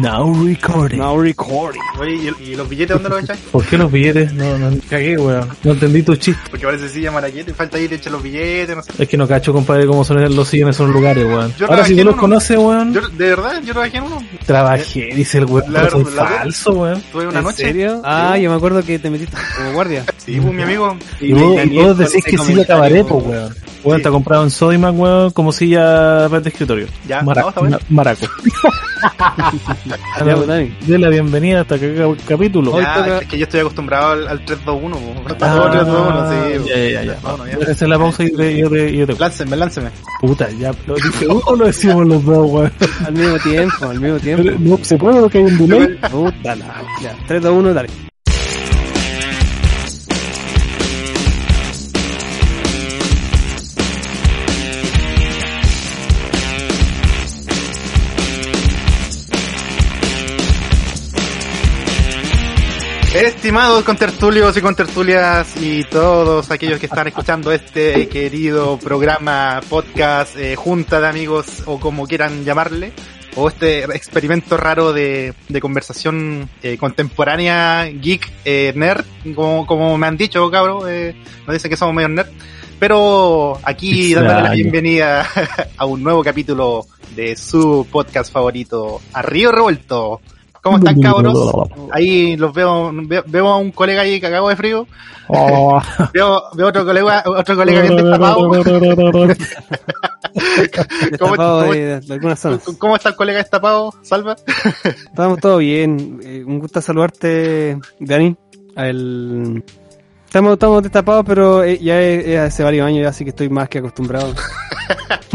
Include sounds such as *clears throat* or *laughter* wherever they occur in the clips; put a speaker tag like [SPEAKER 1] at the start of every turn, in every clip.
[SPEAKER 1] Now recording.
[SPEAKER 2] Now recording.
[SPEAKER 3] Oye, ¿y, y los billetes dónde los echáis?
[SPEAKER 4] ¿Por qué los billetes? No, no cagué, weón. No entendí tu chiste.
[SPEAKER 3] Porque parece silla maraquete, falta ir echar los billetes, no sé.
[SPEAKER 4] Es que no cacho, compadre, cómo son los sillones en esos lugares, weón.
[SPEAKER 3] Yo
[SPEAKER 4] Ahora, si
[SPEAKER 3] trabajé
[SPEAKER 4] tú
[SPEAKER 3] en
[SPEAKER 4] los
[SPEAKER 3] uno.
[SPEAKER 4] conoces, weón,
[SPEAKER 3] Yo, de verdad, yo trabajé en uno.
[SPEAKER 4] trabajé, dice el weón,
[SPEAKER 3] La-
[SPEAKER 4] pero soy
[SPEAKER 3] la-
[SPEAKER 4] falso, weón.
[SPEAKER 3] Tuve una
[SPEAKER 2] ¿En
[SPEAKER 3] noche.
[SPEAKER 2] serio? Ah, yo me acuerdo que te metiste como *laughs* guardia.
[SPEAKER 3] Sí, pues, mi amigo.
[SPEAKER 4] Y vos, y vos decís
[SPEAKER 2] ese
[SPEAKER 4] que silla
[SPEAKER 2] comentario-
[SPEAKER 4] cabaret, pues, weón. Weón, te ha comprado en Sodimac, weón, como silla de escritorio.
[SPEAKER 3] Ya,
[SPEAKER 4] Mara-
[SPEAKER 3] no, está bueno.
[SPEAKER 4] ma-
[SPEAKER 3] *laughs*
[SPEAKER 4] maraco.
[SPEAKER 2] Ya, pues, Dani.
[SPEAKER 4] De la bienvenida hasta que acabe el capítulo.
[SPEAKER 3] Ya,
[SPEAKER 2] Hoy toca-
[SPEAKER 3] es que yo estoy acostumbrado al, al 3-2-1. pues.
[SPEAKER 4] Ah,
[SPEAKER 3] 3-2-1, sí.
[SPEAKER 4] ya,
[SPEAKER 3] pues.
[SPEAKER 4] ya, ya.
[SPEAKER 3] Bueno, ya.
[SPEAKER 4] Voy a hacer la pausa y te, yo te, yo te-
[SPEAKER 3] Lánceme, lánceme.
[SPEAKER 4] Puta, ya, lo dije uno o lo decimos los dos, weón. *laughs*
[SPEAKER 2] Al mismo tiempo, al mismo tiempo.
[SPEAKER 4] Pero No se puede porque hay un delay.
[SPEAKER 2] Puta la. Ya, 3, 2, 1, dale.
[SPEAKER 3] Estimados contertulios y contertulias y todos aquellos que están escuchando este querido programa, podcast, eh, junta de amigos o como quieran llamarle, o este experimento raro de, de conversación eh, contemporánea, geek, eh, nerd, como, como me han dicho, cabros, eh, nos dicen que somos medio nerd, pero aquí
[SPEAKER 4] Extraño.
[SPEAKER 3] dándole la bienvenida *laughs* a un nuevo capítulo de su podcast favorito, A Río Revuelto. ¿Cómo están, cabros? Ahí los veo, veo, veo a un colega ahí cagado de frío,
[SPEAKER 2] *laughs*
[SPEAKER 4] Oh.
[SPEAKER 3] veo, veo otro colega, otro colega
[SPEAKER 4] *laughs*
[SPEAKER 3] bien destapado.
[SPEAKER 2] Destapado
[SPEAKER 3] cómo-
[SPEAKER 2] de, de algunas zonas.
[SPEAKER 3] *laughs* ¿Cómo está el colega destapado? Salva.
[SPEAKER 2] Estamos todo bien. Eh, un gusto saludarte, Dani. El... Estamos, estamos destapados, pero eh, ya es, es hace varios años, ya, así que estoy más que acostumbrado.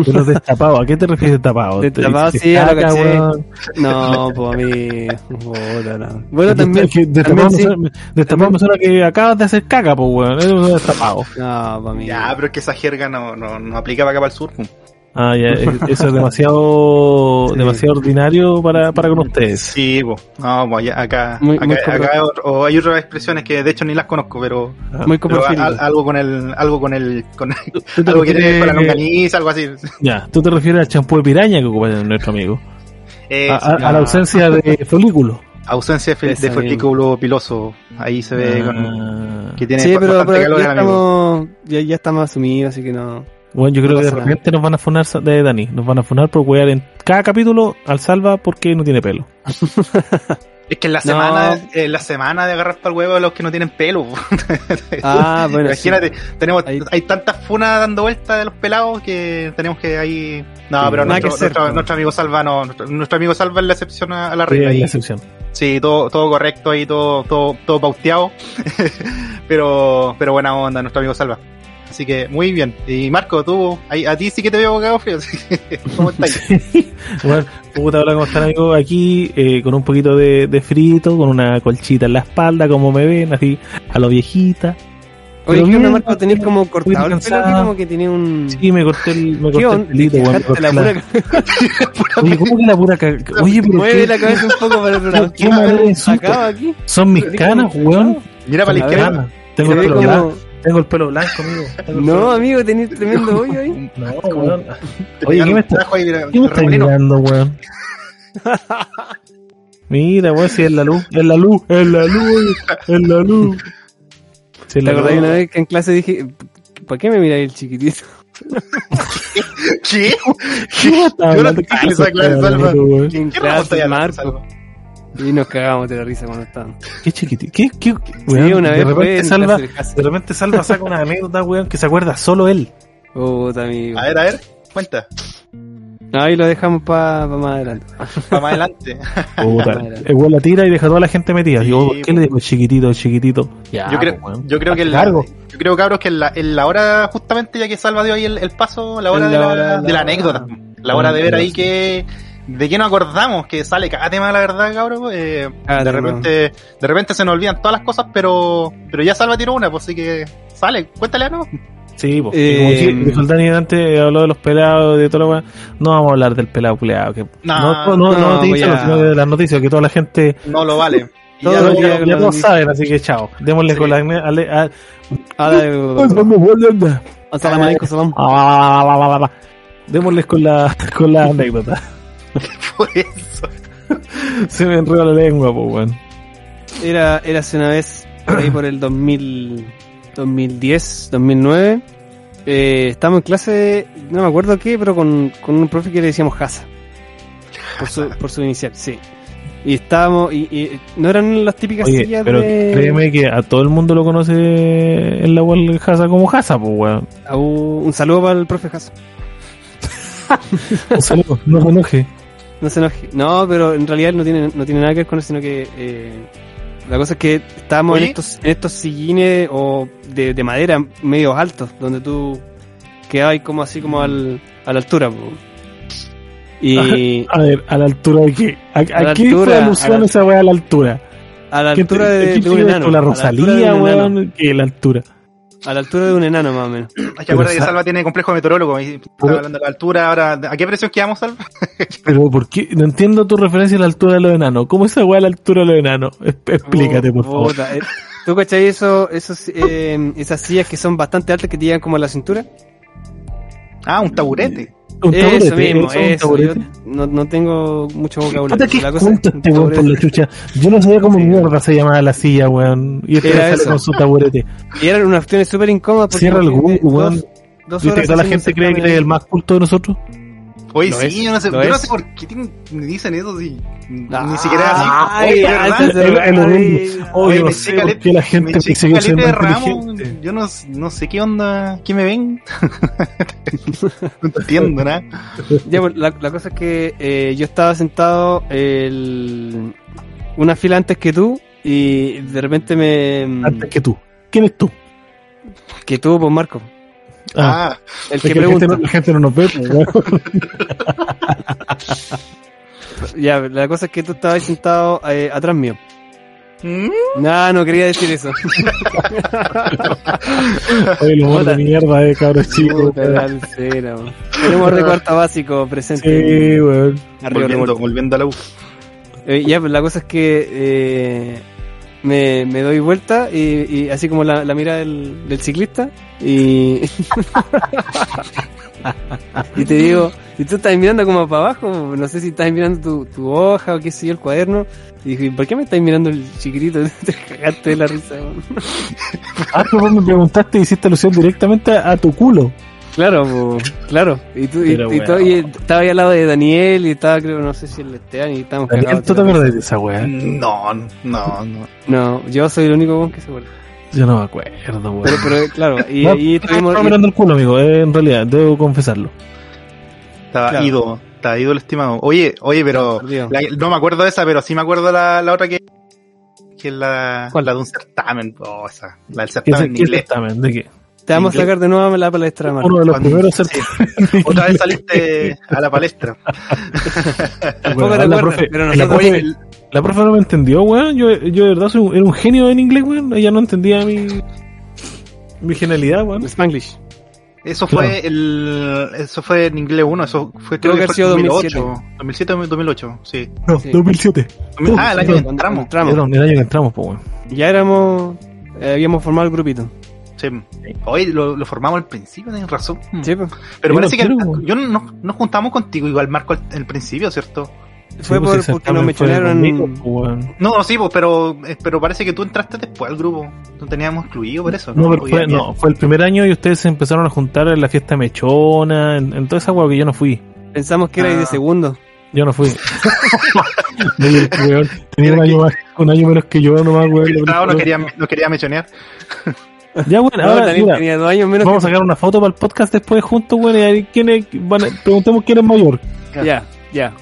[SPEAKER 4] Pero destapado, ¿a qué te refieres destapado?
[SPEAKER 2] Destapado,
[SPEAKER 4] Te-
[SPEAKER 2] sí, a lo
[SPEAKER 4] caca,
[SPEAKER 2] caché.
[SPEAKER 4] weón.
[SPEAKER 2] *laughs* No, pues a mí. puta la- Bueno,
[SPEAKER 4] Desta-
[SPEAKER 2] también.
[SPEAKER 4] que Destapado
[SPEAKER 2] también
[SPEAKER 4] me
[SPEAKER 2] sí.
[SPEAKER 4] suena- destapado me suena que acabas de hacer caca, pues, weón. Eso es destapado.
[SPEAKER 2] No, para mí.
[SPEAKER 3] *laughs* Ya, pero es que esa jerga no, no, no aplica para acá para el sur. pues.
[SPEAKER 4] Ah, ya, eso es demasiado,
[SPEAKER 2] *laughs* Sí.
[SPEAKER 4] demasiado ordinario para, para con ustedes.
[SPEAKER 3] Sí, pues. No, pues ya, acá,
[SPEAKER 2] Muy-
[SPEAKER 3] acá,
[SPEAKER 2] muy
[SPEAKER 3] acá
[SPEAKER 2] correcto.
[SPEAKER 3] hay otro- o hay otras expresiones que de hecho ni las conozco, pero,
[SPEAKER 2] Muy
[SPEAKER 3] pero a-
[SPEAKER 2] coprofílico.
[SPEAKER 3] a- algo con el, algo con el, con
[SPEAKER 4] ¿Tú te
[SPEAKER 3] algo que tiene
[SPEAKER 4] refieres-
[SPEAKER 3] para la longaniza, algo así.
[SPEAKER 4] Ya, tú te refieres al champú de piraña que ocupa nuestro amigo.
[SPEAKER 3] Eh,
[SPEAKER 4] A, a-
[SPEAKER 3] sí,
[SPEAKER 4] a la ausencia
[SPEAKER 2] *laughs*
[SPEAKER 4] de folículo.
[SPEAKER 3] ausencia de, fe-
[SPEAKER 2] Esa
[SPEAKER 3] de folículo piloso. Ahí se ve con,
[SPEAKER 4] Ah.
[SPEAKER 3] que tiene
[SPEAKER 2] Sí, pero,
[SPEAKER 3] bastante
[SPEAKER 2] pero
[SPEAKER 3] calor
[SPEAKER 2] ya,
[SPEAKER 3] el amigo.
[SPEAKER 2] estamos, ya, ya estamos asumidos, así que
[SPEAKER 3] *laughs*
[SPEAKER 2] no.
[SPEAKER 4] Bueno, yo creo
[SPEAKER 2] No
[SPEAKER 4] que de
[SPEAKER 2] pasa nada.
[SPEAKER 4] repente nos van a funar sa- de Dani. Nos van a funar por wear en cada capítulo al salva porque no tiene pelo.
[SPEAKER 3] Es que en la
[SPEAKER 2] No.
[SPEAKER 3] semana, en la semana de agarrar para el huevo a los que no tienen pelo. po.
[SPEAKER 2] Ah, bueno. sí.
[SPEAKER 3] Imagínate, tenemos,
[SPEAKER 2] Ahí-
[SPEAKER 3] hay tantas funas dando vueltas de los pelados que tenemos que ahí. No,
[SPEAKER 4] Sí,
[SPEAKER 2] nada
[SPEAKER 3] pero nuestro,
[SPEAKER 2] que hacer,
[SPEAKER 3] nuestro-
[SPEAKER 2] ¿no?
[SPEAKER 3] nuestro amigo Salva no, nuestro, nuestro amigo Salva es la excepción a a la
[SPEAKER 4] Sí,
[SPEAKER 3] regla.
[SPEAKER 4] es
[SPEAKER 3] ahí.
[SPEAKER 4] la excepción.
[SPEAKER 3] Sí, todo, todo correcto ahí, todo, todo, todo pauteado. *laughs* pero, pero buena onda, nuestro amigo Salva. Así que muy bien. Y Marco, tú, ahí- a ti sí que te veo cagado frío. así que, *laughs* ¿Cómo estás?
[SPEAKER 4] *laughs* Bueno, puta, hola, ¿cómo están, amigos? Aquí, eh, con un poquito de, de frito, con una colchita en la espalda, como me ven, así, a lo viejita.
[SPEAKER 2] Oye,
[SPEAKER 4] Pero
[SPEAKER 2] ¿qué onda,
[SPEAKER 4] bien,
[SPEAKER 2] Marco? ¿Tenés como cortado el pelo?
[SPEAKER 4] cansado.
[SPEAKER 2] aquí? Como que tenía un.
[SPEAKER 4] Sí, me corté el, me
[SPEAKER 2] ¿Qué
[SPEAKER 4] corté el
[SPEAKER 2] onda?
[SPEAKER 4] pelito, weón, me
[SPEAKER 2] Dejaste
[SPEAKER 4] corté
[SPEAKER 2] la
[SPEAKER 4] la-
[SPEAKER 2] pura-
[SPEAKER 4] *laughs* Oye, ¿cómo que la pura ca- Oye, pero
[SPEAKER 2] Mueve
[SPEAKER 4] qué-
[SPEAKER 2] la cabeza un poco para el otro lado.
[SPEAKER 4] ¿Qué manera de insulto?
[SPEAKER 2] Acaba aquí.
[SPEAKER 4] son mis canas, weón.
[SPEAKER 3] Mira para la
[SPEAKER 2] A ver,
[SPEAKER 3] izquierda.
[SPEAKER 4] Canas. Tengo el
[SPEAKER 2] Se ve
[SPEAKER 4] pelo
[SPEAKER 2] como-
[SPEAKER 4] blanco, tengo el pelo blanco, amigo. Tengo el
[SPEAKER 2] No,
[SPEAKER 4] pelo-
[SPEAKER 2] amigo, tenés tremendo hoyo ahí.
[SPEAKER 4] *laughs* no, weón.
[SPEAKER 3] Te
[SPEAKER 4] Oye,
[SPEAKER 3] pegaron
[SPEAKER 4] ¿qué me
[SPEAKER 3] un
[SPEAKER 4] está-
[SPEAKER 3] tajo ahí, mira,
[SPEAKER 4] ¿Qué me estás
[SPEAKER 3] remolino.
[SPEAKER 4] mirando, weón? Mira, weón, si es la luz, es la luz, es la luz, es la luz. Si es
[SPEAKER 2] ¿Te
[SPEAKER 4] la
[SPEAKER 2] acordás
[SPEAKER 4] luz.
[SPEAKER 2] una vez que en clase dije, ¿para qué me miráis el chiquitito?
[SPEAKER 3] ¿Qué?
[SPEAKER 4] ¿Qué
[SPEAKER 3] Yo
[SPEAKER 4] hablando?
[SPEAKER 3] no te
[SPEAKER 4] ¿Qué
[SPEAKER 3] esa
[SPEAKER 4] estás
[SPEAKER 3] clase, Salva.
[SPEAKER 4] hablando, weón?
[SPEAKER 2] En
[SPEAKER 3] ¿Qué ramos
[SPEAKER 2] clase,
[SPEAKER 3] estáis hablando,
[SPEAKER 2] Marco.
[SPEAKER 3] Salva?
[SPEAKER 2] Y nos cagamos de la risa cuando estábamos.
[SPEAKER 4] Qué chiquitito. ¿Qué, qué,
[SPEAKER 2] Sí,
[SPEAKER 4] weón,
[SPEAKER 2] una
[SPEAKER 4] de
[SPEAKER 2] vez fue
[SPEAKER 4] repente
[SPEAKER 2] en
[SPEAKER 4] salva,
[SPEAKER 2] clase de casa.
[SPEAKER 4] de repente salva saca una anécdota, weón, que se acuerda solo él.
[SPEAKER 2] Puta, amigo.
[SPEAKER 3] A ver, a ver, cuenta.
[SPEAKER 2] Ahí lo dejamos para más adelante.
[SPEAKER 3] Para más adelante.
[SPEAKER 4] Puta, el weón la tira y deja a toda la gente metida.
[SPEAKER 3] Sí,
[SPEAKER 4] Yo, ¿por ¿qué le digo chiquitito, chiquitito? Ya,
[SPEAKER 3] yo creo,
[SPEAKER 4] pues, weón.
[SPEAKER 3] yo creo que el,
[SPEAKER 4] Largo.
[SPEAKER 3] yo creo cabros que en la, en la hora justamente ya que Salva dio ahí el, el paso, la hora,
[SPEAKER 2] En
[SPEAKER 3] de,
[SPEAKER 2] la
[SPEAKER 3] la,
[SPEAKER 2] hora,
[SPEAKER 3] de la
[SPEAKER 2] la
[SPEAKER 3] anécdota,
[SPEAKER 2] hora.
[SPEAKER 3] la hora de ver ahí
[SPEAKER 4] Sí.
[SPEAKER 3] que de qué nos acordamos que sale cada tema la verdad cabros eh,
[SPEAKER 2] Cada
[SPEAKER 3] de
[SPEAKER 2] tema.
[SPEAKER 3] repente de repente se nos olvidan todas las cosas pero pero ya Salva tiró una pues así que sale cuéntale no
[SPEAKER 4] Sí, pues.
[SPEAKER 2] Eh,
[SPEAKER 4] y como dije- dijo el Dani antes, habló de los pelados, de toda la weá. No vamos a hablar del pelado culeado. Que no, no, no,
[SPEAKER 2] no,
[SPEAKER 4] noticias,
[SPEAKER 2] voy a-
[SPEAKER 4] sino de las noticias, que toda la gente.
[SPEAKER 3] no lo vale Y
[SPEAKER 2] Todo
[SPEAKER 3] *laughs* ya
[SPEAKER 4] Ya,
[SPEAKER 3] no-
[SPEAKER 2] el día
[SPEAKER 4] ya-
[SPEAKER 2] que
[SPEAKER 4] ya
[SPEAKER 2] lo
[SPEAKER 4] todos
[SPEAKER 2] dije.
[SPEAKER 4] saben, así que chao. Démosle
[SPEAKER 3] Sí.
[SPEAKER 4] con la. Ale, a,
[SPEAKER 2] Ah, dale. Salam alaikum, salam.
[SPEAKER 4] Ah, va, va, va,
[SPEAKER 3] *laughs*
[SPEAKER 4] va. Démosles con la, con la anécdota.
[SPEAKER 3] por eso
[SPEAKER 4] *laughs* Se me enreda la lengua, po, weón.
[SPEAKER 2] Era, era hace una vez, por ahí por el 2000, 2010, 2009. Eh, estábamos en clase, de- no me acuerdo qué, pero con, con un profe que le decíamos Haza. Por su, por su inicial, sí. Y estábamos, y, y no eran las típicas
[SPEAKER 4] Oye,
[SPEAKER 2] sillas
[SPEAKER 4] pero
[SPEAKER 2] de...
[SPEAKER 4] créeme que a todo el mundo lo conoce en la web Haza como Haza, po, weón.
[SPEAKER 2] Ah, un un saludo para el profe Haza.
[SPEAKER 4] Un saludo, no se enoje.
[SPEAKER 2] No se enoje. No, pero en realidad no tiene, no tiene nada que ver con eso, sino que eh, la cosa es que estábamos en
[SPEAKER 3] Oye.
[SPEAKER 2] estos, en estos sillines o de, de madera medios altos, donde tú quedabas como así como al, a la altura. po.
[SPEAKER 4] *laughs*
[SPEAKER 2] Y
[SPEAKER 4] A ver, a la altura de qué. ¿A, a
[SPEAKER 2] la
[SPEAKER 4] qué fue
[SPEAKER 2] altura,
[SPEAKER 4] alusión
[SPEAKER 2] a la-
[SPEAKER 4] esa weá a la altura?
[SPEAKER 2] a la
[SPEAKER 4] ¿Qué
[SPEAKER 2] altura
[SPEAKER 4] te-
[SPEAKER 2] de,
[SPEAKER 4] qué
[SPEAKER 2] de un
[SPEAKER 4] tiene esto,
[SPEAKER 2] enano.
[SPEAKER 4] La
[SPEAKER 2] a la altura de
[SPEAKER 4] Rosalía,
[SPEAKER 2] un enano,
[SPEAKER 4] weón. Que la altura.
[SPEAKER 2] A la altura de un enano, más o menos.
[SPEAKER 3] Hay que acordar que
[SPEAKER 4] Pero,
[SPEAKER 3] Salva tiene complejo de meteorólogo. Y estaba hablando de la altura. Ahora, ¿a qué presión quedamos, Salva?
[SPEAKER 4] Pero ¿por qué? No entiendo tu referencia a la altura de los enanos. ¿Cómo esa weá a la altura de los enanos? Es- Explícate, por favor.
[SPEAKER 2] Puta, eh, ¿Tú cachai eso, esos, eh, esas sillas que son bastante altas que te llegan como a la cintura?
[SPEAKER 3] Ah, un taburete.
[SPEAKER 4] Un
[SPEAKER 2] Eso
[SPEAKER 4] taburete,
[SPEAKER 2] mismo,
[SPEAKER 4] eso, un
[SPEAKER 2] eso. Yo
[SPEAKER 4] taburete.
[SPEAKER 2] no, no tengo mucho vocabulario.
[SPEAKER 4] Puta, qué
[SPEAKER 2] La cosa es-
[SPEAKER 4] junto este weón por
[SPEAKER 2] taburete.
[SPEAKER 4] la chucha. Yo no sabía cómo mierda se llamaba la silla, weón. Y este
[SPEAKER 2] Era
[SPEAKER 4] sale
[SPEAKER 2] eso.
[SPEAKER 4] con su taburete.
[SPEAKER 2] Y eran unas opciones súper incómodas porque
[SPEAKER 4] Cierra el
[SPEAKER 2] imagínate,
[SPEAKER 4] Google, weón.
[SPEAKER 2] dos- dos
[SPEAKER 4] ¿Viste que
[SPEAKER 2] horas
[SPEAKER 4] toda la
[SPEAKER 2] haciendo
[SPEAKER 4] gente cree que
[SPEAKER 2] certámenes.
[SPEAKER 4] es el más culto de nosotros?
[SPEAKER 3] Oye,
[SPEAKER 2] Lo
[SPEAKER 3] sí,
[SPEAKER 2] es,
[SPEAKER 3] yo no sé,
[SPEAKER 2] lo
[SPEAKER 3] yo no
[SPEAKER 2] es.
[SPEAKER 3] sé por qué tienen- dicen eso si
[SPEAKER 2] Ah,
[SPEAKER 3] ni siquiera es así.
[SPEAKER 2] ay,
[SPEAKER 3] Oye, de
[SPEAKER 2] ay,
[SPEAKER 3] verdad.
[SPEAKER 2] ay,
[SPEAKER 4] El- el- el-
[SPEAKER 2] ay,
[SPEAKER 4] Oh,
[SPEAKER 3] Oye,
[SPEAKER 4] yo no
[SPEAKER 3] me
[SPEAKER 4] sé
[SPEAKER 3] checa
[SPEAKER 4] por
[SPEAKER 3] le-
[SPEAKER 4] qué la gente
[SPEAKER 3] me
[SPEAKER 4] piensa que
[SPEAKER 3] checa
[SPEAKER 4] soy
[SPEAKER 3] caleta
[SPEAKER 4] más
[SPEAKER 3] de Ramos,
[SPEAKER 4] inteligente.
[SPEAKER 3] yo no, no sé qué onda, ¿qué me ven? *laughs* no entiendo nada.
[SPEAKER 2] Ya, bueno, la, la cosa es que eh, yo estaba sentado el- una fila antes que tú y de repente me...
[SPEAKER 4] Antes que tú. ¿Quién es tú?
[SPEAKER 2] Que tú, pues Marco.
[SPEAKER 4] Ah,
[SPEAKER 3] Ah,
[SPEAKER 2] El
[SPEAKER 4] es que
[SPEAKER 2] que
[SPEAKER 4] la gente, no,
[SPEAKER 2] pregunta.
[SPEAKER 4] la gente no nos ve, pues,
[SPEAKER 2] *laughs*
[SPEAKER 4] weón.
[SPEAKER 2] Ya, la cosa es que tú estabas sentado eh, atrás mío.
[SPEAKER 3] mm,
[SPEAKER 2] No, no quería decir eso.
[SPEAKER 4] Oye, lo humor
[SPEAKER 2] Puta.
[SPEAKER 4] de mierda, eh, cabros
[SPEAKER 2] *laughs*
[SPEAKER 4] chicos.
[SPEAKER 2] Puta, la alcera, weón. Tenemos de cuarto básico presente.
[SPEAKER 4] Sí, weón.
[SPEAKER 2] Arriba,
[SPEAKER 3] volviendo,
[SPEAKER 2] revuelto.
[SPEAKER 3] volviendo a la U.
[SPEAKER 2] Eh, ya, pues la cosa es que eh, me, me doy vuelta y, y así como la, la mira del, del ciclista y... *laughs* y te digo, y tú estás mirando como para abajo, no sé si estás mirando tu, tu hoja o qué sé yo, el cuaderno. Y dije, ¿por qué me estás mirando el chiquitito? *laughs* Te cagaste de la risa. weón.
[SPEAKER 4] Ah, pero vos me preguntaste y hiciste alusión directamente a, a tu culo.
[SPEAKER 2] Claro, po, claro. Y tú, y,
[SPEAKER 4] Pero
[SPEAKER 2] y
[SPEAKER 4] weón.
[SPEAKER 2] todo- y estaba ahí al lado de Daniel y estaba, creo, no sé si el Esteban y estábamos
[SPEAKER 4] Daniel,
[SPEAKER 2] cagados
[SPEAKER 4] ¿tú te
[SPEAKER 2] de la
[SPEAKER 4] acuerdas de esa weá?
[SPEAKER 3] No, no, no.
[SPEAKER 2] risa. No, yo soy el único weón que se acuerda.
[SPEAKER 4] Yo no me acuerdo, weón.
[SPEAKER 2] Pero, pero claro, y
[SPEAKER 4] No,
[SPEAKER 2] ahí estuvimos.
[SPEAKER 4] estaba mirando el culo, amigo, eh, en realidad, debo confesarlo.
[SPEAKER 3] Estaba
[SPEAKER 2] Claro.
[SPEAKER 3] ido, estaba ido el estimado. Oye, oye, pero
[SPEAKER 2] Perdido.
[SPEAKER 3] la- no me acuerdo de esa, pero sí me acuerdo la, la otra que que es la,
[SPEAKER 2] ¿Cuál?
[SPEAKER 3] la de un certamen, oh, esa, la del
[SPEAKER 4] ¿Qué es
[SPEAKER 3] certamen en
[SPEAKER 4] el
[SPEAKER 3] inglés.
[SPEAKER 4] certamen? ¿De qué?
[SPEAKER 2] Te vamos a
[SPEAKER 3] Inglés.
[SPEAKER 2] sacar de nuevo la palestra, Marco.
[SPEAKER 4] Uno de los
[SPEAKER 3] Cuando-
[SPEAKER 4] primeros
[SPEAKER 3] sí.
[SPEAKER 4] certamen. *laughs*
[SPEAKER 3] *laughs* Otra vez saliste a la palestra.
[SPEAKER 2] Tampoco te
[SPEAKER 4] la
[SPEAKER 2] acuerdas,
[SPEAKER 4] profe-
[SPEAKER 2] pero
[SPEAKER 4] la
[SPEAKER 2] nosotros-
[SPEAKER 4] profe-
[SPEAKER 3] Oye,
[SPEAKER 4] La profe no me entendió, weón. Yo, yo de verdad soy un, era un genio en inglés, weón. Ella no entendía mi, mi genialidad, weón.
[SPEAKER 2] Spanglish.
[SPEAKER 3] Eso
[SPEAKER 4] Claro.
[SPEAKER 3] fue el eso fue en inglés 1, eso fue
[SPEAKER 2] Creo que ha
[SPEAKER 3] fue
[SPEAKER 2] sido
[SPEAKER 3] 2007 2008, sí.
[SPEAKER 4] No,
[SPEAKER 2] Sí.
[SPEAKER 4] 2007.
[SPEAKER 3] Ah, el año que entramos.
[SPEAKER 4] Era el año que entramos, pues, weón.
[SPEAKER 2] Ya éramos. eh, habíamos formado el grupito.
[SPEAKER 4] Mm.
[SPEAKER 3] Sí. Hoy lo, lo formamos al principio, tienes razón.
[SPEAKER 2] Sí, pues.
[SPEAKER 3] Pero
[SPEAKER 4] Sí,
[SPEAKER 3] parece
[SPEAKER 4] no
[SPEAKER 3] que
[SPEAKER 4] quiero,
[SPEAKER 3] yo no, nos juntamos contigo igual Marco al, al principio, ¿cierto?
[SPEAKER 2] Fue
[SPEAKER 4] Sí, pues,
[SPEAKER 2] por,
[SPEAKER 4] ese
[SPEAKER 2] porque nos
[SPEAKER 4] certamen fue
[SPEAKER 2] mencionaron.
[SPEAKER 4] conmigo, pues, weón.
[SPEAKER 3] No, no, sí, pues, pero eh, pero parece que tú entraste después al grupo. No teníamos excluido por eso.
[SPEAKER 4] No, pero fue,
[SPEAKER 3] Obviamente.
[SPEAKER 4] no, fue el primer año y ustedes se empezaron a juntar en la fiesta mechona, en, en toda esa weá que yo no fui.
[SPEAKER 2] Pensamos que era ahí de
[SPEAKER 3] Ah.
[SPEAKER 2] segundo.
[SPEAKER 4] Yo no
[SPEAKER 2] *laughs*
[SPEAKER 4] fui. Oye, weón, tenía un
[SPEAKER 3] Mira
[SPEAKER 4] año, más, un año menos que yo nomás, weón.
[SPEAKER 3] El Estado no quería, no quería mechonear.
[SPEAKER 4] Ya, weón,
[SPEAKER 2] no,
[SPEAKER 4] ahora
[SPEAKER 2] Daniel
[SPEAKER 4] mira,
[SPEAKER 2] tenía dos años menos.
[SPEAKER 4] vamos a sacar una foto para el podcast después juntos, weón. Y ahí quién es, van a- preguntemos quién es mayor.
[SPEAKER 2] que- Ya, ya.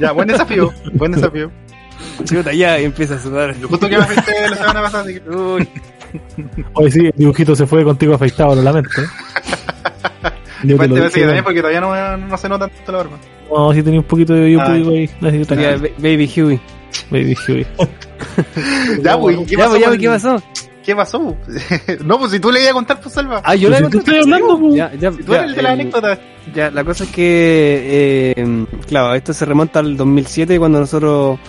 [SPEAKER 3] Ya, buen desafío,
[SPEAKER 4] *laughs*
[SPEAKER 3] buen desafío.
[SPEAKER 2] *laughs* Chuta, ya y empieza a sudar.
[SPEAKER 3] Justo que me afecté la semana pasada, así que...
[SPEAKER 2] Uy,
[SPEAKER 4] Oye, sí, el dibujito se fue contigo afeitado, lo lamento.
[SPEAKER 2] *laughs*
[SPEAKER 4] ¿eh? Yo te
[SPEAKER 3] Aparte,
[SPEAKER 4] lo
[SPEAKER 3] parece que
[SPEAKER 4] dije,
[SPEAKER 3] también
[SPEAKER 4] weón.
[SPEAKER 3] porque todavía no, no se nota tanto la barba.
[SPEAKER 4] No, sí tenía un poquito de yo
[SPEAKER 3] Ah,
[SPEAKER 4] público ahí. Así que
[SPEAKER 2] sería
[SPEAKER 4] tranquilo,
[SPEAKER 2] Ba- Baby Huey.
[SPEAKER 4] baby, güey.
[SPEAKER 3] Ya, pues, ¿qué
[SPEAKER 2] Ya,
[SPEAKER 3] pasó?
[SPEAKER 2] pues, ya,
[SPEAKER 3] con-
[SPEAKER 2] pues, ¿qué pasó?
[SPEAKER 3] ¿Qué pasó? *laughs* no, pues si tú le ibas a contar, pues salva.
[SPEAKER 2] Ah, yo
[SPEAKER 4] Pues
[SPEAKER 2] la
[SPEAKER 4] si
[SPEAKER 2] conté.
[SPEAKER 4] tú estás hablando, pues.
[SPEAKER 2] Ya, ya,
[SPEAKER 3] Si tú
[SPEAKER 2] ya,
[SPEAKER 3] eres el de la
[SPEAKER 2] el-
[SPEAKER 3] anécdota.
[SPEAKER 2] Ya, la cosa es que, eh, claro, esto se remonta al 2007 cuando nosotros,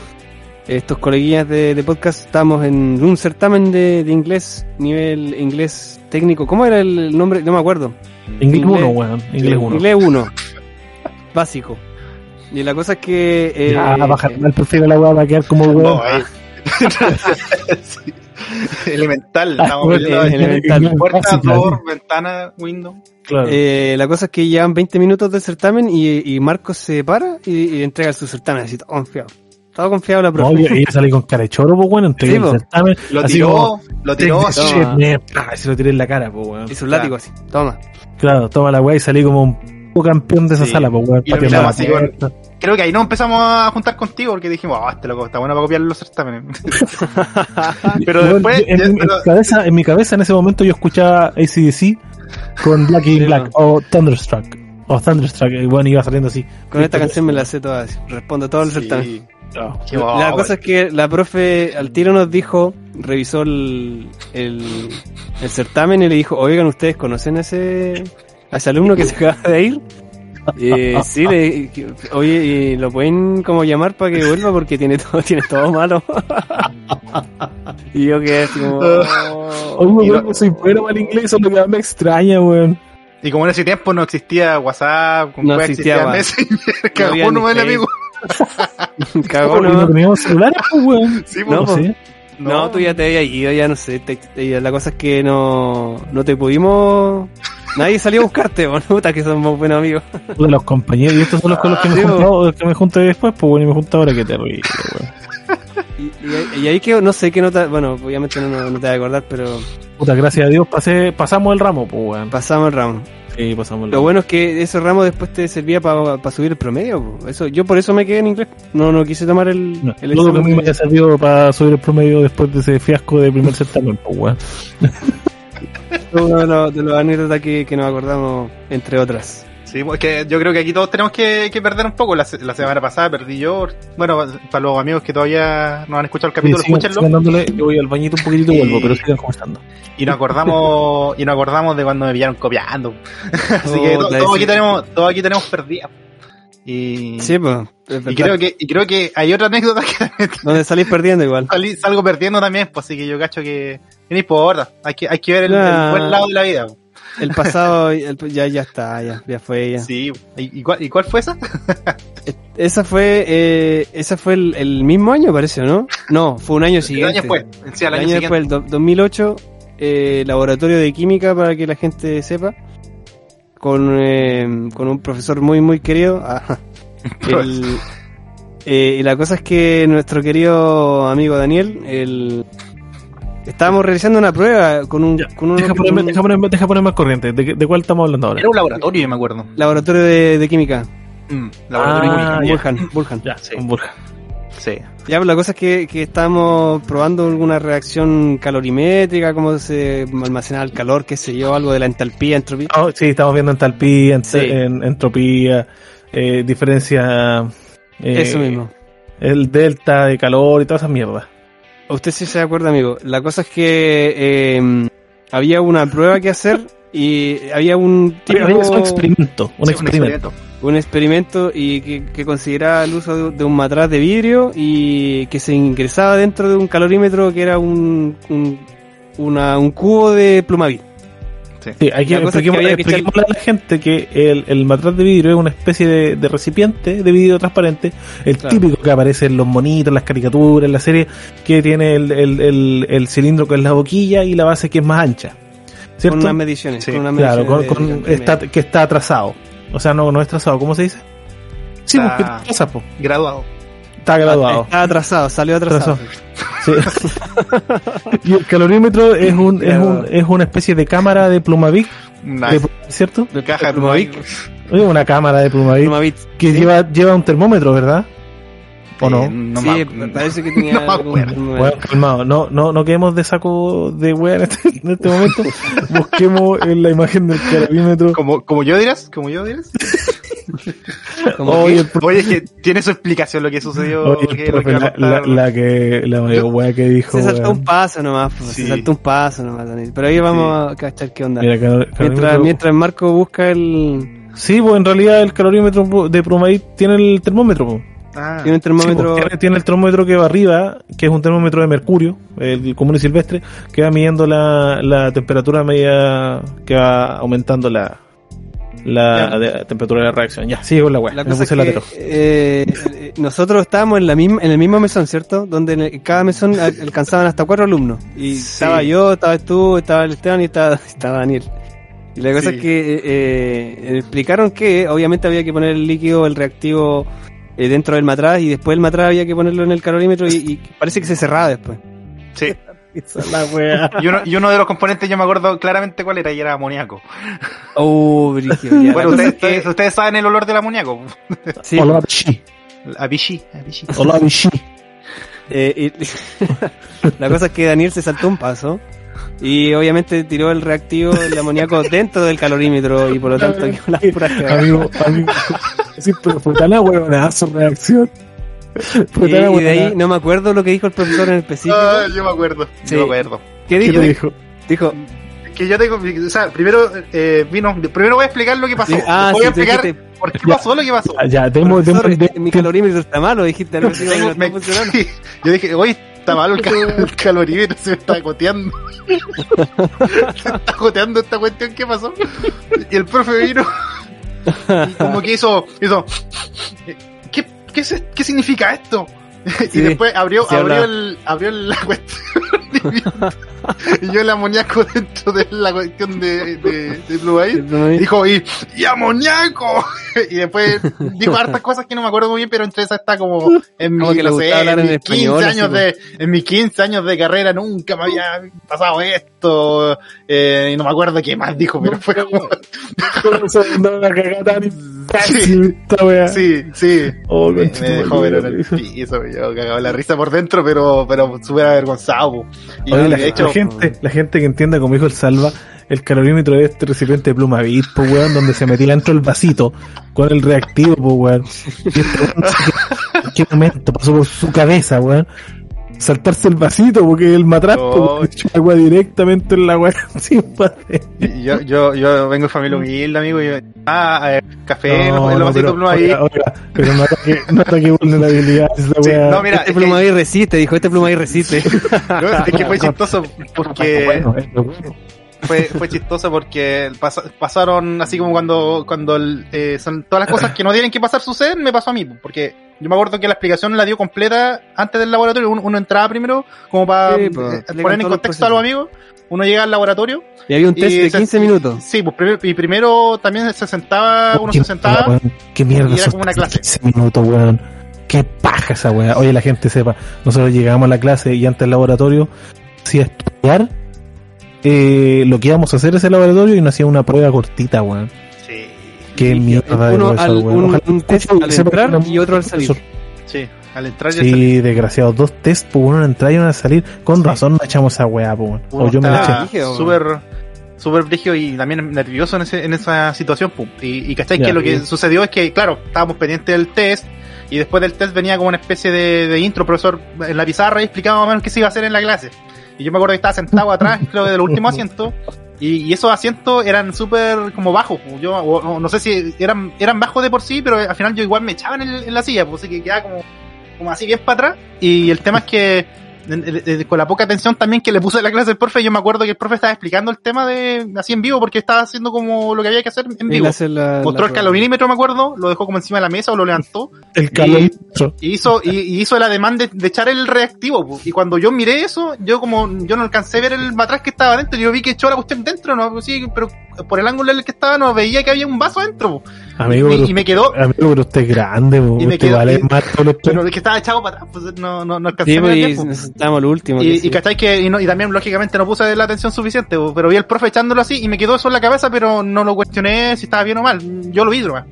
[SPEAKER 2] estos coleguillas de, de podcast, estábamos en un certamen de, de inglés, nivel inglés técnico. ¿Cómo era el nombre? No me acuerdo.
[SPEAKER 4] Inglés
[SPEAKER 2] Inglés.
[SPEAKER 4] 1, weón. Inglés 1.
[SPEAKER 2] Inglés 1. Básico. Y la cosa es que. eh,
[SPEAKER 4] ah, bajar el perfil de la weá va a quedar como
[SPEAKER 3] No,
[SPEAKER 4] weón.
[SPEAKER 3] ahí. *laughs* Sí. Elemental,
[SPEAKER 4] Ah,
[SPEAKER 3] estamos
[SPEAKER 4] bueno,
[SPEAKER 3] viendo
[SPEAKER 2] eh, elemental.
[SPEAKER 3] puerta,
[SPEAKER 4] Básica,
[SPEAKER 3] door, ventana, window.
[SPEAKER 4] claro.
[SPEAKER 2] eh, la cosa es que llevan 20 minutos del certamen y, y Marcos se para y, y entrega su certamen. Así, todo confiado. Todo confiado la
[SPEAKER 4] No,
[SPEAKER 2] profe.
[SPEAKER 4] y ella sale con cara de choro, pues, bueno, entregó
[SPEAKER 2] Sí, po.
[SPEAKER 4] el certamen.
[SPEAKER 3] Lo
[SPEAKER 4] así
[SPEAKER 3] tiró,
[SPEAKER 4] como,
[SPEAKER 3] lo tiró.
[SPEAKER 4] "Take this
[SPEAKER 3] así.
[SPEAKER 2] sí.
[SPEAKER 4] shit,
[SPEAKER 2] Toma.
[SPEAKER 4] man". Ah, se lo tiré en la cara, pues, weón.
[SPEAKER 2] y su látigo así. Toma.
[SPEAKER 4] Claro, toma la weá y salí como un poco campeón de esa
[SPEAKER 3] Sí.
[SPEAKER 4] sala, pues, weón.
[SPEAKER 3] Y lo
[SPEAKER 4] Pateó
[SPEAKER 3] miramos
[SPEAKER 4] la
[SPEAKER 3] así con-
[SPEAKER 4] puerta.
[SPEAKER 3] Creo que ahí nos empezamos a juntar contigo porque dijimos, ah, este loco está bueno para copiar los
[SPEAKER 2] *laughs*
[SPEAKER 3] certámenes. pero
[SPEAKER 4] Ah, Weón, yo-
[SPEAKER 3] después,
[SPEAKER 4] en,
[SPEAKER 3] ya-
[SPEAKER 4] mi- en
[SPEAKER 3] pero-
[SPEAKER 4] mi cabeza, en mi cabeza en ese momento yo escuchaba ACDC con Black y
[SPEAKER 2] Sí,
[SPEAKER 4] Black o Thunderstruck. O Thunderstruck, y bueno, iba saliendo así.
[SPEAKER 2] Con esta canción me la sé toda. así. Respondo todo el certamen.
[SPEAKER 3] Sí, eh.
[SPEAKER 4] No.
[SPEAKER 3] qué
[SPEAKER 2] La
[SPEAKER 3] guau,
[SPEAKER 2] cosa es que la profe al tiro nos dijo, revisó el, el, el certamen y le dijo, oigan, ¿ustedes conocen a ese, a ese alumno que se acaba de
[SPEAKER 3] *laughs*
[SPEAKER 2] ir? Eh, sí, le, que- oye, ¿y ¿lo pueden como llamar para que vuelva? Porque tiene todo, tiene todo malo. *laughs* y yo quedé así
[SPEAKER 3] *laughs*
[SPEAKER 2] como...
[SPEAKER 4] Oye,
[SPEAKER 3] Y
[SPEAKER 4] weón,
[SPEAKER 3] lo-
[SPEAKER 4] soy bueno para el inglés, eso es lo que me extraña, weón.
[SPEAKER 3] Y como en ese tiempo no existía WhatsApp, con
[SPEAKER 2] No
[SPEAKER 3] weá
[SPEAKER 2] existía
[SPEAKER 3] Messenger,
[SPEAKER 2] No
[SPEAKER 3] *laughs*
[SPEAKER 2] había
[SPEAKER 3] cagó uno
[SPEAKER 2] ni
[SPEAKER 3] el amigo.
[SPEAKER 2] *laughs* Cagó,
[SPEAKER 4] Porque no
[SPEAKER 2] ¿no?
[SPEAKER 4] teníamos celulares, pues, weón.
[SPEAKER 3] Sí,
[SPEAKER 2] No,
[SPEAKER 3] pues,
[SPEAKER 2] po.
[SPEAKER 4] sé.
[SPEAKER 2] No, tú ya te habías ido, ya no sé. te- te- la cosa es que no, no te pudimos... Nadie salió a buscarte, *laughs* boluda, que somos buenos amigos.
[SPEAKER 4] de los compañeros, y estos son los con los que me,
[SPEAKER 2] Sí,
[SPEAKER 4] he
[SPEAKER 2] po.
[SPEAKER 4] juntado- los que me junté después, pues bueno, y me junto ahora, qué terrible, weón.
[SPEAKER 2] Y, y ahí- y ahí que no sé qué nota, bueno, obviamente no, no- no te vas a acordar, pero
[SPEAKER 4] Puta, gracias a Dios, pasé, pasamos el ramo, pues weón.
[SPEAKER 2] pasamos el round.
[SPEAKER 4] Sí, pasamos el
[SPEAKER 2] Lo
[SPEAKER 4] ramo.
[SPEAKER 2] bueno es que ese ramo después te servía para subir el promedio. po. Eso, yo por eso me quedé en inglés. No, no quise tomar el,
[SPEAKER 4] No,
[SPEAKER 2] el
[SPEAKER 4] dudo que a mí
[SPEAKER 2] examen
[SPEAKER 4] me haya
[SPEAKER 2] de-
[SPEAKER 4] servido para subir el promedio después de ese fiasco de primer certamen, pues weón.
[SPEAKER 2] fue *laughs* uno de los, de los anécdotas que, que nos acordamos, entre otras.
[SPEAKER 3] Sí, pues, que yo creo que aquí todos tenemos que, que perder un poco. La, se- la semana pasada perdí yo. Bueno, para los amigos que todavía no han escuchado el capítulo,
[SPEAKER 4] Sí, sigan-
[SPEAKER 3] escúchenlo.
[SPEAKER 4] sigan dándole, yo voy al bañito un poquitito y vuelvo,
[SPEAKER 3] Y-
[SPEAKER 4] pero sigan conversando.
[SPEAKER 3] Y
[SPEAKER 2] *laughs*
[SPEAKER 3] nos acordamos y nos acordamos de cuando me pillaron copiando. *laughs* *laughs* Así
[SPEAKER 2] Oh,
[SPEAKER 3] que to-
[SPEAKER 2] la
[SPEAKER 3] todos
[SPEAKER 2] de-
[SPEAKER 3] aquí tenemos, todos aquí tenemos perdidas. Y,
[SPEAKER 2] Sí, pues. es
[SPEAKER 3] y
[SPEAKER 2] verdad.
[SPEAKER 3] creo que, y creo que hay otra anécdota *laughs* que también
[SPEAKER 2] Donde salís perdiendo igual.
[SPEAKER 3] salí- salgo perdiendo también, pues así que yo cacho que, que no importa, hay que, hay que ver el,
[SPEAKER 2] Nah.
[SPEAKER 3] el buen lado de la vida. pues.
[SPEAKER 2] El pasado el- ya, ya está, ya, ya fue ya.
[SPEAKER 3] Sí, ¿Y, y cuál, y cuál fue esa?
[SPEAKER 2] Esa fue, eh, esa fue el, el mismo año, parece, ¿o ¿no? No, fue un año
[SPEAKER 3] El
[SPEAKER 2] siguiente.
[SPEAKER 3] año después, sí, al
[SPEAKER 2] el
[SPEAKER 3] año,
[SPEAKER 2] año
[SPEAKER 3] siguiente.
[SPEAKER 2] después, el do- 2008, eh, laboratorio de química, para que la gente sepa, con, eh, con un profesor muy, muy querido. *laughs* Ajá. El- eh, y la cosa es que nuestro querido amigo Daniel, el, estábamos realizando una prueba con un, con un-
[SPEAKER 4] Deja
[SPEAKER 2] con
[SPEAKER 4] ponerme,
[SPEAKER 2] un
[SPEAKER 4] deja ponerme, deja ponerme más corriente, ¿de, qué- de cuál estamos hablando ahora?
[SPEAKER 3] Era un laboratorio, yo me acuerdo.
[SPEAKER 2] laboratorio de, de química.
[SPEAKER 3] Mm, laboratorio
[SPEAKER 4] Ah,
[SPEAKER 3] químico.
[SPEAKER 4] ya.
[SPEAKER 2] Burhan, Burhan.
[SPEAKER 4] Ya,
[SPEAKER 3] Sí.
[SPEAKER 4] con Borja.
[SPEAKER 3] Sí.
[SPEAKER 2] Ya, pues la cosa es que, que estábamos probando alguna reacción calorimétrica, cómo se almacenaba el calor, qué sé yo, algo de la entalpía, entropía.
[SPEAKER 4] Ah, sí, estamos viendo entalpía, ent-
[SPEAKER 2] Sí.
[SPEAKER 4] en- entropía, eh, diferencia... eh,
[SPEAKER 2] Eso mismo.
[SPEAKER 4] El delta de calor y todas esas mierdas.
[SPEAKER 2] Usted sí se acuerda, amigo. La cosa es que eh, había una prueba que hacer y había un
[SPEAKER 4] Había-
[SPEAKER 2] típico,
[SPEAKER 4] había sido un experimento, un
[SPEAKER 3] Sí,
[SPEAKER 4] experimento.
[SPEAKER 2] un experimento y que, que consideraba el uso de, de un matraz de vidrio y que se ingresaba dentro de un calorímetro que era un, un, una- un cubo de plumavit.
[SPEAKER 4] Sí, hay que,
[SPEAKER 2] La cosa es que
[SPEAKER 4] expliquemos-
[SPEAKER 2] había que echar-
[SPEAKER 4] expliquémosle a la gente que el, el matraz de vidrio es una especie de, de recipiente de vidrio transparente, el
[SPEAKER 2] Claro.
[SPEAKER 4] típico que aparece en los monitos, las caricaturas, en la serie, que tiene el, el, el, el cilindro con la boquilla y la base que es más ancha. ¿Cierto?
[SPEAKER 2] Con unas mediciones.
[SPEAKER 3] Sí,
[SPEAKER 2] con unas
[SPEAKER 4] claro, con,
[SPEAKER 2] mediciones de-
[SPEAKER 4] con-
[SPEAKER 2] de-
[SPEAKER 4] está, que está atrasado. O sea, no, no es trazado, ¿cómo se dice? Sí,
[SPEAKER 3] Está-
[SPEAKER 4] pues, que te atrasa, po.
[SPEAKER 3] Graduado.
[SPEAKER 4] Está graduado.
[SPEAKER 2] Está atrasado, salió atrasado. Ah,
[SPEAKER 4] Sí.
[SPEAKER 2] eh.
[SPEAKER 4] *laughs* y el calorímetro es un, es
[SPEAKER 2] Graduado.
[SPEAKER 4] un, es una especie de cámara de Plumavic,
[SPEAKER 3] Una
[SPEAKER 4] de- ¿cierto?
[SPEAKER 2] De
[SPEAKER 3] caja de
[SPEAKER 2] Plumavic.
[SPEAKER 3] Plumavic.
[SPEAKER 4] Es una cámara de Plumavit
[SPEAKER 2] Plumavit.
[SPEAKER 4] que
[SPEAKER 2] Sí.
[SPEAKER 4] lleva, lleva un termómetro, ¿verdad? ¿O
[SPEAKER 3] Eh,
[SPEAKER 4] no?
[SPEAKER 3] no
[SPEAKER 2] sí,
[SPEAKER 3] me-
[SPEAKER 2] parece que tenía
[SPEAKER 3] *laughs* no me
[SPEAKER 2] algún-
[SPEAKER 3] acuerdo.
[SPEAKER 2] algún-
[SPEAKER 4] Bueno, calmado, no, no, no quedemos de saco de wea en este, en este momento. *laughs* Busquemos en la imagen del calorímetro.
[SPEAKER 3] Como, como yo dirás, como yo dirás.
[SPEAKER 2] como
[SPEAKER 4] Oye,
[SPEAKER 2] que-
[SPEAKER 4] el pro-
[SPEAKER 3] Oye, es que tiene su explicación lo que sucedió.
[SPEAKER 4] oye, el
[SPEAKER 3] que- lo
[SPEAKER 4] profe,
[SPEAKER 3] que va a
[SPEAKER 4] la, la,
[SPEAKER 3] contar.
[SPEAKER 4] la que, la mayor wea que dijo.
[SPEAKER 2] se saltó
[SPEAKER 4] weón.
[SPEAKER 2] un paso nomás, pues,
[SPEAKER 3] Sí.
[SPEAKER 2] se saltó un paso nomás, Daniel. Pero ahí vamos a cachar qué onda.
[SPEAKER 4] Mira, calor-
[SPEAKER 2] mientras,
[SPEAKER 4] calorímetro-
[SPEAKER 2] mientras Marco busca el.
[SPEAKER 4] Sí, pues en realidad el calorímetro de Plumavit tiene el termómetro. pues.
[SPEAKER 3] Ah,
[SPEAKER 2] Tiene un termómetro.
[SPEAKER 4] Sí, pues, tiene, tiene el termómetro que va arriba, que es un termómetro de mercurio, el común y silvestre, que va midiendo la, la temperatura media que va aumentando la, la, de- temperatura de reacción. Ya, sigue con la weá.
[SPEAKER 2] La
[SPEAKER 4] Me
[SPEAKER 2] cosa es
[SPEAKER 4] puse
[SPEAKER 2] que,
[SPEAKER 4] latero.
[SPEAKER 2] eh, eh, nosotros estábamos en la misma en el mismo mesón, ¿cierto? Donde en el- cada mesón al- alcanzaban hasta cuatro alumnos. Y
[SPEAKER 3] Sí.
[SPEAKER 2] estaba yo, estaba tú, estaba el Esteban y estaba, *laughs* estaba Daniel. Y la cosa
[SPEAKER 3] Sí.
[SPEAKER 2] es que eh, eh, explicaron que obviamente había que poner el líquido, el reactivo eh, dentro del matraz y después el matraz había que ponerlo en el calorímetro y, y parece que se cerraba después.
[SPEAKER 3] Sí.
[SPEAKER 4] Esa es la weá.
[SPEAKER 3] Y uno, y uno de los componentes yo me acuerdo claramente cuál era y era amoníaco.
[SPEAKER 2] Oh, brígido, ya,
[SPEAKER 3] Bueno,
[SPEAKER 2] la cosa
[SPEAKER 3] ustedes,
[SPEAKER 2] es que-
[SPEAKER 3] que- ustedes saben el olor del amoníaco.
[SPEAKER 2] eh, sí,
[SPEAKER 4] Hola, bichi.
[SPEAKER 3] A Vichy, a Vichy.
[SPEAKER 4] Hola,
[SPEAKER 2] *laughs*
[SPEAKER 4] bichi.
[SPEAKER 2] Eh, y- *laughs* la cosa es que Daniel se saltó un paso y obviamente tiró el reactivo el
[SPEAKER 4] *laughs*
[SPEAKER 2] amoníaco dentro del calorímetro y por lo tanto quedó las puras cagadas.
[SPEAKER 4] Amigo, amigo. Sí, pero puta la weá, su reacción.
[SPEAKER 2] y,
[SPEAKER 4] Puta la
[SPEAKER 2] y de
[SPEAKER 4] weá.
[SPEAKER 2] ahí no me acuerdo lo que dijo el profesor en específico.
[SPEAKER 3] Ah, yo me acuerdo.
[SPEAKER 2] Sí.
[SPEAKER 3] Yo me acuerdo.
[SPEAKER 4] ¿Qué
[SPEAKER 2] ¿Qué dijo?
[SPEAKER 4] te dijo?
[SPEAKER 2] Dijo,
[SPEAKER 3] Que yo tengo, o sea, primero eh, vino, primero voy a explicar lo que pasó.
[SPEAKER 2] ah,
[SPEAKER 3] voy a
[SPEAKER 2] sí, tú
[SPEAKER 3] explicar
[SPEAKER 2] dijiste,
[SPEAKER 3] por qué pasó lo que pasó.
[SPEAKER 4] Ah, Ya, demos, demos,
[SPEAKER 2] profesor,
[SPEAKER 4] de-
[SPEAKER 2] este, mi calorímetro está malo, dijiste algo así,
[SPEAKER 3] Tengo-
[SPEAKER 2] no está
[SPEAKER 3] me- *laughs*
[SPEAKER 2] funcionando.
[SPEAKER 3] sí, yo dije, hoy está malo el, cal- el calorímetro, se me está goteando.
[SPEAKER 2] *laughs*
[SPEAKER 3] se está goteando esta cuestión, ¿qué pasó? Y el profe vino y como que hizo, hizo ¿qué, qué, se- qué significa esto? *laughs*
[SPEAKER 2] Sí,
[SPEAKER 3] y después abrió,
[SPEAKER 2] sí
[SPEAKER 3] abrió,
[SPEAKER 2] hablaba.
[SPEAKER 3] el, abrió la cuestión *laughs* y yo el amoníaco dentro de la cuestión de, de, de Blue Eyes. Dijo, y, y amoníaco. *laughs* Y después dijo hartas cosas que no me acuerdo muy bien, pero entre esas está como en mi,
[SPEAKER 2] Como que le
[SPEAKER 3] no sé,
[SPEAKER 2] gustaba hablar
[SPEAKER 3] en
[SPEAKER 2] en
[SPEAKER 3] mis 15
[SPEAKER 2] español, así,
[SPEAKER 3] años de, en mis 15 años de carrera nunca me había pasado esto. Eh, y no me acuerdo qué más dijo, pero fue como,
[SPEAKER 4] ¿Cómo se mandó la cagada tan
[SPEAKER 3] Sí.
[SPEAKER 4] imbécil esta weá?
[SPEAKER 3] sí, sí.
[SPEAKER 4] Oh,
[SPEAKER 3] Me,
[SPEAKER 4] conchetumare,
[SPEAKER 3] me dejó ver en el
[SPEAKER 4] weón.
[SPEAKER 3] piso, yo cagaba la risa por dentro, pero, pero súper avergonzado. po. Y
[SPEAKER 4] Oye, la,
[SPEAKER 3] de hecho, mm.
[SPEAKER 4] la gente, la gente que entienda, como dijo el Salva, el calorímetro de este recipiente de pluma beat, po, weón, donde se metía dentro el vasito con el reactivo, po, weón. Y este weón, no sé qué- ¿En qué momento pasó por su cabeza, weón? Saltarse el vasito, porque el matrapo,
[SPEAKER 3] No.
[SPEAKER 4] weón, echó agua directamente en la weá, *laughs* sin pase.
[SPEAKER 3] y yo, yo, yo vengo de familia humilde, amigo, y yo, ah, eh, café,
[SPEAKER 4] No,
[SPEAKER 3] no, el
[SPEAKER 4] no,
[SPEAKER 3] vasito
[SPEAKER 4] pero,
[SPEAKER 3] pluma ahí.
[SPEAKER 4] oiga, oiga, pero no ataque, no ataque vulnerabilidad, esa
[SPEAKER 3] Sí,
[SPEAKER 4] weá.
[SPEAKER 3] no, mira,
[SPEAKER 2] este
[SPEAKER 3] es que-
[SPEAKER 2] pluma ahí resiste, dijo, este pluma ahí
[SPEAKER 3] *laughs*
[SPEAKER 2] resiste.
[SPEAKER 3] No, es
[SPEAKER 4] *laughs*
[SPEAKER 3] que fue chistoso porque
[SPEAKER 4] Bueno, es lo bueno.
[SPEAKER 3] fue, fue chistoso porque pas- pasaron así como cuando cuando el, eh, son todas las cosas que no tienen que pasar suceden me pasó a mí porque yo me acuerdo que la explicación la dio completa antes del laboratorio uno, uno entraba primero como para
[SPEAKER 2] Sí,
[SPEAKER 3] eh,
[SPEAKER 2] pues, explican
[SPEAKER 3] poner en
[SPEAKER 2] todos los
[SPEAKER 3] contexto a los amigos uno llega al laboratorio
[SPEAKER 2] Y había un test
[SPEAKER 3] Y
[SPEAKER 2] de
[SPEAKER 3] esa-
[SPEAKER 2] 15 minutos.
[SPEAKER 3] sí pues primero, y primero también se sentaba uno
[SPEAKER 4] Qué
[SPEAKER 3] se sentaba
[SPEAKER 4] mierda, weón. Qué mierda.
[SPEAKER 3] y era
[SPEAKER 4] esos
[SPEAKER 3] como una clase.
[SPEAKER 4] 15 minutos, weón. Qué paja esa weá. Oye, la gente sepa. Nosotros llegábamos a la clase y antes del laboratorio, si a estudiar eh, lo que íbamos a hacer ese laboratorio y nos hacía una prueba cortita, weón.
[SPEAKER 3] sí
[SPEAKER 4] Qué
[SPEAKER 2] Y
[SPEAKER 4] mierda
[SPEAKER 2] uno
[SPEAKER 4] de
[SPEAKER 2] al-
[SPEAKER 4] profesor, weón.
[SPEAKER 2] un,
[SPEAKER 4] Ojalá-
[SPEAKER 2] un test
[SPEAKER 4] Ojalá
[SPEAKER 2] al
[SPEAKER 4] que sepa que
[SPEAKER 2] entrar
[SPEAKER 4] era
[SPEAKER 2] y otro al salir.
[SPEAKER 4] profesor.
[SPEAKER 3] sí al entrar y al salir.
[SPEAKER 4] Sí, desgraciados. Dos test, pues uno al entrar y uno al salir. Con razón no echamos esa weá, po, weón.
[SPEAKER 3] Uno
[SPEAKER 4] O yo me la eché.
[SPEAKER 3] está
[SPEAKER 2] eché.
[SPEAKER 3] Súper, súper brígido y también nervioso en, ese- en esa situación. pum. Y, y cachai
[SPEAKER 4] Ya,
[SPEAKER 3] que lo que
[SPEAKER 4] bien.
[SPEAKER 3] sucedió es que, claro, estábamos pendientes del test y después del test venía como una especie de, de intro, profesor, en la pizarra y explicaba más o menos qué se iba a hacer en la clase. Y yo me acuerdo que estaba sentado atrás, *laughs* creo, del último asiento. Y, y esos asientos eran súper como bajos. pum. Yo o- o no sé si eran eran bajos de por sí, pero eh, al final yo igual me echaba en, el- en la silla, pues así que quedaba como, como así bien para atrás. Y el tema es que en- en- en- con la poca atención también que le puse a la clase del profe, yo me acuerdo que el profe estaba explicando el tema de así en vivo, porque estaba haciendo como lo que había que hacer en
[SPEAKER 2] Él
[SPEAKER 3] vivo.
[SPEAKER 2] hace la- la
[SPEAKER 3] Mostró el
[SPEAKER 2] prueba.
[SPEAKER 3] calorímetro, me acuerdo, lo dejó como encima de la mesa o lo levantó,
[SPEAKER 4] El calorímetro.
[SPEAKER 3] y hizo, y, y hizo la demanda de, de echar el reactivo. po. Y cuando yo miré eso, yo como, yo no alcancé a ver el matraz que estaba dentro, yo vi que echó la cuestión dentro, no, sí, pero por el ángulo en el que estaba no veía que había un vaso dentro. po.
[SPEAKER 4] Amigo,
[SPEAKER 3] Y-
[SPEAKER 4] pero,
[SPEAKER 3] y
[SPEAKER 2] *laughs*
[SPEAKER 3] me quedó,
[SPEAKER 4] amigo, pero usted es grande, po.
[SPEAKER 3] Y me
[SPEAKER 4] Usted
[SPEAKER 3] quedo-
[SPEAKER 4] vale
[SPEAKER 3] y-
[SPEAKER 4] más todos los
[SPEAKER 3] Pero el que estaba echado para atrás, pues no, no, no alcancé
[SPEAKER 2] Sí,
[SPEAKER 3] a ver
[SPEAKER 2] pues,
[SPEAKER 3] bien,
[SPEAKER 2] y
[SPEAKER 3] po.
[SPEAKER 2] necesitamos el último. que
[SPEAKER 3] Y,
[SPEAKER 2] sí.
[SPEAKER 3] y cachai que, y, no- y también lógicamente no puse la atención suficiente, bo, pero vi al profe echándolo así y me quedó eso en la cabeza, pero no lo cuestioné si estaba bien o mal, yo lo vi nomás.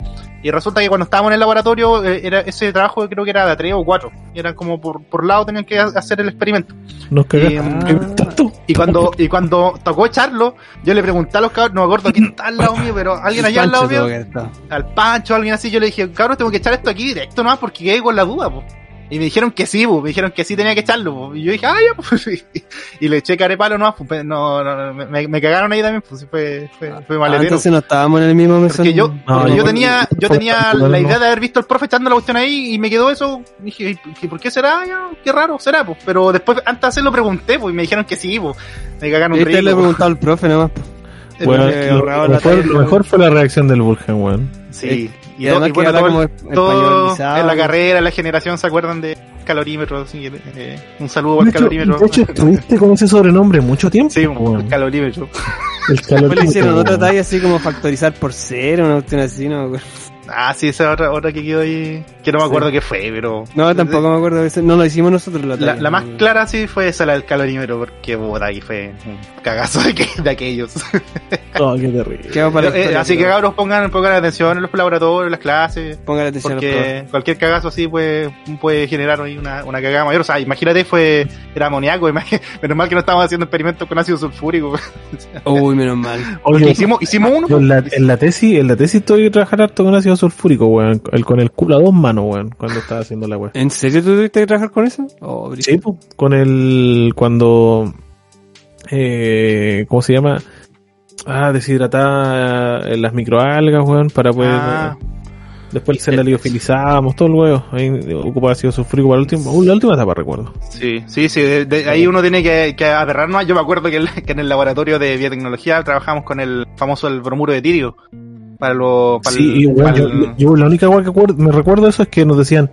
[SPEAKER 3] Y resulta que cuando estábamos en el laboratorio, eh, era ese trabajo creo que era de tres o cuatro, era como por, por lado tenían que ha- hacer el experimento.
[SPEAKER 4] Nos cagaste.
[SPEAKER 2] Ah.
[SPEAKER 4] Tanto.
[SPEAKER 3] Y cuando, y cuando tocó echarlo, yo le pregunté a los cabros, no me acuerdo quién está al lado mío, pero alguien allá al lado
[SPEAKER 2] Pancho tuvo
[SPEAKER 3] mío,
[SPEAKER 2] que haber estado.
[SPEAKER 3] al Pancho, alguien así, yo le dije, cabros, tengo que echar esto aquí directo nomás porque quedé con la duda, po. Y me dijeron que sí, po, me dijeron que sí tenía que echarlo, po. *laughs* Y yo dije, ah, ya, pues. Y le eché carepalo nomás, po. Pe- No, no, no, me, me cagaron ahí también, pues sí, fue, fue, fue
[SPEAKER 2] Ah,
[SPEAKER 3] maletero.
[SPEAKER 2] entonces no estábamos en el mismo mesón.
[SPEAKER 3] porque yo, porque
[SPEAKER 4] no,
[SPEAKER 3] yo
[SPEAKER 4] no,
[SPEAKER 3] tenía,
[SPEAKER 4] no,
[SPEAKER 3] yo
[SPEAKER 4] no,
[SPEAKER 3] tenía
[SPEAKER 4] no, no,
[SPEAKER 3] la
[SPEAKER 4] no.
[SPEAKER 3] idea de haber visto al profe echando la cuestión ahí y me quedó eso. Y dije, ¿y ¿por qué será? Ya, Qué raro será, pues. Pero después, antes de hacerlo, pregunté, pues, y me dijeron que sí, pues. Me cagaron un
[SPEAKER 2] Este le he
[SPEAKER 3] *laughs* rico.
[SPEAKER 2] preguntado al profe nomás. po.
[SPEAKER 3] el-
[SPEAKER 4] Weón,
[SPEAKER 2] que
[SPEAKER 4] lo,
[SPEAKER 2] ahorraba
[SPEAKER 4] lo
[SPEAKER 2] la
[SPEAKER 4] mejor,
[SPEAKER 2] talla.
[SPEAKER 4] lo mejor fue la reacción del Vulcan, weón.
[SPEAKER 3] Sí.
[SPEAKER 2] Y además
[SPEAKER 3] todo-
[SPEAKER 2] que
[SPEAKER 3] bueno,
[SPEAKER 2] habla
[SPEAKER 3] todo-
[SPEAKER 2] como es-
[SPEAKER 3] todo
[SPEAKER 2] españolizado.
[SPEAKER 3] en la carrera, en la generación se acuerdan de calorímetros. sí, eh, un saludo al
[SPEAKER 4] De hecho,
[SPEAKER 3] calorímetro.
[SPEAKER 4] de hecho, estuviste con ese sobrenombre mucho tiempo.
[SPEAKER 3] *laughs* Sí,
[SPEAKER 4] weón.
[SPEAKER 3] un
[SPEAKER 4] El
[SPEAKER 3] calorímetro.
[SPEAKER 2] Después le hicieron
[SPEAKER 4] calorímetro,
[SPEAKER 2] otra
[SPEAKER 4] weón.
[SPEAKER 2] talla así como factorizar por cero, una cuestión así, no me acuerdo.
[SPEAKER 3] Ah, sí, esa otra, otra que quedó ahí. Que no me acuerdo qué fue, pero.
[SPEAKER 2] No, tampoco me acuerdo. de eso. No lo hicimos nosotros la
[SPEAKER 3] La,
[SPEAKER 2] talla.
[SPEAKER 3] la más clara sí fue esa, la del calorímetro, porque puta, ahí fue un cagazo de, que- de aquellos.
[SPEAKER 4] No, qué terrible.
[SPEAKER 2] Quedó para la
[SPEAKER 3] *laughs* Eh,
[SPEAKER 2] historia,
[SPEAKER 3] así que
[SPEAKER 2] pero
[SPEAKER 3] cabros pongan, pongan atención en los laboratorios, en las clases,
[SPEAKER 2] Pongan atención a los profes.
[SPEAKER 3] porque cualquier cagazo así puede, puede generar ahí una, una cagada mayor. O sea, imagínate, fue, era amoníaco, *laughs* imagi- menos mal que no estábamos haciendo experimentos con
[SPEAKER 4] *laughs*
[SPEAKER 3] ácido sulfúrico.
[SPEAKER 2] Uy, menos mal.
[SPEAKER 4] Oye,
[SPEAKER 3] hicimos, hicimos
[SPEAKER 4] yo
[SPEAKER 3] uno.
[SPEAKER 4] en, la, en la tesis, en la tesis tuve que trabajar harto con ácido sulfúrico, weón. El, con el culo a dos manos, weón, cuando estaba haciendo la weón.
[SPEAKER 2] ¿En serio tú tuviste que trabajar con eso? Oh,
[SPEAKER 4] Sí, pues.
[SPEAKER 2] brígido.
[SPEAKER 4] po, con el. Cuando. Eh, ¿Cómo se llama? Ah, deshidratar eh, las microalgas, weón, para poder.
[SPEAKER 3] Ah.
[SPEAKER 4] eh, Después se la liofilizábamos, todo el huevo. Ahí ocupaba ácido sulfúrico para la última, uh, la última etapa, recuerdo.
[SPEAKER 3] Sí, sí, sí. de- de- ahí uno tiene que, que aterrar más. Yo me acuerdo que, el- que en el laboratorio de biotecnología trabajamos con el famoso el bromuro de tirio. Para lo, para
[SPEAKER 4] sí,
[SPEAKER 3] el-
[SPEAKER 4] y weón,
[SPEAKER 3] para
[SPEAKER 4] yo,
[SPEAKER 3] el-
[SPEAKER 4] yo la única hueá que acuerdo- me recuerdo eso es que nos decían,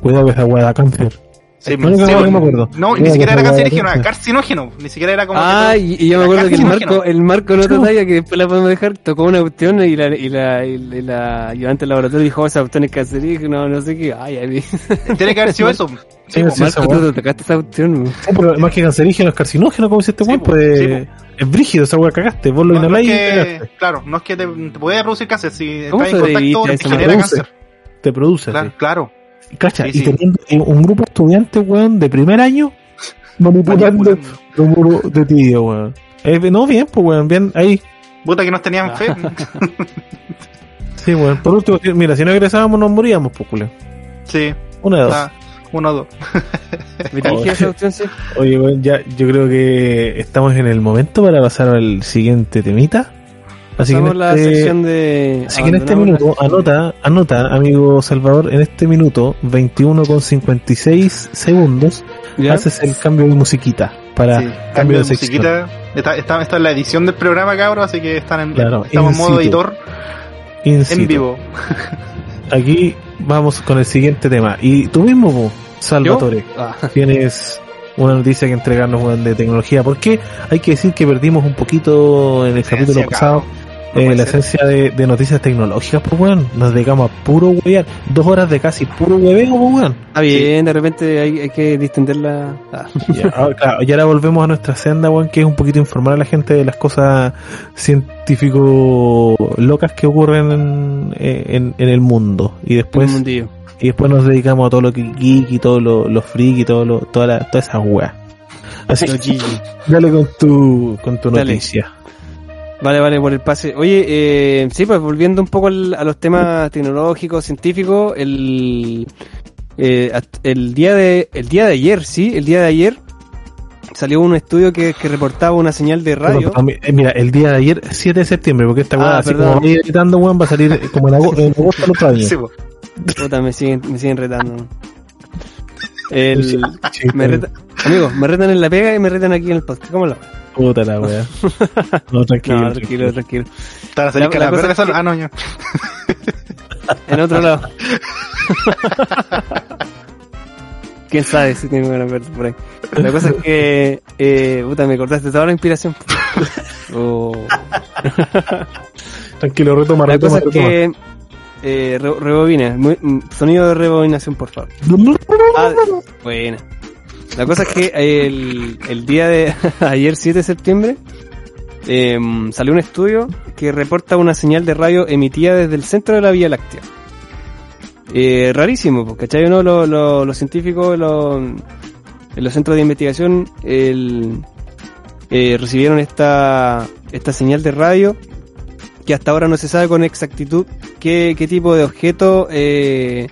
[SPEAKER 4] cuidado que esa hueá da cáncer.
[SPEAKER 3] Sí,
[SPEAKER 4] La única
[SPEAKER 3] sí,
[SPEAKER 4] hueá que
[SPEAKER 3] bueno,
[SPEAKER 4] me acuerdo.
[SPEAKER 3] No, ni
[SPEAKER 4] Cuidado
[SPEAKER 3] siquiera
[SPEAKER 4] que
[SPEAKER 3] era
[SPEAKER 4] esa hueá da
[SPEAKER 3] cancerígeno, era
[SPEAKER 4] cáncer.
[SPEAKER 3] carcinógeno. Ni siquiera era como. que
[SPEAKER 2] Ah,
[SPEAKER 3] todo-
[SPEAKER 2] y, y yo me
[SPEAKER 3] la
[SPEAKER 2] acuerdo
[SPEAKER 3] cara
[SPEAKER 2] que el
[SPEAKER 3] se
[SPEAKER 2] marco,
[SPEAKER 3] imagina.
[SPEAKER 2] el marco en otra talla que después la podemos dejar, tocó una cuestión y la, y la, y la, y la ayudante del laboratorio dijo, "Oh, esa cuestión es cancerígena, no sé qué. Ay, ay,
[SPEAKER 3] Tiene que haber
[SPEAKER 4] *laughs*
[SPEAKER 3] sido eso.
[SPEAKER 4] Sí,
[SPEAKER 2] Marco,
[SPEAKER 4] sí, esa
[SPEAKER 2] tú
[SPEAKER 4] hueá.
[SPEAKER 2] te tocaste esa cuestión. güey.
[SPEAKER 4] *laughs* Sí, Eh, pero más que cancerígeno, es carcinógeno, como dice este
[SPEAKER 3] Sí,
[SPEAKER 4] weón,
[SPEAKER 3] po,
[SPEAKER 4] pues.
[SPEAKER 3] sí,
[SPEAKER 4] es brígido, esa hueá cagaste. Vos lo
[SPEAKER 3] No, no
[SPEAKER 4] inhaláis
[SPEAKER 3] es
[SPEAKER 4] y
[SPEAKER 3] que,
[SPEAKER 4] cagaste.
[SPEAKER 3] claro, no es que te, te puede producir cáncer. Si
[SPEAKER 2] ¿Cómo
[SPEAKER 3] estás en
[SPEAKER 2] sobreviviste a
[SPEAKER 3] contacto,
[SPEAKER 2] esa
[SPEAKER 3] te genera
[SPEAKER 4] madre?
[SPEAKER 3] cáncer.
[SPEAKER 4] Te produce.
[SPEAKER 3] Claro,
[SPEAKER 4] así.
[SPEAKER 3] claro.
[SPEAKER 4] Cacha,
[SPEAKER 3] Sí,
[SPEAKER 4] y
[SPEAKER 3] sí.
[SPEAKER 4] teniendo eh, un grupo de estudiantes, weón, de primer año, manipulando
[SPEAKER 3] Manipulando.
[SPEAKER 4] los muros de tibio, weón. Eh, no, bien, pues, weón, bien, ahí.
[SPEAKER 3] Puta que nos
[SPEAKER 4] Ah.
[SPEAKER 3] tenían fe.
[SPEAKER 4] Sí, weón. Por último, si- mira, si no egresábamos, nos moríamos, pues, culo.
[SPEAKER 3] Sí,
[SPEAKER 4] Una de dos.
[SPEAKER 3] ah, uno o dos.
[SPEAKER 4] Oh.
[SPEAKER 2] Brígida esa cuestión, sí.
[SPEAKER 4] Oye, weón, ya, yo creo que estamos en el momento para pasar al siguiente temita. Así que, en
[SPEAKER 2] Pasamos la
[SPEAKER 4] este-
[SPEAKER 2] sección de...
[SPEAKER 4] así que en este
[SPEAKER 2] abandonamos
[SPEAKER 4] minuto,
[SPEAKER 2] la-
[SPEAKER 4] anota, anota, amigo Salvador, en este minuto, 21 con 56 segundos,
[SPEAKER 2] ¿Ya?
[SPEAKER 4] haces el cambio de musiquita para
[SPEAKER 3] Sí,
[SPEAKER 4] cambio,
[SPEAKER 3] Cambio de
[SPEAKER 4] sección.
[SPEAKER 3] musiquita. Está, está, está en la edición del programa, cabros, así que están en,
[SPEAKER 4] Claro,
[SPEAKER 3] estamos en
[SPEAKER 4] in
[SPEAKER 3] modo
[SPEAKER 4] situ.
[SPEAKER 3] editor
[SPEAKER 4] In
[SPEAKER 3] en
[SPEAKER 4] situ.
[SPEAKER 3] vivo.
[SPEAKER 4] Aquí vamos con el siguiente tema. Y tú mismo, po, Salvatore,
[SPEAKER 2] Ah,
[SPEAKER 3] *laughs*
[SPEAKER 4] tienes una noticia que entregarnos weón, de tecnología. Porque hay que decir que perdimos un poquito en el capítulo
[SPEAKER 3] Esencia,
[SPEAKER 4] pasado
[SPEAKER 3] cabrón. No
[SPEAKER 4] eh,
[SPEAKER 3] puede
[SPEAKER 4] la
[SPEAKER 3] ser.
[SPEAKER 4] esencia de, de noticias tecnológicas, pues weón. Nos dedicamos a puro huevear. Dos horas de casi puro hueveo, pues weón.
[SPEAKER 2] está bien, de repente hay, hay que distenderla. Ah, *laughs*
[SPEAKER 4] Ya, ahora, claro, y ahora volvemos a nuestra senda, weón, que es un poquito informar a la gente de las cosas científico locas que ocurren en, eh, en- en el mundo. Y después
[SPEAKER 2] un mundillo.
[SPEAKER 4] Y después nos dedicamos a todo lo que geek y todo lo, lo freak y todo lo, toda, la, toda esa weá. Así
[SPEAKER 2] Los
[SPEAKER 4] que
[SPEAKER 2] Gigi.
[SPEAKER 4] dale con tu, con tu
[SPEAKER 2] Dale.
[SPEAKER 4] noticia.
[SPEAKER 2] Vale, vale, por el pase. Oye, eh, sí, pues volviendo un poco al- a los temas tecnológicos, científicos, el, eh, at- el, día de, el día de ayer, sí, el día de ayer salió un estudio que, que reportaba una señal de radio.
[SPEAKER 4] Perdón, perdón, eh, mira, el día de ayer, 7 de septiembre, porque esta weá,
[SPEAKER 2] Ah,
[SPEAKER 4] así
[SPEAKER 2] perdón.
[SPEAKER 4] como vaya editando, weón, va a salir eh, como en agosto, en agosto del otro año.
[SPEAKER 3] Sí, po.
[SPEAKER 2] Puta, me siguen, me siguen retando. El,
[SPEAKER 4] Sí, eh,
[SPEAKER 2] me reta- amigos, me retan en la pega y me retan aquí en el podcast. ¿Cómo lo?
[SPEAKER 4] Puta la
[SPEAKER 2] *laughs*
[SPEAKER 4] weá. No, tranquilo.
[SPEAKER 2] No, tranquilo, tranquilo.
[SPEAKER 3] Te van a salir
[SPEAKER 2] La- la
[SPEAKER 3] caras
[SPEAKER 2] cosa
[SPEAKER 3] verdes,
[SPEAKER 2] es que-
[SPEAKER 3] ah, no, ya.
[SPEAKER 2] En otro *laughs* lado. Quién sabe si tengo ganas de verte por ahí. La cosa es que. Eh, puta, me cortaste toda la inspiración. *laughs* Oh.
[SPEAKER 4] Tranquilo, retoma,
[SPEAKER 2] La
[SPEAKER 4] retoma,
[SPEAKER 2] cosa es
[SPEAKER 4] retoma.
[SPEAKER 2] que. Eh, re- rebobina. Muy- mm, sonido de rebobinación, por favor. Ah, buena. La cosa es que el, el día de *laughs* ayer, 7 de septiembre, em, salió un estudio que reporta una señal de radio emitida desde el centro de la Vía Láctea. Eh, rarísimo, pues, ¿cachai? o ¿No? Lo- lo- los científicos lo- en los centros de investigación el- eh, recibieron esta, esta señal de radio que hasta ahora no se sabe con exactitud qué, qué tipo de objeto eh,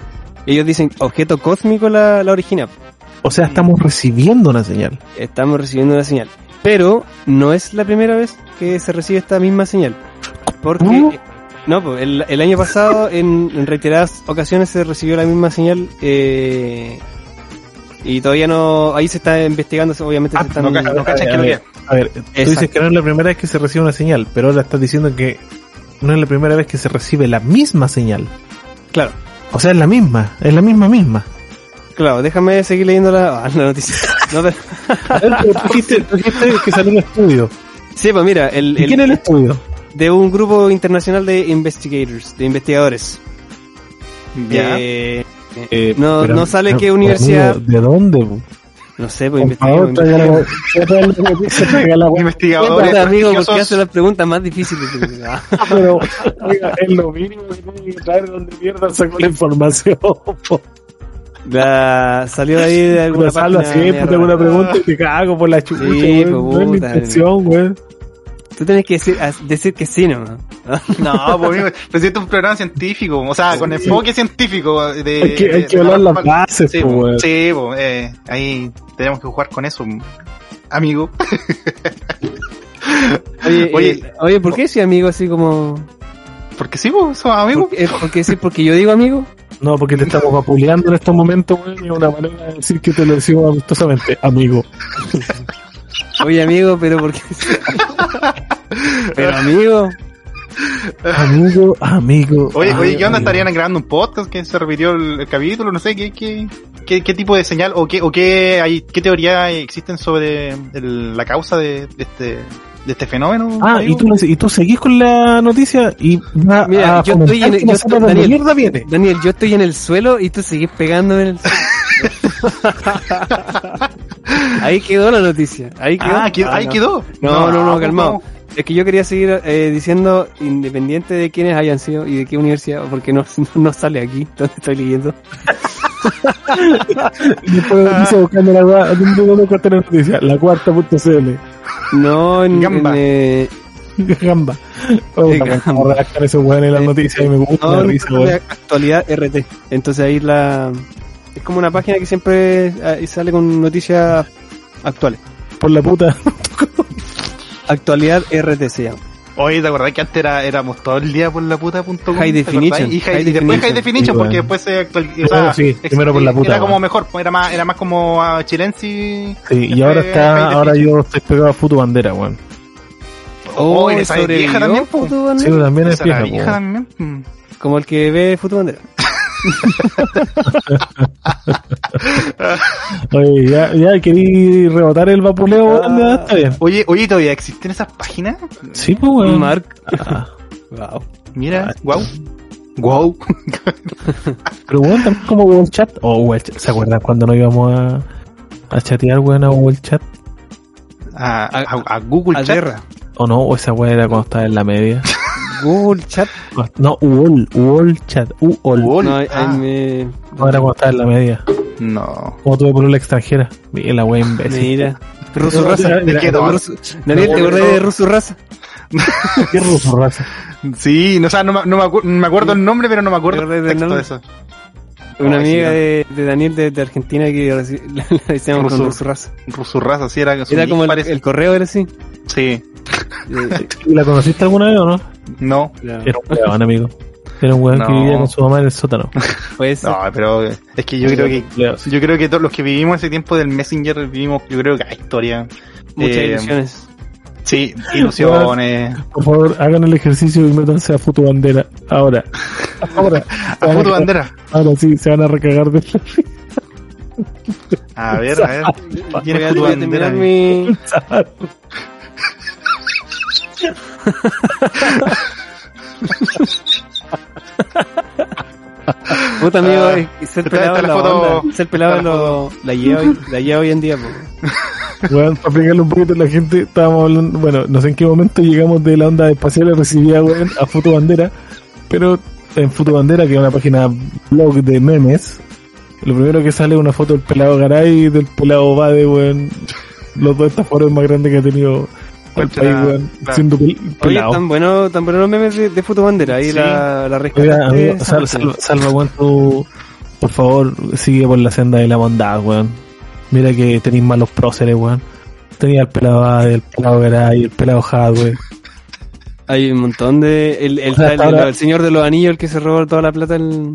[SPEAKER 2] ellos dicen objeto cósmico la, la origina.
[SPEAKER 4] O sea, estamos recibiendo una señal.
[SPEAKER 2] Estamos recibiendo una señal. Pero no es la primera vez que se recibe esta misma señal. Porque...
[SPEAKER 4] ¿No?
[SPEAKER 2] No, pues, el, el año pasado en, en reiteradas ocasiones se recibió la misma señal eh, y todavía no... Ahí se está investigando, obviamente
[SPEAKER 3] Ah,
[SPEAKER 2] se están...
[SPEAKER 5] Ah,
[SPEAKER 2] eh,
[SPEAKER 3] no, ca- no cachan que lo que es.
[SPEAKER 5] A ver, tú dices
[SPEAKER 2] Exacto.
[SPEAKER 5] que no es la primera vez que se recibe una señal, pero ahora estás diciendo que no es la primera vez que se recibe la misma señal.
[SPEAKER 2] Claro,
[SPEAKER 5] O sea, es la misma, es la
[SPEAKER 2] *laughs*
[SPEAKER 5] misma misma.
[SPEAKER 2] claro, déjame seguir leyendo la, *laughs* ah, la noticia. No, pero-
[SPEAKER 5] A ver, pero tú dijiste, tú dijiste que salió un estudio.
[SPEAKER 2] sí, pues mira, el,
[SPEAKER 5] ¿Y
[SPEAKER 2] el-
[SPEAKER 5] quién es el estudio?
[SPEAKER 2] de un grupo internacional de investigators, de investigadores. Eh, no-
[SPEAKER 5] pero-
[SPEAKER 2] no sale
[SPEAKER 5] pero,
[SPEAKER 2] qué universidad-
[SPEAKER 5] amigo, ¿De dónde? po?
[SPEAKER 2] no sé, pues
[SPEAKER 5] Por favor,
[SPEAKER 2] investigador.
[SPEAKER 5] traiga la- traiga la noticia,
[SPEAKER 2] *laughs*
[SPEAKER 5] traiga la-
[SPEAKER 3] Investigadores
[SPEAKER 2] Cuéntame, amigo, porque hace
[SPEAKER 3] prestigiosos.
[SPEAKER 2] las preguntas más difíciles. *laughs* Ah,
[SPEAKER 5] Pero, oiga, es lo mínimo que tiene que traer donde mierda sacó la información. *laughs* po.
[SPEAKER 2] la, salió de ahí de alguna
[SPEAKER 5] Una salva pues,
[SPEAKER 2] página
[SPEAKER 5] siempre,
[SPEAKER 2] media
[SPEAKER 5] te hago una
[SPEAKER 2] rara.
[SPEAKER 5] pregunta y te cago por la chucha,
[SPEAKER 2] Sí,
[SPEAKER 5] weón.
[SPEAKER 2] pues,
[SPEAKER 5] No es mi
[SPEAKER 2] puta,
[SPEAKER 5] intención, weón.
[SPEAKER 2] Tú tenés que decir, as- decir que sí, ¿no?
[SPEAKER 3] *laughs* No, pues amigo, pero si esto es un programa científico, o sea, con enfoque científico. De,
[SPEAKER 5] Hay que, hay
[SPEAKER 3] de-
[SPEAKER 5] que
[SPEAKER 3] de-
[SPEAKER 5] hablar
[SPEAKER 3] de-
[SPEAKER 5] las
[SPEAKER 2] pues,
[SPEAKER 5] bases,
[SPEAKER 3] Sí,
[SPEAKER 5] po,
[SPEAKER 3] po,
[SPEAKER 5] weón.
[SPEAKER 3] sí, po, eh, ahí tenemos que jugar con eso,
[SPEAKER 2] *laughs*
[SPEAKER 3] amigo.
[SPEAKER 2] *laughs* Oye,
[SPEAKER 3] Oye.
[SPEAKER 2] eh, oye, ¿por qué si amigo así como...
[SPEAKER 3] Porque sí, po, somos amigos.
[SPEAKER 2] ¿Por qué, eh, por qué decir porque yo digo amigo?
[SPEAKER 5] No, porque te estamos vapuleando en estos momentos, weón. Y es una manera de decir que te lo decimos amistosamente, amigo.
[SPEAKER 2] Oye, amigo, pero *laughs* ¿por qué? pero amigo...
[SPEAKER 5] Amigo, amigo.
[SPEAKER 3] Oye, oye,
[SPEAKER 2] Ah,
[SPEAKER 3] ¿qué onda?
[SPEAKER 5] amigo.
[SPEAKER 3] ¿Estarían grabando un podcast que se repitió el, el capítulo? No sé, ¿qué, qué, qué, qué tipo de señal o qué, o qué, hay, qué teoría existen sobre el- la causa de, de este, de este fenómeno?
[SPEAKER 5] Ah,
[SPEAKER 3] amigo?
[SPEAKER 5] y tú, y tú seguís con la noticia y va
[SPEAKER 2] Mira,
[SPEAKER 5] a
[SPEAKER 2] yo
[SPEAKER 5] comentar
[SPEAKER 2] estoy en el-
[SPEAKER 5] que
[SPEAKER 2] yo
[SPEAKER 5] no
[SPEAKER 2] estoy-
[SPEAKER 5] sabe dónde
[SPEAKER 2] Daniel.
[SPEAKER 5] mierda viene.
[SPEAKER 2] Daniel, yo estoy en el suelo y tú seguís pegándome en el
[SPEAKER 3] *laughs*
[SPEAKER 2] suelo. ahí quedó la noticia. Ahí quedó.
[SPEAKER 3] Ah, quedó-
[SPEAKER 2] Ah,
[SPEAKER 3] ahí
[SPEAKER 2] no.
[SPEAKER 3] quedó. Ah,
[SPEAKER 2] No, no, no, calmado.
[SPEAKER 3] ¿cómo?
[SPEAKER 2] Es que yo quería seguir eh, diciendo, independiente de quiénes hayan sido y de qué universidad, porque no, *laughs* no sale aquí donde estoy leyendo.
[SPEAKER 5] Y después dice
[SPEAKER 3] Ah.
[SPEAKER 5] buscando la gua- ¿dónde- dónde encuentra la noticia? La cuarta.cl.
[SPEAKER 2] No en,
[SPEAKER 3] Gamba.
[SPEAKER 2] en, eh,
[SPEAKER 5] *laughs* Gamba. Oh,
[SPEAKER 2] Sí,
[SPEAKER 5] la-
[SPEAKER 2] gamba.
[SPEAKER 5] redactan esos weones las noticias y me gusta
[SPEAKER 2] no,
[SPEAKER 5] la
[SPEAKER 2] en
[SPEAKER 5] risa,
[SPEAKER 2] de
[SPEAKER 5] weón.
[SPEAKER 2] actualidad RT. Entonces ahí la es como una página que siempre eh, sale con noticias actuales.
[SPEAKER 5] Por la puta.
[SPEAKER 2] Actualidad RT se llama.
[SPEAKER 3] Oye, ¿te acordás que antes era, éramos todo el día por la puta.com?
[SPEAKER 2] High
[SPEAKER 3] ¿te acordás?
[SPEAKER 2] definition,
[SPEAKER 3] Y, high-
[SPEAKER 2] high
[SPEAKER 3] y después High
[SPEAKER 2] definition.
[SPEAKER 3] Definition,
[SPEAKER 5] Sí, bueno.
[SPEAKER 3] porque después se actualizó.
[SPEAKER 5] Claro, Oh, sí, primero por la puta,
[SPEAKER 3] Era como
[SPEAKER 5] bueno.
[SPEAKER 3] mejor, era más, era más como ah, chilensi.
[SPEAKER 5] Sí, y ahora está, ahora yo estoy pegado a Futu Bandera, weón.
[SPEAKER 3] Oh, ¿y esa es
[SPEAKER 2] ¿sobrevivió
[SPEAKER 3] vieja también, po?
[SPEAKER 2] Futu Bandera?
[SPEAKER 5] Sí, pero también es
[SPEAKER 3] Esa era
[SPEAKER 5] vieja, po,
[SPEAKER 3] vieja
[SPEAKER 5] weón.
[SPEAKER 3] también. Mm.
[SPEAKER 2] Como el que ve Futu Bandera.
[SPEAKER 5] Oye, ya, ya querí rebotar el vapuleo,
[SPEAKER 2] Ah.
[SPEAKER 5] weón, ya está bien.
[SPEAKER 3] Oye, oye, todavía existen esas páginas.
[SPEAKER 5] Sí, pues, weón.
[SPEAKER 2] Mark.
[SPEAKER 5] Ah,
[SPEAKER 2] Wow.
[SPEAKER 3] Mira,
[SPEAKER 2] Ah,
[SPEAKER 3] wow. Wow.
[SPEAKER 5] pero, weón, también como Google Chat. Oh, Google Chat. ¿Se acuerdan cuando no íbamos a, a chatear, weón, a Google Chat?
[SPEAKER 3] *laughs* A, a- a Google
[SPEAKER 2] A
[SPEAKER 3] Chat.
[SPEAKER 2] guerra.
[SPEAKER 5] ¿O no? ¿O esa weón era cuando estaba en la media?
[SPEAKER 2] Google Chat.
[SPEAKER 5] No, UOL, UOL Chat, UOL.
[SPEAKER 3] Google.
[SPEAKER 2] No, ahí- ahí
[SPEAKER 3] Ah,
[SPEAKER 2] me-
[SPEAKER 5] No era cuando estaba en la media.
[SPEAKER 3] No.
[SPEAKER 5] Como tuve por una extranjera. Mira, la weón imbécil.
[SPEAKER 2] Mira. Ruso raza.
[SPEAKER 5] Mira,
[SPEAKER 3] qué dolor.
[SPEAKER 2] Ruso- Daniel, ¿te acordás de Ruso raza?
[SPEAKER 5] Qué ruso, raza.
[SPEAKER 3] Sí, no, o sea, no, me- no me, acu- me acuerdo el nombre, pero no me acuerdo
[SPEAKER 2] ¿Te acordás
[SPEAKER 3] el
[SPEAKER 2] del
[SPEAKER 3] texto de
[SPEAKER 2] nombre?
[SPEAKER 3] eso.
[SPEAKER 2] Una
[SPEAKER 3] Ay, sí,
[SPEAKER 2] amiga
[SPEAKER 3] no.
[SPEAKER 2] de, de Daniel de, de Argentina que reci- *laughs* la, la decíamos
[SPEAKER 3] Ruso.
[SPEAKER 2] con Ruso raza.
[SPEAKER 3] Rusurraza, sí, era, su
[SPEAKER 2] Era
[SPEAKER 3] nick,
[SPEAKER 2] como el,
[SPEAKER 3] parece.
[SPEAKER 2] el correo, era así.
[SPEAKER 3] Sí.
[SPEAKER 2] Eh,
[SPEAKER 5] ¿Y ¿La conociste alguna vez o no?
[SPEAKER 3] No.
[SPEAKER 2] claro.
[SPEAKER 5] Era un weón, amigo. Era un weón que
[SPEAKER 3] No.
[SPEAKER 5] vivía con su mamá en el sótano.
[SPEAKER 2] Puede ser.
[SPEAKER 3] No, *laughs* pero eh, es que yo creo que yo creo que todos los que vivimos ese tiempo del Messenger vivimos, yo creo que hay historia.
[SPEAKER 2] Muchas
[SPEAKER 3] Eh,
[SPEAKER 2] ilusiones.
[SPEAKER 3] Sí, ilusiones.
[SPEAKER 5] Por favor, hagan el ejercicio y métanse a Futu Bandera. Ahora. Ahora.
[SPEAKER 3] A foto bandera.
[SPEAKER 5] Ahora sí, se van a recagar de
[SPEAKER 3] A ver, a ver.
[SPEAKER 2] Voy
[SPEAKER 3] ¿Quién
[SPEAKER 2] a,
[SPEAKER 3] es foto
[SPEAKER 2] voy a terminar
[SPEAKER 3] bandera?
[SPEAKER 2] mi...
[SPEAKER 3] *laughs*
[SPEAKER 5] pensar.
[SPEAKER 2] Puta amigo, eh,
[SPEAKER 3] Ah,
[SPEAKER 2] es que ser
[SPEAKER 3] está-
[SPEAKER 2] pelado
[SPEAKER 3] está
[SPEAKER 2] es
[SPEAKER 3] la
[SPEAKER 2] la
[SPEAKER 3] foto-
[SPEAKER 2] onda. Ser pelado
[SPEAKER 3] está
[SPEAKER 2] es
[SPEAKER 3] la
[SPEAKER 2] lo... La lleva, hoy- la lleva hoy en día, po.
[SPEAKER 5] Weón, para explicarle un poquito a la gente, estábamos hablando, bueno, no sé en qué momento llegamos de la onda espacial y recibía weón, a Futubandera, pero en Futubandera, que es una página blog de memes, lo primero que sale es una foto del pelado Garay y del pelado Bade, weón, los dos estafaros más grandes que ha tenido el país,
[SPEAKER 3] Contra-
[SPEAKER 5] weón,
[SPEAKER 3] claro.
[SPEAKER 5] siendo pel-
[SPEAKER 2] Oye,
[SPEAKER 5] pelado.
[SPEAKER 2] tan bueno, tan bueno los memes de, de Fotobandera, ahí
[SPEAKER 3] Sí.
[SPEAKER 2] la, la
[SPEAKER 5] Oiga,
[SPEAKER 2] rescataste,
[SPEAKER 5] amigo,
[SPEAKER 2] esa
[SPEAKER 5] sal-
[SPEAKER 2] parte.
[SPEAKER 5] salva, salva, weón, tú, por favor, sigue por la senda de la bondad, weón. Mira que tenéis malos próceres, weón. Tenía el pelado Bade, el pelado Garay, el pelado Hadwe.
[SPEAKER 2] Hay un montón de... El, el,
[SPEAKER 5] O sea,
[SPEAKER 2] el-
[SPEAKER 5] ahora-
[SPEAKER 2] el señor de los anillos, el que se roba toda la plata, el...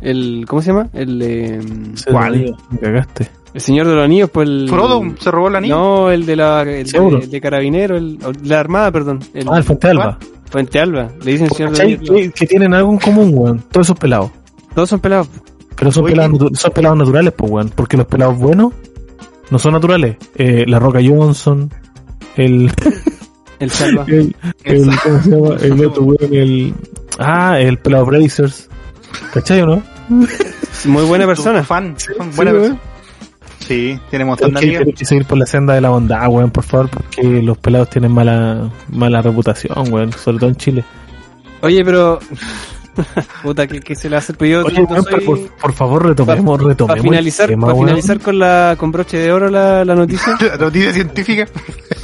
[SPEAKER 2] El, ¿Cómo se llama? El, eh,
[SPEAKER 3] ¿Cuál?
[SPEAKER 4] Me cagaste.
[SPEAKER 2] el Señor de los Anillos, pues el.
[SPEAKER 3] Frodo se robó el anillo.
[SPEAKER 2] No, el de la. El
[SPEAKER 4] Seguro.
[SPEAKER 2] de, el de Carabinero, el, o la Armada, perdón. El,
[SPEAKER 4] Ah, el Fuente Alba.
[SPEAKER 2] Fuente Alba. Le dicen Señor de los
[SPEAKER 4] ¿Cachai?
[SPEAKER 2] Anillos.
[SPEAKER 4] Que, que tienen algo en común, weón. Todos esos pelados.
[SPEAKER 2] Todos son pelados.
[SPEAKER 4] Pero son,
[SPEAKER 3] Oye.
[SPEAKER 4] pelados, natu- son pelados naturales, pues, weón. Porque los pelados buenos no son naturales. Eh, la Roca Johnson, el. *laughs*
[SPEAKER 2] El Salva.
[SPEAKER 4] el, el- ¿Cómo se llama? El otro, weón. El, ah, el pelado Brazers. ¿Cachai o no?
[SPEAKER 2] Muy buena persona.
[SPEAKER 3] Fan.
[SPEAKER 4] Sí,
[SPEAKER 3] Buena
[SPEAKER 4] weón.
[SPEAKER 3] persona. Sí, tiene un montón
[SPEAKER 4] Pero
[SPEAKER 3] de
[SPEAKER 4] que
[SPEAKER 3] amigos.
[SPEAKER 4] tenemos que seguir por la senda de la bondad, weón, por favor, porque los pelados tienen mala mala reputación, weón, sobre todo en Chile.
[SPEAKER 2] Oye, pero. *laughs* Puta, ¿qué, qué se le hace? Pero yo
[SPEAKER 4] Oye,
[SPEAKER 2] no
[SPEAKER 4] weón, pero
[SPEAKER 2] soy-
[SPEAKER 4] por, por favor, retomemos, retomemos.
[SPEAKER 2] Para
[SPEAKER 4] el
[SPEAKER 2] finalizar,
[SPEAKER 4] tema,
[SPEAKER 2] para
[SPEAKER 4] weón.
[SPEAKER 2] finalizar con, la, con broche de oro la, la noticia,
[SPEAKER 3] *laughs* La noticia científica.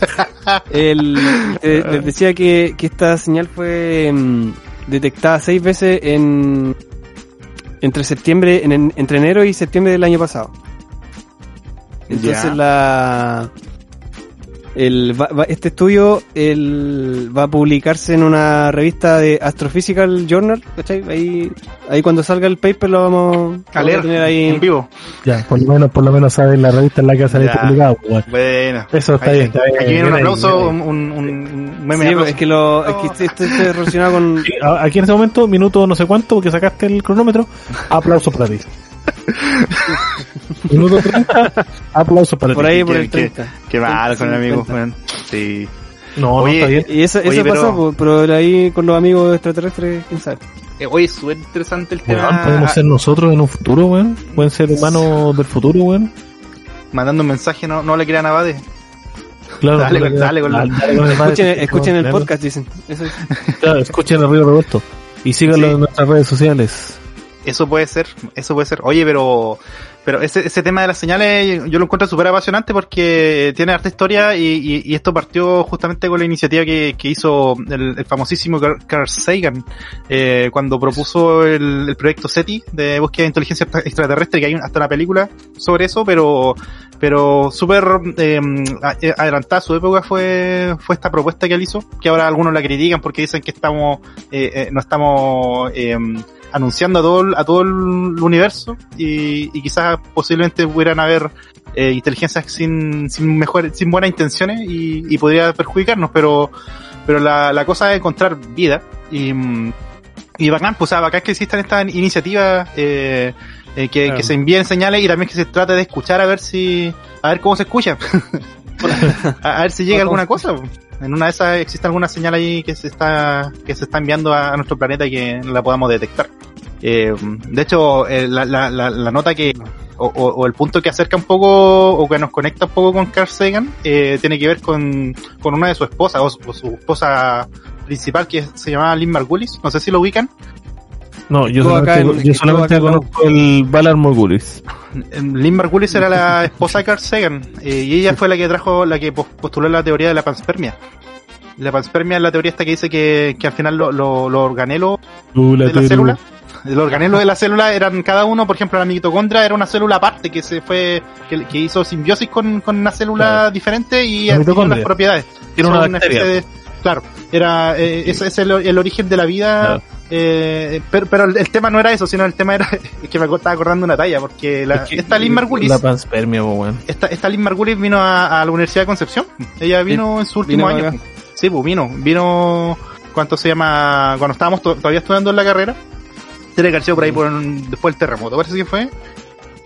[SPEAKER 3] *laughs*
[SPEAKER 2] el, eh, les decía que, que esta señal fue mm, detectada seis veces en entre septiembre en- en- entre enero y septiembre del año pasado. Entonces
[SPEAKER 3] Ya.
[SPEAKER 2] la el, va- va- este estudio el, va a publicarse en una revista de Astrophysical Journal, ¿cachai? Ahí, ahí cuando salga el paper lo vamos, lo
[SPEAKER 3] A
[SPEAKER 2] vamos
[SPEAKER 3] leer
[SPEAKER 2] a tener ahí.
[SPEAKER 3] en vivo.
[SPEAKER 4] Ya, por lo menos, por lo menos sabes la revista en la que va a salir
[SPEAKER 3] Ya.
[SPEAKER 4] este publicado, weón.
[SPEAKER 3] Bueno.
[SPEAKER 4] Eso está
[SPEAKER 3] Ahí-
[SPEAKER 4] bien, está bien.
[SPEAKER 3] Aquí viene
[SPEAKER 4] bien
[SPEAKER 3] un
[SPEAKER 4] ahí,
[SPEAKER 3] aplauso,
[SPEAKER 4] bien
[SPEAKER 3] un, un, un
[SPEAKER 2] Sí,
[SPEAKER 3] meme. de aplauso.
[SPEAKER 2] es que lo, es que estoy, estoy- estoy relacionado
[SPEAKER 3] *laughs*
[SPEAKER 2] con.
[SPEAKER 4] ahí. A- Aquí en este momento, minuto no sé cuánto, porque sacaste el cronómetro, aplauso para ti. minuto 30, aplauso para
[SPEAKER 2] Por
[SPEAKER 4] ti.
[SPEAKER 2] ahí, por el
[SPEAKER 3] que-
[SPEAKER 2] 30.
[SPEAKER 3] Qué mal con el amigo,
[SPEAKER 2] 50.
[SPEAKER 3] weón. Sí.
[SPEAKER 4] No,
[SPEAKER 3] Oye,
[SPEAKER 4] no está bien.
[SPEAKER 2] Y eso,
[SPEAKER 3] Oye,
[SPEAKER 2] eso
[SPEAKER 3] pero-
[SPEAKER 2] pasa, po, pero, ahí con los amigos extraterrestres, quién sabe.
[SPEAKER 3] Eh, Oye, es súper interesante el
[SPEAKER 4] Weón,
[SPEAKER 3] tema.
[SPEAKER 4] podemos ser nosotros en un futuro, weón. Pueden ser humanos del futuro, weón.
[SPEAKER 3] Ah, Mandando un mensaje, no, no le crean a Bade.
[SPEAKER 4] Claro,
[SPEAKER 3] Dale
[SPEAKER 4] claro,
[SPEAKER 3] con- dale con la- *laughs*
[SPEAKER 4] el madre.
[SPEAKER 2] Escuchen, escuchen el
[SPEAKER 4] Claro,
[SPEAKER 2] podcast, dicen. Eso es.
[SPEAKER 4] Claro, escuchen el Río Roberto. Y síganlo
[SPEAKER 3] Sí.
[SPEAKER 4] en nuestras redes sociales.
[SPEAKER 3] Eso puede ser, eso puede ser. Oye, pero pero ese, ese tema de las señales yo lo encuentro súper apasionante porque tiene harta historia y, y- y esto partió justamente con la iniciativa que, que hizo el, el famosísimo Carl- Carl Sagan eh, cuando propuso el, el proyecto SETI de búsqueda de inteligencia extra- extraterrestre, que hay un- hasta una película sobre eso, pero pero súper eh, a- eh, adelantada a su época fue, fue esta propuesta que él hizo, que ahora algunos la critican porque dicen que estamos eh, eh, no estamos... em, anunciando a todo, el- a todo el universo y, y quizás posiblemente pudieran haber eh, inteligencias sin, sin mejor, sin buenas intenciones y, y podría perjudicarnos, pero, pero la, la cosa es encontrar vida y, mm, y bacán, pues, o sea, bacán que existan estas iniciativas eh, eh, que,
[SPEAKER 2] Claro.
[SPEAKER 3] que se envíen señales y también que se trate de escuchar a ver si, a ver cómo se escucha, a, a ver si llega alguna cosa. En una de esas existe alguna señal ahí que se está, que se está enviando a, a nuestro planeta y que no la podamos detectar. Eh, de hecho, eh, la, la, la, la nota que, o, o- o el punto que acerca un poco, o que nos conecta un poco con Carl Sagan, eh, tiene que ver con, con una de sus esposas, o su, o su esposa principal, que se llamaba Lynn Margulis, no sé si lo ubican.
[SPEAKER 4] No, yo
[SPEAKER 2] Estuvo acá
[SPEAKER 4] solamente,
[SPEAKER 2] en-
[SPEAKER 4] yo
[SPEAKER 2] estuvo
[SPEAKER 4] solamente
[SPEAKER 2] acá en la U.
[SPEAKER 4] conozco el Valar Morgulis.
[SPEAKER 3] Lynn Margulis era la esposa de Carl Sagan eh, y ella fue la que trajo, la que pos- postuló la teoría de la panspermia. La panspermia es la teoría esta que dice que, que al final los lo, los organelos de la célula, los organelos de la célula eran cada uno, por ejemplo, la mitocondria era una célula aparte que se fue, que, que hizo simbiosis con, con una célula
[SPEAKER 4] Claro.
[SPEAKER 3] diferente y
[SPEAKER 4] La
[SPEAKER 3] adquirió
[SPEAKER 4] mitocondria.
[SPEAKER 3] las propiedades.
[SPEAKER 4] Era
[SPEAKER 3] Son
[SPEAKER 4] una
[SPEAKER 3] especie
[SPEAKER 4] bacteria.
[SPEAKER 3] de- claro, era, eh, ese es el, el origen de la vida.
[SPEAKER 4] Claro.
[SPEAKER 3] eh, pero, pero el el tema no era eso, sino el tema era *laughs* que me estaba acordando una talla, porque la,
[SPEAKER 4] Es que-
[SPEAKER 3] esta Lynn Margulis
[SPEAKER 4] La panspermia, po, weón.
[SPEAKER 3] esta, esta Lynn Margulis vino a, a la Universidad de Concepción. Ella vino en su último
[SPEAKER 2] vino
[SPEAKER 3] año.
[SPEAKER 2] acá.
[SPEAKER 3] Sí, pues vino. Vino, ¿cuánto se llama? Cuando estábamos to- todavía estudiando en la carrera. Se le calció por
[SPEAKER 2] Mm.
[SPEAKER 3] ahí por un- después del terremoto, parece que fue.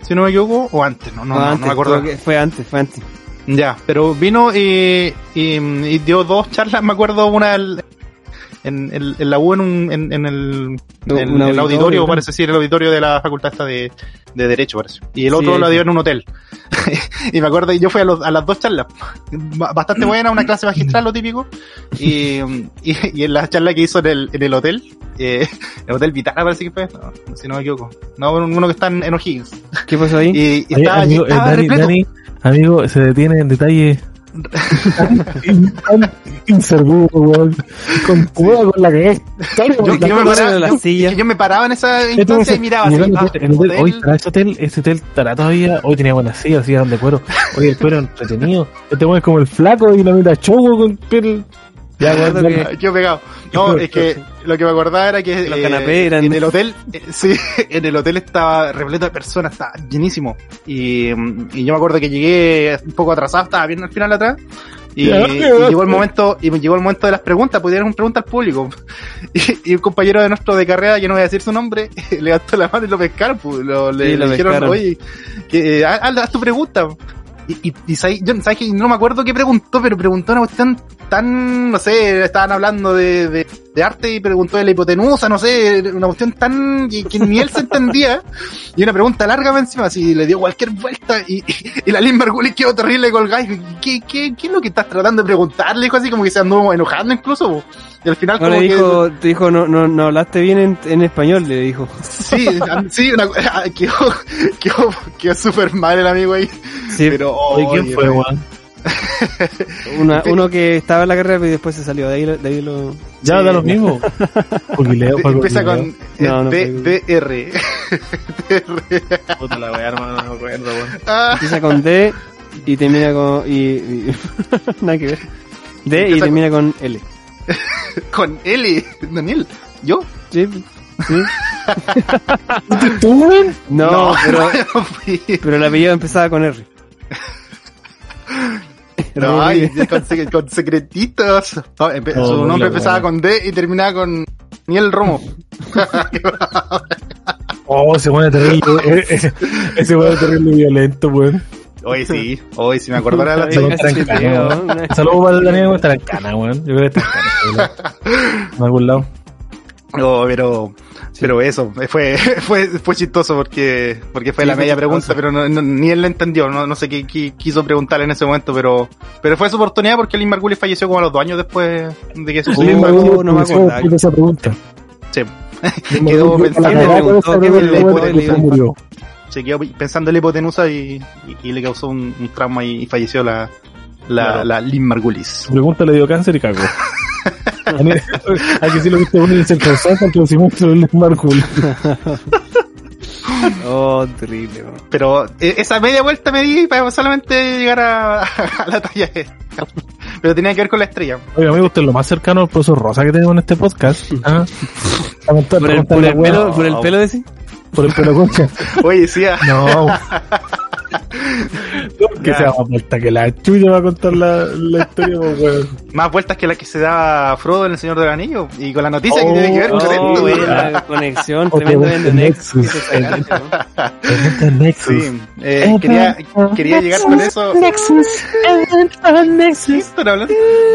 [SPEAKER 3] Si no me equivoco, o antes, no, no,
[SPEAKER 2] No,
[SPEAKER 3] no, no
[SPEAKER 2] antes,
[SPEAKER 3] me acuerdo.
[SPEAKER 2] creo que Fue antes, fue antes.
[SPEAKER 3] Ya, pero vino y, y, y dio dos charlas, *laughs* me acuerdo, una el- en, en- en la U, en, un- en- en el,
[SPEAKER 2] No,
[SPEAKER 3] en
[SPEAKER 2] un
[SPEAKER 3] el
[SPEAKER 2] auditorio,
[SPEAKER 3] auditorio,
[SPEAKER 2] ¿no?
[SPEAKER 3] parece, sí, en el auditorio de la facultad esta de, de Derecho, parece. Y el
[SPEAKER 2] Sí,
[SPEAKER 3] otro
[SPEAKER 2] ahí
[SPEAKER 3] lo
[SPEAKER 2] fue.
[SPEAKER 3] dio en un hotel. *laughs* y me acuerdo, y yo fui a, los- a las dos charlas, Ba- bastante buena, una clase magistral, lo típico. Y, y, y en la charla que hizo en el, en el hotel, eh, *laughs* el hotel Vitara parece que fue, no, si no me equivoco. No, uno que está en en O'Higgins.
[SPEAKER 2] ¿Qué pasó ahí?
[SPEAKER 3] Y, y
[SPEAKER 4] Oye,
[SPEAKER 3] estaba,
[SPEAKER 4] amigo, eh,
[SPEAKER 3] estaba
[SPEAKER 4] Dani,
[SPEAKER 3] repleto.
[SPEAKER 4] Dani, amigo, se detiene en detalle. tan inservible, weón. Con cueva con la que es.
[SPEAKER 3] Yo- yo me
[SPEAKER 2] acuerdo
[SPEAKER 3] paraba-
[SPEAKER 2] de la
[SPEAKER 3] yo-
[SPEAKER 2] silla.
[SPEAKER 3] es que yo me paraba en esa instancia y miraba así.
[SPEAKER 4] Llegando
[SPEAKER 3] ah,
[SPEAKER 4] al hotel, el hotel,
[SPEAKER 3] hotel.
[SPEAKER 4] Hoy estará ese hotel, ese hotel estará todavía. Hoy tenía buenas sillas, sillas eran de cuero. Hoy el cuero entretenido. Este weón es como el flaco y la mitad choco con piel Ya,
[SPEAKER 2] Me acuerdo
[SPEAKER 4] weón,
[SPEAKER 2] que-
[SPEAKER 3] Yo pegado. No, es que lo que me acordaba era que eh,
[SPEAKER 2] Los canapés eran-
[SPEAKER 3] en el hotel, eh, *laughs* sí, en el hotel estaba repleto de personas, estaba llenísimo. Y, mm, y yo me acuerdo que llegué un poco atrasado, estaba bien al final atrás. Y,
[SPEAKER 4] Ya,
[SPEAKER 3] y
[SPEAKER 4] ya, ya.
[SPEAKER 3] llegó el momento, y me llegó el momento de las preguntas, pudieron preguntar al público. *laughs* Y, y un compañero de nuestro de carrera, que no voy a decir su nombre, *laughs* levantó la mano y lo pescaron, pues, lo, le,
[SPEAKER 2] Sí, lo
[SPEAKER 3] le dijeron,
[SPEAKER 2] pescaron.
[SPEAKER 3] oye, que, eh, haz, haz tu pregunta. Y, y, y sabí- yo, sabes que no me acuerdo qué preguntó, pero preguntó una cuestión tan, no sé, estaban hablando de, de, de arte y preguntó de la hipotenusa, no sé, una cuestión tan que, que ni él se entendía. Y una pregunta larga más encima, así le dio cualquier vuelta y, y la Lynn Margulis quedó terrible colgada. y dijo, ¿Qué, qué, ¿Qué es lo que estás tratando de preguntarle? Dijo así como que se andó enojando incluso. po. Y al final
[SPEAKER 2] No
[SPEAKER 3] como
[SPEAKER 2] le
[SPEAKER 3] que...
[SPEAKER 2] dijo, te dijo, no, no, no hablaste bien en, en español, le dijo.
[SPEAKER 3] Sí, an- sí, *laughs* una, ah, quedó, quedó, quedó súper mal el amigo ahí.
[SPEAKER 2] Sí,
[SPEAKER 3] Pero,
[SPEAKER 4] Oye, ¿quién
[SPEAKER 3] oye,
[SPEAKER 4] fue, weón?
[SPEAKER 2] una- uno que estaba en la carrera pero después se salió, de ahí, lo- de ahí lo... eh,
[SPEAKER 4] Ya
[SPEAKER 3] Sí.
[SPEAKER 4] da lo mismo. Jubileo,
[SPEAKER 3] Te-
[SPEAKER 4] fue
[SPEAKER 3] Empieza
[SPEAKER 4] jubileo.
[SPEAKER 3] con eh,
[SPEAKER 2] No, no,
[SPEAKER 3] D-
[SPEAKER 2] pero-
[SPEAKER 3] DR.
[SPEAKER 4] Puta la weá, hermano, no me acuerdo, weón.
[SPEAKER 3] *laughs* Ah,
[SPEAKER 2] Empieza con D y termina con... Y, y- *laughs* nada que ver. D y
[SPEAKER 3] Empieza
[SPEAKER 2] termina con L.
[SPEAKER 3] con L, Daniel. ¿Yo?
[SPEAKER 2] Sí,
[SPEAKER 3] *laughs*
[SPEAKER 2] sí.
[SPEAKER 4] ¿Tú, weón?
[SPEAKER 2] No, *laughs* pero,
[SPEAKER 3] *laughs* no fui.
[SPEAKER 2] pero el apellido empezaba con R.
[SPEAKER 3] No, ay,
[SPEAKER 2] Rodríguez.
[SPEAKER 3] con, sec- con secretitos. No, empe-
[SPEAKER 4] Oh,
[SPEAKER 3] su
[SPEAKER 4] la wea.
[SPEAKER 3] nombre empezaba con D y terminaba con Daniel Romo.
[SPEAKER 4] Oh, ese weón es terrible. eh, eh, Ese weón es terrible y violento, weón.
[SPEAKER 3] Hoy sí, hoy sí me acordara
[SPEAKER 2] *laughs*
[SPEAKER 3] la
[SPEAKER 2] Ay,
[SPEAKER 4] chica
[SPEAKER 2] casi
[SPEAKER 4] tranquila,
[SPEAKER 2] te
[SPEAKER 4] ¿no?
[SPEAKER 2] pego,
[SPEAKER 4] *laughs*
[SPEAKER 2] una-
[SPEAKER 4] Saludos para el Daniel que está en cana, weón. Yo creo que está en cana, weón. En algún lado.
[SPEAKER 3] No, pero, pero eso, fue, *laughs* fue, fue chistoso porque, porque fue
[SPEAKER 2] Sí,
[SPEAKER 3] la
[SPEAKER 2] fue
[SPEAKER 3] media
[SPEAKER 2] chistoso.
[SPEAKER 3] pregunta, pero no- no- ni él la entendió, no, no sé qué, qué quiso preguntar en ese momento, pero, pero fue su oportunidad porque Lynn Margulis falleció como a los dos años después de que
[SPEAKER 2] Sí,
[SPEAKER 4] Lin
[SPEAKER 3] sucedió.
[SPEAKER 4] Margulis
[SPEAKER 2] no me
[SPEAKER 4] apareció
[SPEAKER 2] acordaba.
[SPEAKER 4] después de esa pregunta.
[SPEAKER 3] Sí.
[SPEAKER 4] Lin
[SPEAKER 3] Quedó
[SPEAKER 4] Margulis
[SPEAKER 3] pensando,
[SPEAKER 4] la
[SPEAKER 2] ¿quién le
[SPEAKER 4] cagó con
[SPEAKER 2] preguntó?
[SPEAKER 4] esa
[SPEAKER 2] ¿Quién le
[SPEAKER 4] pregunta,
[SPEAKER 2] preguntó?
[SPEAKER 4] weón, y después murió.
[SPEAKER 3] se quedó pensando en la hipotenusa y, y, y le causó un, un trauma y, y falleció la, la,
[SPEAKER 4] Claro.
[SPEAKER 3] la Lynn Margulis.
[SPEAKER 4] Su pregunta le dio cáncer y cagó. A mí- Hay que sí lo viste uno en el centro Santa que lo hicimos sobre el Margulis.
[SPEAKER 2] Oh, terrible, weón.
[SPEAKER 3] Pero eh, esa media vuelta me di para solamente llegar a, *laughs* a la talla E. Pero tenía que ver con la estrella.
[SPEAKER 4] Oye, amigo, usted es lo más cercano al profesor Rosa que tenemos en este podcast. ¿ah? Preguntar-
[SPEAKER 2] ¿Por el, por
[SPEAKER 4] preguntarle,
[SPEAKER 2] el
[SPEAKER 4] weón,
[SPEAKER 2] pelo, por el pelo
[SPEAKER 3] *laughs*
[SPEAKER 2] decís?
[SPEAKER 4] Por el pelo concha.
[SPEAKER 3] Oye, decía,
[SPEAKER 4] *laughs* No. que
[SPEAKER 3] Ya.
[SPEAKER 4] se va a vuelta que la chulla va a contar la, la historia, pues, weón.
[SPEAKER 3] más vueltas que las que se da Frodo en El Señor del Anillo. Y con la noticia que
[SPEAKER 4] Oh,
[SPEAKER 3] tiene que ver
[SPEAKER 2] No,
[SPEAKER 3] con esto.
[SPEAKER 2] güey, la conexión
[SPEAKER 4] Otra
[SPEAKER 2] tremenda
[SPEAKER 4] vez
[SPEAKER 2] de
[SPEAKER 4] el
[SPEAKER 2] Next.
[SPEAKER 4] Nexus. Pregunta el Nexus.
[SPEAKER 3] *laughs* Sí, eh, quería, quería llegar con eso.
[SPEAKER 4] Nexus. Nexus.
[SPEAKER 3] ¿Están hablando?
[SPEAKER 4] Estamos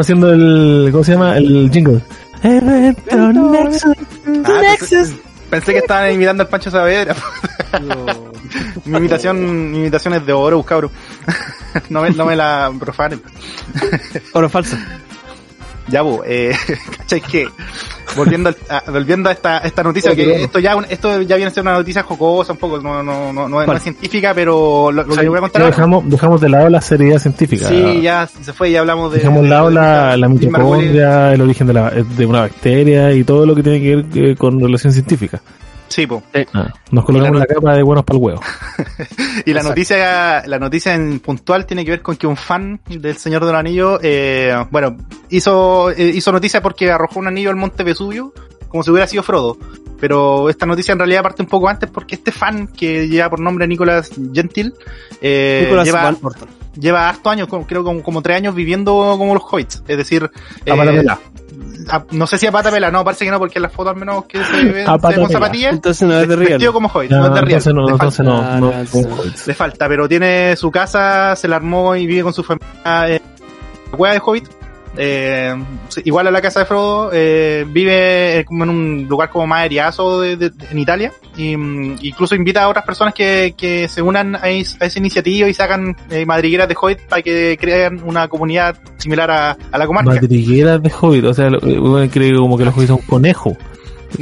[SPEAKER 4] haciendo el. ¿Cómo se llama? El jingle. Evento Nexus.
[SPEAKER 3] Ah, pensé, pensé que estaban imitando al Pancho Saavedra. *laughs* Mi imitación, mi imitación es de oro, cabro. *laughs* No me, no me la profanen.
[SPEAKER 2] Oro falso.
[SPEAKER 3] Ya, bu, eh, *laughs* ¿cachai que? Volviendo, al- a, volviendo a esta, esta noticia, que esto ya, un- esto ya viene a ser una noticia jocosa un poco, no, no, no, no, no
[SPEAKER 4] ¿Cuál?
[SPEAKER 3] es científica, pero lo, lo que voy a contar
[SPEAKER 4] Ya
[SPEAKER 3] ahora.
[SPEAKER 4] dejamos, dejamos de lado la seriedad científica.
[SPEAKER 3] Sí, ya se fue, ya hablamos de...
[SPEAKER 4] Dejamos de lado la, la
[SPEAKER 3] Jim Margulis.
[SPEAKER 4] mitocondria, el origen de, la, de una bacteria y todo lo que tiene que ver eh, con relación científica.
[SPEAKER 3] Sí, po. Eh,
[SPEAKER 4] Ah, nos colocamos la capa de buenos para el huevo.
[SPEAKER 3] Y la
[SPEAKER 4] Exacto.
[SPEAKER 3] noticia, la noticia en puntual tiene que ver con que un fan del Señor del Anillo, eh, bueno, hizo, eh, hizo noticia porque arrojó un anillo al Monte Vesubio, como si hubiera sido Frodo. Pero esta noticia en realidad parte un poco antes porque este fan que lleva por nombre Nicolas Gentil, eh,
[SPEAKER 2] Nicolas
[SPEAKER 3] lleva,
[SPEAKER 2] Van Orton.
[SPEAKER 3] lleva harto años, como- creo como, como tres años viviendo como los hobbits. Es decir,
[SPEAKER 4] A
[SPEAKER 3] eh,
[SPEAKER 4] pata pelá.
[SPEAKER 3] a- no sé si a pata pela, no, parece que no, porque en las fotos al menos que se ve
[SPEAKER 4] A pata
[SPEAKER 3] se ve con
[SPEAKER 4] pela.
[SPEAKER 3] zapatillas,
[SPEAKER 2] Entonces no es de real.
[SPEAKER 3] vestido como hobbit,
[SPEAKER 4] No,
[SPEAKER 3] no es de real.
[SPEAKER 4] entonces no,
[SPEAKER 3] de
[SPEAKER 4] entonces
[SPEAKER 3] fan.
[SPEAKER 4] no,
[SPEAKER 2] Ah,
[SPEAKER 4] no,
[SPEAKER 2] no,
[SPEAKER 4] no,
[SPEAKER 2] sí.
[SPEAKER 4] Hobbits.
[SPEAKER 3] Le falta, pero tiene su casa, se la armó y vive con su familia eh, en la cueva de Hobbit. Eh, sí, igual a la casa de Frodo, eh, vive eh, como en un lugar como más eriazo de- de- de- en Italia. Y, mm, incluso invita a otras personas que, que se unan a, es- a esa iniciativa y sacan eh, madrigueras de Hobbit para que creen una comunidad similar a, a la comarca.
[SPEAKER 4] Madrigueras de hobbit, o sea, lo- eh, uno cree que como que los hobbits son conejo.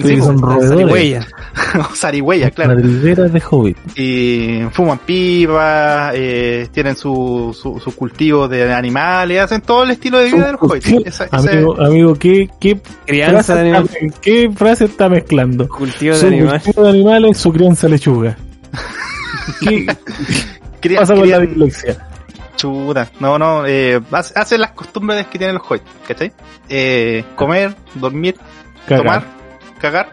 [SPEAKER 4] Cree que son roedores.
[SPEAKER 2] Zarigüeya.
[SPEAKER 3] *laughs* Zarigüeya, pues. claro.
[SPEAKER 4] Madrigueras de hobbit.
[SPEAKER 3] y fuman pipa, eh, tienen su, su, sus cultivos de animales, hacen todo el estilo de vida de los hobbits. Esa- esa-
[SPEAKER 4] Uh, amigo, amigo, ¿qué, qué,
[SPEAKER 2] Crianza de
[SPEAKER 4] frase
[SPEAKER 2] animales.
[SPEAKER 4] está- ¿qué frase está mezclando?
[SPEAKER 2] Cultivo de
[SPEAKER 4] Su
[SPEAKER 2] animales.
[SPEAKER 4] cultivo de animales,
[SPEAKER 3] *laughs*
[SPEAKER 4] su crianza lechuga. ¿Qué
[SPEAKER 3] cría-
[SPEAKER 4] pasa con la
[SPEAKER 3] crían
[SPEAKER 4] dislexia?
[SPEAKER 3] Chuta. No, no, eh, hace- hacen las costumbres que tienen los hoyt, ¿cachai? Eh, comer, dormir,
[SPEAKER 4] Cagar,
[SPEAKER 3] tomar, cagar,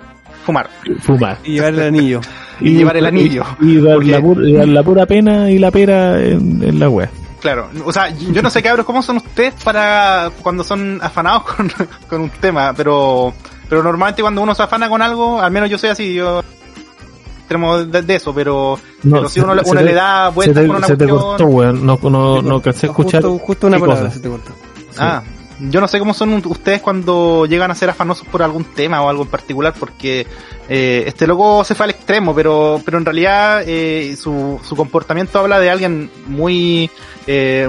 [SPEAKER 3] fumar.
[SPEAKER 4] fumar.
[SPEAKER 2] Y llevar el anillo.
[SPEAKER 3] Y llevar el anillo.
[SPEAKER 4] Y, y dar,
[SPEAKER 3] Porque-
[SPEAKER 4] la pura, y dar
[SPEAKER 3] *laughs*
[SPEAKER 4] la pura pena y la pera en, en la wea.
[SPEAKER 3] Claro, o sea, yo no sé cabros cómo son ustedes para cuando son afanados *laughs* con, con un tema, pero pero normalmente cuando uno se afana con algo, al menos yo soy así, yo extremo de, de eso, pero,
[SPEAKER 4] No,
[SPEAKER 3] pero si
[SPEAKER 4] se-
[SPEAKER 3] uno, le-
[SPEAKER 4] se
[SPEAKER 3] uno
[SPEAKER 4] te-
[SPEAKER 3] le da
[SPEAKER 4] Se
[SPEAKER 3] vueltas
[SPEAKER 4] te,
[SPEAKER 3] con una
[SPEAKER 4] se te
[SPEAKER 3] cuestión.
[SPEAKER 4] cortó, weón. No, no, no
[SPEAKER 2] Justo-
[SPEAKER 4] alcancé a escuchar.
[SPEAKER 2] Justo, justo una
[SPEAKER 4] qué
[SPEAKER 2] palabra
[SPEAKER 4] cosa.
[SPEAKER 2] se te cortó.
[SPEAKER 4] Sí.
[SPEAKER 3] Ah, yo no sé cómo son un- ustedes cuando llegan a ser afanosos por algún tema o algo en particular, porque eh, este loco se fue al extremo, pero pero en realidad eh, su, su comportamiento habla de alguien muy eh,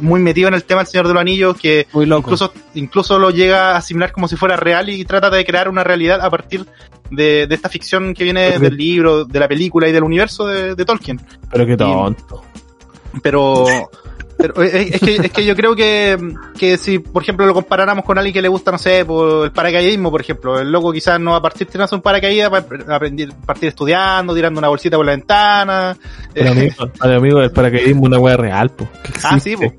[SPEAKER 3] muy metido en el tema del Señor de los Anillos, que
[SPEAKER 2] Muy loco.
[SPEAKER 3] incluso, incluso lo llega a asimilar como si fuera real y trata de crear una realidad a partir de, de esta ficción que viene
[SPEAKER 4] Ujú.
[SPEAKER 3] del libro, de la película y del universo de, de Tolkien.
[SPEAKER 4] Pero qué tonto.
[SPEAKER 3] Pero, pero eh, es, es que, es que yo creo que, que si, por ejemplo, lo comparáramos con alguien que le gusta, no sé, por el paracaidismo, por ejemplo, el loco quizás no va a partir tirando un paracaídas, va a aprender- partir estudiando, tirando una bolsita por la ventana.
[SPEAKER 4] Para
[SPEAKER 3] Eh,
[SPEAKER 4] mí, para mí, el paracaidismo es una wea real, po. que
[SPEAKER 3] *laughs* ah, sí,
[SPEAKER 4] existe.
[SPEAKER 3] po.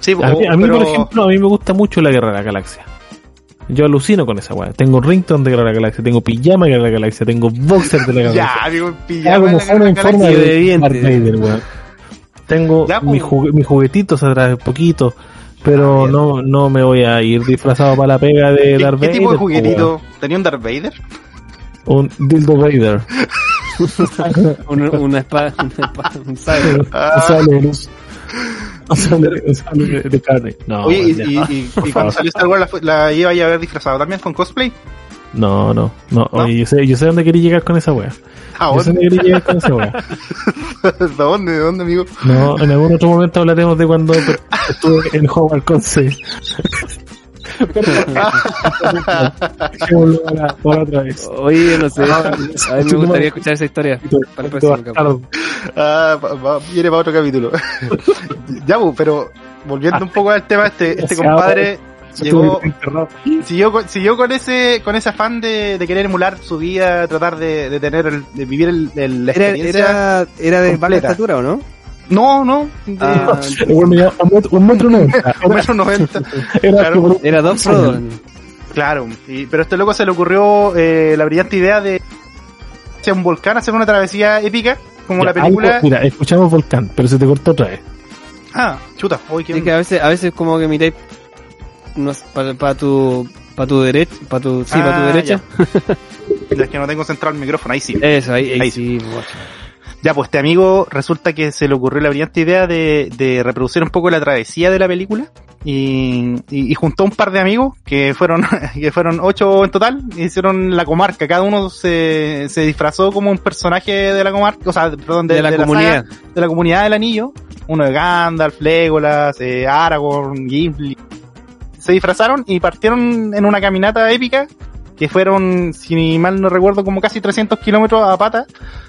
[SPEAKER 3] Sí, po,
[SPEAKER 4] A mí, a mí,
[SPEAKER 3] pero-
[SPEAKER 4] por ejemplo, a mí me gusta mucho la Guerra de la Galaxia. Yo alucino con esa weá. Tengo ringtone de Guerra de la Galaxia, tengo pijama de Guerra de la Galaxia, tengo boxer de la Galaxia.
[SPEAKER 3] *laughs* Ya, amigo,
[SPEAKER 4] Ya,
[SPEAKER 3] pillado
[SPEAKER 4] como fuera en forma
[SPEAKER 2] Galaxia
[SPEAKER 4] de
[SPEAKER 2] de dientes.
[SPEAKER 4] Darth Vader, weón. Tengo
[SPEAKER 3] Ya, pues.
[SPEAKER 4] mis, jugu- mis juguetitos atrás, poquito, pero
[SPEAKER 3] Ah,
[SPEAKER 4] no, no me voy a ir disfrazado para la pega de
[SPEAKER 3] ¿Qué,
[SPEAKER 4] Darth
[SPEAKER 3] qué
[SPEAKER 4] Vader.
[SPEAKER 3] tipo
[SPEAKER 4] pues,
[SPEAKER 3] de juguetito? ¿Tenía un Darth Vader?
[SPEAKER 4] weón. Un dildo Vader.
[SPEAKER 2] Una, una espada, una espada,
[SPEAKER 4] *laughs*
[SPEAKER 2] un sable.
[SPEAKER 4] Un
[SPEAKER 3] Ah.
[SPEAKER 4] sable de luz. Un sable- un sable de- de carne. No,
[SPEAKER 3] Oye, y,
[SPEAKER 4] weón,
[SPEAKER 3] y,
[SPEAKER 4] ya.
[SPEAKER 3] y-
[SPEAKER 4] por
[SPEAKER 3] y cuando
[SPEAKER 4] favor.
[SPEAKER 3] salió Star Wars la, fu- la iba a haber disfrazado también con cosplay.
[SPEAKER 4] no, no, no.
[SPEAKER 3] ¿No?
[SPEAKER 4] Oye, yo sé, yo sé dónde quería llegar con esa wea.
[SPEAKER 3] ¿A
[SPEAKER 4] Yo sé
[SPEAKER 3] dónde?
[SPEAKER 4] dónde quería llegar con esa wea.
[SPEAKER 3] ¿De *laughs* dónde? ¿De dónde, amigo?
[SPEAKER 4] No, en algún otro momento hablaremos de cuando estuve en Howard Conce. Dejémoslo para, para otra vez.
[SPEAKER 2] Oye, no sé. A
[SPEAKER 3] *laughs*
[SPEAKER 2] mí me gustaría escuchar esa historia. Para el próximo capítulo.
[SPEAKER 3] Ah, va- va- viene para otro capítulo. *laughs* ya, bu, pero volviendo un poco al tema, este, este compadre llegó, siguió, con- siguió con ese con ese afán de, de querer emular su vida, tratar de, de tener el- de vivir el, el- la
[SPEAKER 2] Era,
[SPEAKER 3] experiencia.
[SPEAKER 2] era, era de baja
[SPEAKER 3] completa.
[SPEAKER 2] estatura, ¿o no?
[SPEAKER 3] No, no, de
[SPEAKER 2] Ah,
[SPEAKER 4] Un metro noventa.
[SPEAKER 3] un metro noventa.
[SPEAKER 4] Era
[SPEAKER 3] Claro.
[SPEAKER 4] como-
[SPEAKER 2] Era Don Frodo.
[SPEAKER 3] Claro, y- pero a este loco se le ocurrió eh, la brillante idea de hacia un volcán, hacer una travesía épica, como
[SPEAKER 4] Ya,
[SPEAKER 3] la película.
[SPEAKER 4] algo- mira, escuchamos Volcán, pero se te cortó otra vez.
[SPEAKER 3] Ah, chuta, hoy
[SPEAKER 2] Es que a veces, a veces como que miráis no sé, para tu para tu derecha, para tu sí, para tu
[SPEAKER 3] Ah,
[SPEAKER 2] derecha.
[SPEAKER 3] es que no tengo centrado el micrófono, ahí sí.
[SPEAKER 2] Eso, ahí, ahí
[SPEAKER 3] Ahí
[SPEAKER 2] sí. bueno.
[SPEAKER 3] Ya, pues este amigo resulta que se le ocurrió la brillante idea de, de reproducir un poco la travesía de la película y, y- y juntó un par de amigos que fueron *laughs* que fueron ocho en total e hicieron la comarca. Cada uno se, se disfrazó como un personaje de la comarca, o sea, perdón, de,
[SPEAKER 2] de la
[SPEAKER 3] de
[SPEAKER 2] comunidad.
[SPEAKER 3] saga, de la comunidad del anillo. Uno de Gandalf, Legolas, eh, Aragorn, Gimli. Se disfrazaron y partieron en una caminata épica que fueron, si mal no recuerdo, como casi 300 kilómetros a pata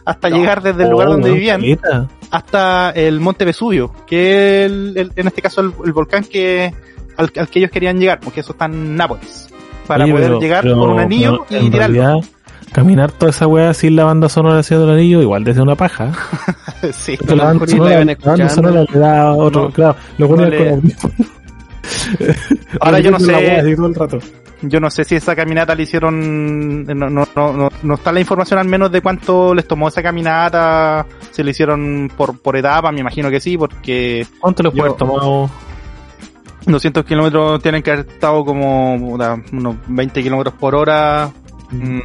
[SPEAKER 3] hasta
[SPEAKER 2] No.
[SPEAKER 3] llegar desde el lugar
[SPEAKER 4] Oh,
[SPEAKER 3] donde
[SPEAKER 4] weón,
[SPEAKER 3] vivían
[SPEAKER 4] caleta.
[SPEAKER 3] hasta el monte Vesubio, que es el- el- en este caso el, el volcán que al, al que ellos querían llegar, porque eso está en Nápoles, para
[SPEAKER 4] Oye,
[SPEAKER 3] poder
[SPEAKER 4] pero-
[SPEAKER 3] llegar
[SPEAKER 4] pero-
[SPEAKER 3] con un anillo
[SPEAKER 4] pero
[SPEAKER 3] y
[SPEAKER 4] en
[SPEAKER 3] tirarlo.
[SPEAKER 4] realidad, Caminar toda esa weá sin la banda sonora hacia el anillo, igual desde una paja.
[SPEAKER 3] *laughs* sí.
[SPEAKER 4] Porque la banda
[SPEAKER 2] Porque
[SPEAKER 4] sonora,
[SPEAKER 2] la iban
[SPEAKER 4] la banda
[SPEAKER 2] escuchando.
[SPEAKER 4] sonora le da otro,
[SPEAKER 3] No,
[SPEAKER 4] Pues claro, lo
[SPEAKER 3] no
[SPEAKER 4] ponen
[SPEAKER 3] le-
[SPEAKER 4] como...
[SPEAKER 3] Ahora yo no
[SPEAKER 4] La
[SPEAKER 3] sé-
[SPEAKER 4] weá así todo el rato.
[SPEAKER 3] Yo no sé si esa caminata la hicieron, no, no, no, no, no está la información al menos de cuánto les tomó esa caminata, si la hicieron por, por etapa, me imagino que sí, porque
[SPEAKER 4] ¿Cuánto le puede haber
[SPEAKER 3] Yo-
[SPEAKER 4] tomado?
[SPEAKER 3] 200 kilómetros tienen que haber estado como puta, unos 20 kilómetros por hora. Mm,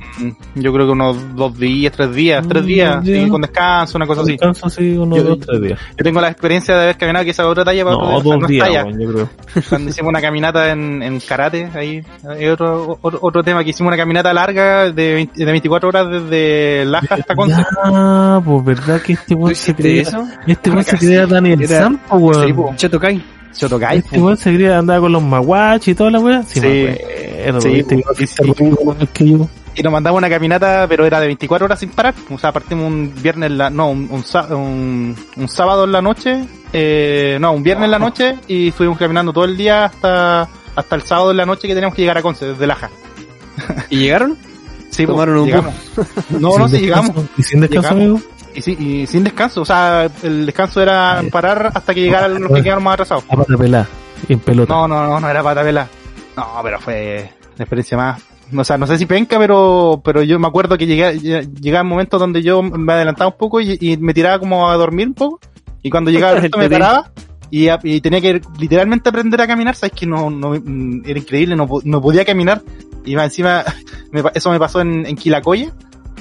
[SPEAKER 3] Yo creo que unos dos días, tres días, tres
[SPEAKER 4] Mm,
[SPEAKER 3] días,
[SPEAKER 4] ya.
[SPEAKER 3] sí, con descanso, una cosa así.
[SPEAKER 4] Descanso así unos
[SPEAKER 3] Yo-
[SPEAKER 4] dos, tres días.
[SPEAKER 3] Yo tengo la experiencia de haber caminado quizá otra talla para
[SPEAKER 4] No,
[SPEAKER 3] otra-
[SPEAKER 4] dos
[SPEAKER 3] otra
[SPEAKER 4] días,
[SPEAKER 3] talla.
[SPEAKER 4] weón, yo creo.
[SPEAKER 3] Cuando hicimos una caminata en, en karate, ahí hay otro, otro, otro tema que hicimos una caminata larga de, 20 de 24 horas desde Laja hasta Conce.
[SPEAKER 4] Ah, pues verdad que este
[SPEAKER 2] ¿Tú
[SPEAKER 4] weón se
[SPEAKER 2] hiciste
[SPEAKER 4] creía...
[SPEAKER 2] eso?
[SPEAKER 4] Este weón
[SPEAKER 3] Ah,
[SPEAKER 4] se
[SPEAKER 3] sí.
[SPEAKER 4] creía Daniel
[SPEAKER 2] Era-
[SPEAKER 4] Sampo,
[SPEAKER 3] Sí, pues,
[SPEAKER 4] weón.
[SPEAKER 3] po.
[SPEAKER 2] Chotokai.
[SPEAKER 3] Chotocay.
[SPEAKER 4] Este weón se creía andaba con los maguachi y toda la weá. Sí,
[SPEAKER 3] Sí.
[SPEAKER 4] me acuerdo,
[SPEAKER 3] Sí,
[SPEAKER 4] ¿viste?
[SPEAKER 3] po.
[SPEAKER 4] Que este weón es que yo-
[SPEAKER 3] Y nos mandamos una caminata, pero era de 24 horas sin parar. O sea, partimos un viernes, en la, no, un, un, sá- un- un sábado en la noche, eh, no, un viernes en la noche y estuvimos caminando todo el día hasta, hasta el sábado en la noche que teníamos que llegar a Conce, desde Laja.
[SPEAKER 2] ¿Y llegaron?
[SPEAKER 3] Sí,
[SPEAKER 2] Tomaron
[SPEAKER 3] pues,
[SPEAKER 2] un
[SPEAKER 3] llegamos. No,
[SPEAKER 4] sin *laughs*
[SPEAKER 3] no, sí,
[SPEAKER 4] descanso-
[SPEAKER 3] llegamos.
[SPEAKER 4] ¿Y sin descanso,
[SPEAKER 3] Llegamos.
[SPEAKER 4] amigo?
[SPEAKER 3] Y, sí- y sin descanso, o sea, el descanso era
[SPEAKER 4] Ahí.
[SPEAKER 3] parar hasta que llegaran los que quedaron más atrasados.
[SPEAKER 4] A pata pelada, en pelota.
[SPEAKER 3] No, no, no, no era Patavela. No, pero fue una experiencia más. O sea, no sé si penca, pero, pero yo me acuerdo que llegué, lle- llegaba momentos donde yo me adelantaba un poco y, y me tiraba como a dormir un poco.
[SPEAKER 2] *laughs*
[SPEAKER 3] Y cuando llegaba el resto me
[SPEAKER 2] Entretenido.
[SPEAKER 3] paraba y, a- y tenía que literalmente aprender a caminar. Sabes que no, no mm, era increíble, no, po- no podía caminar. Y más encima, *laughs* me pa- eso me pasó en, en Quilacoya.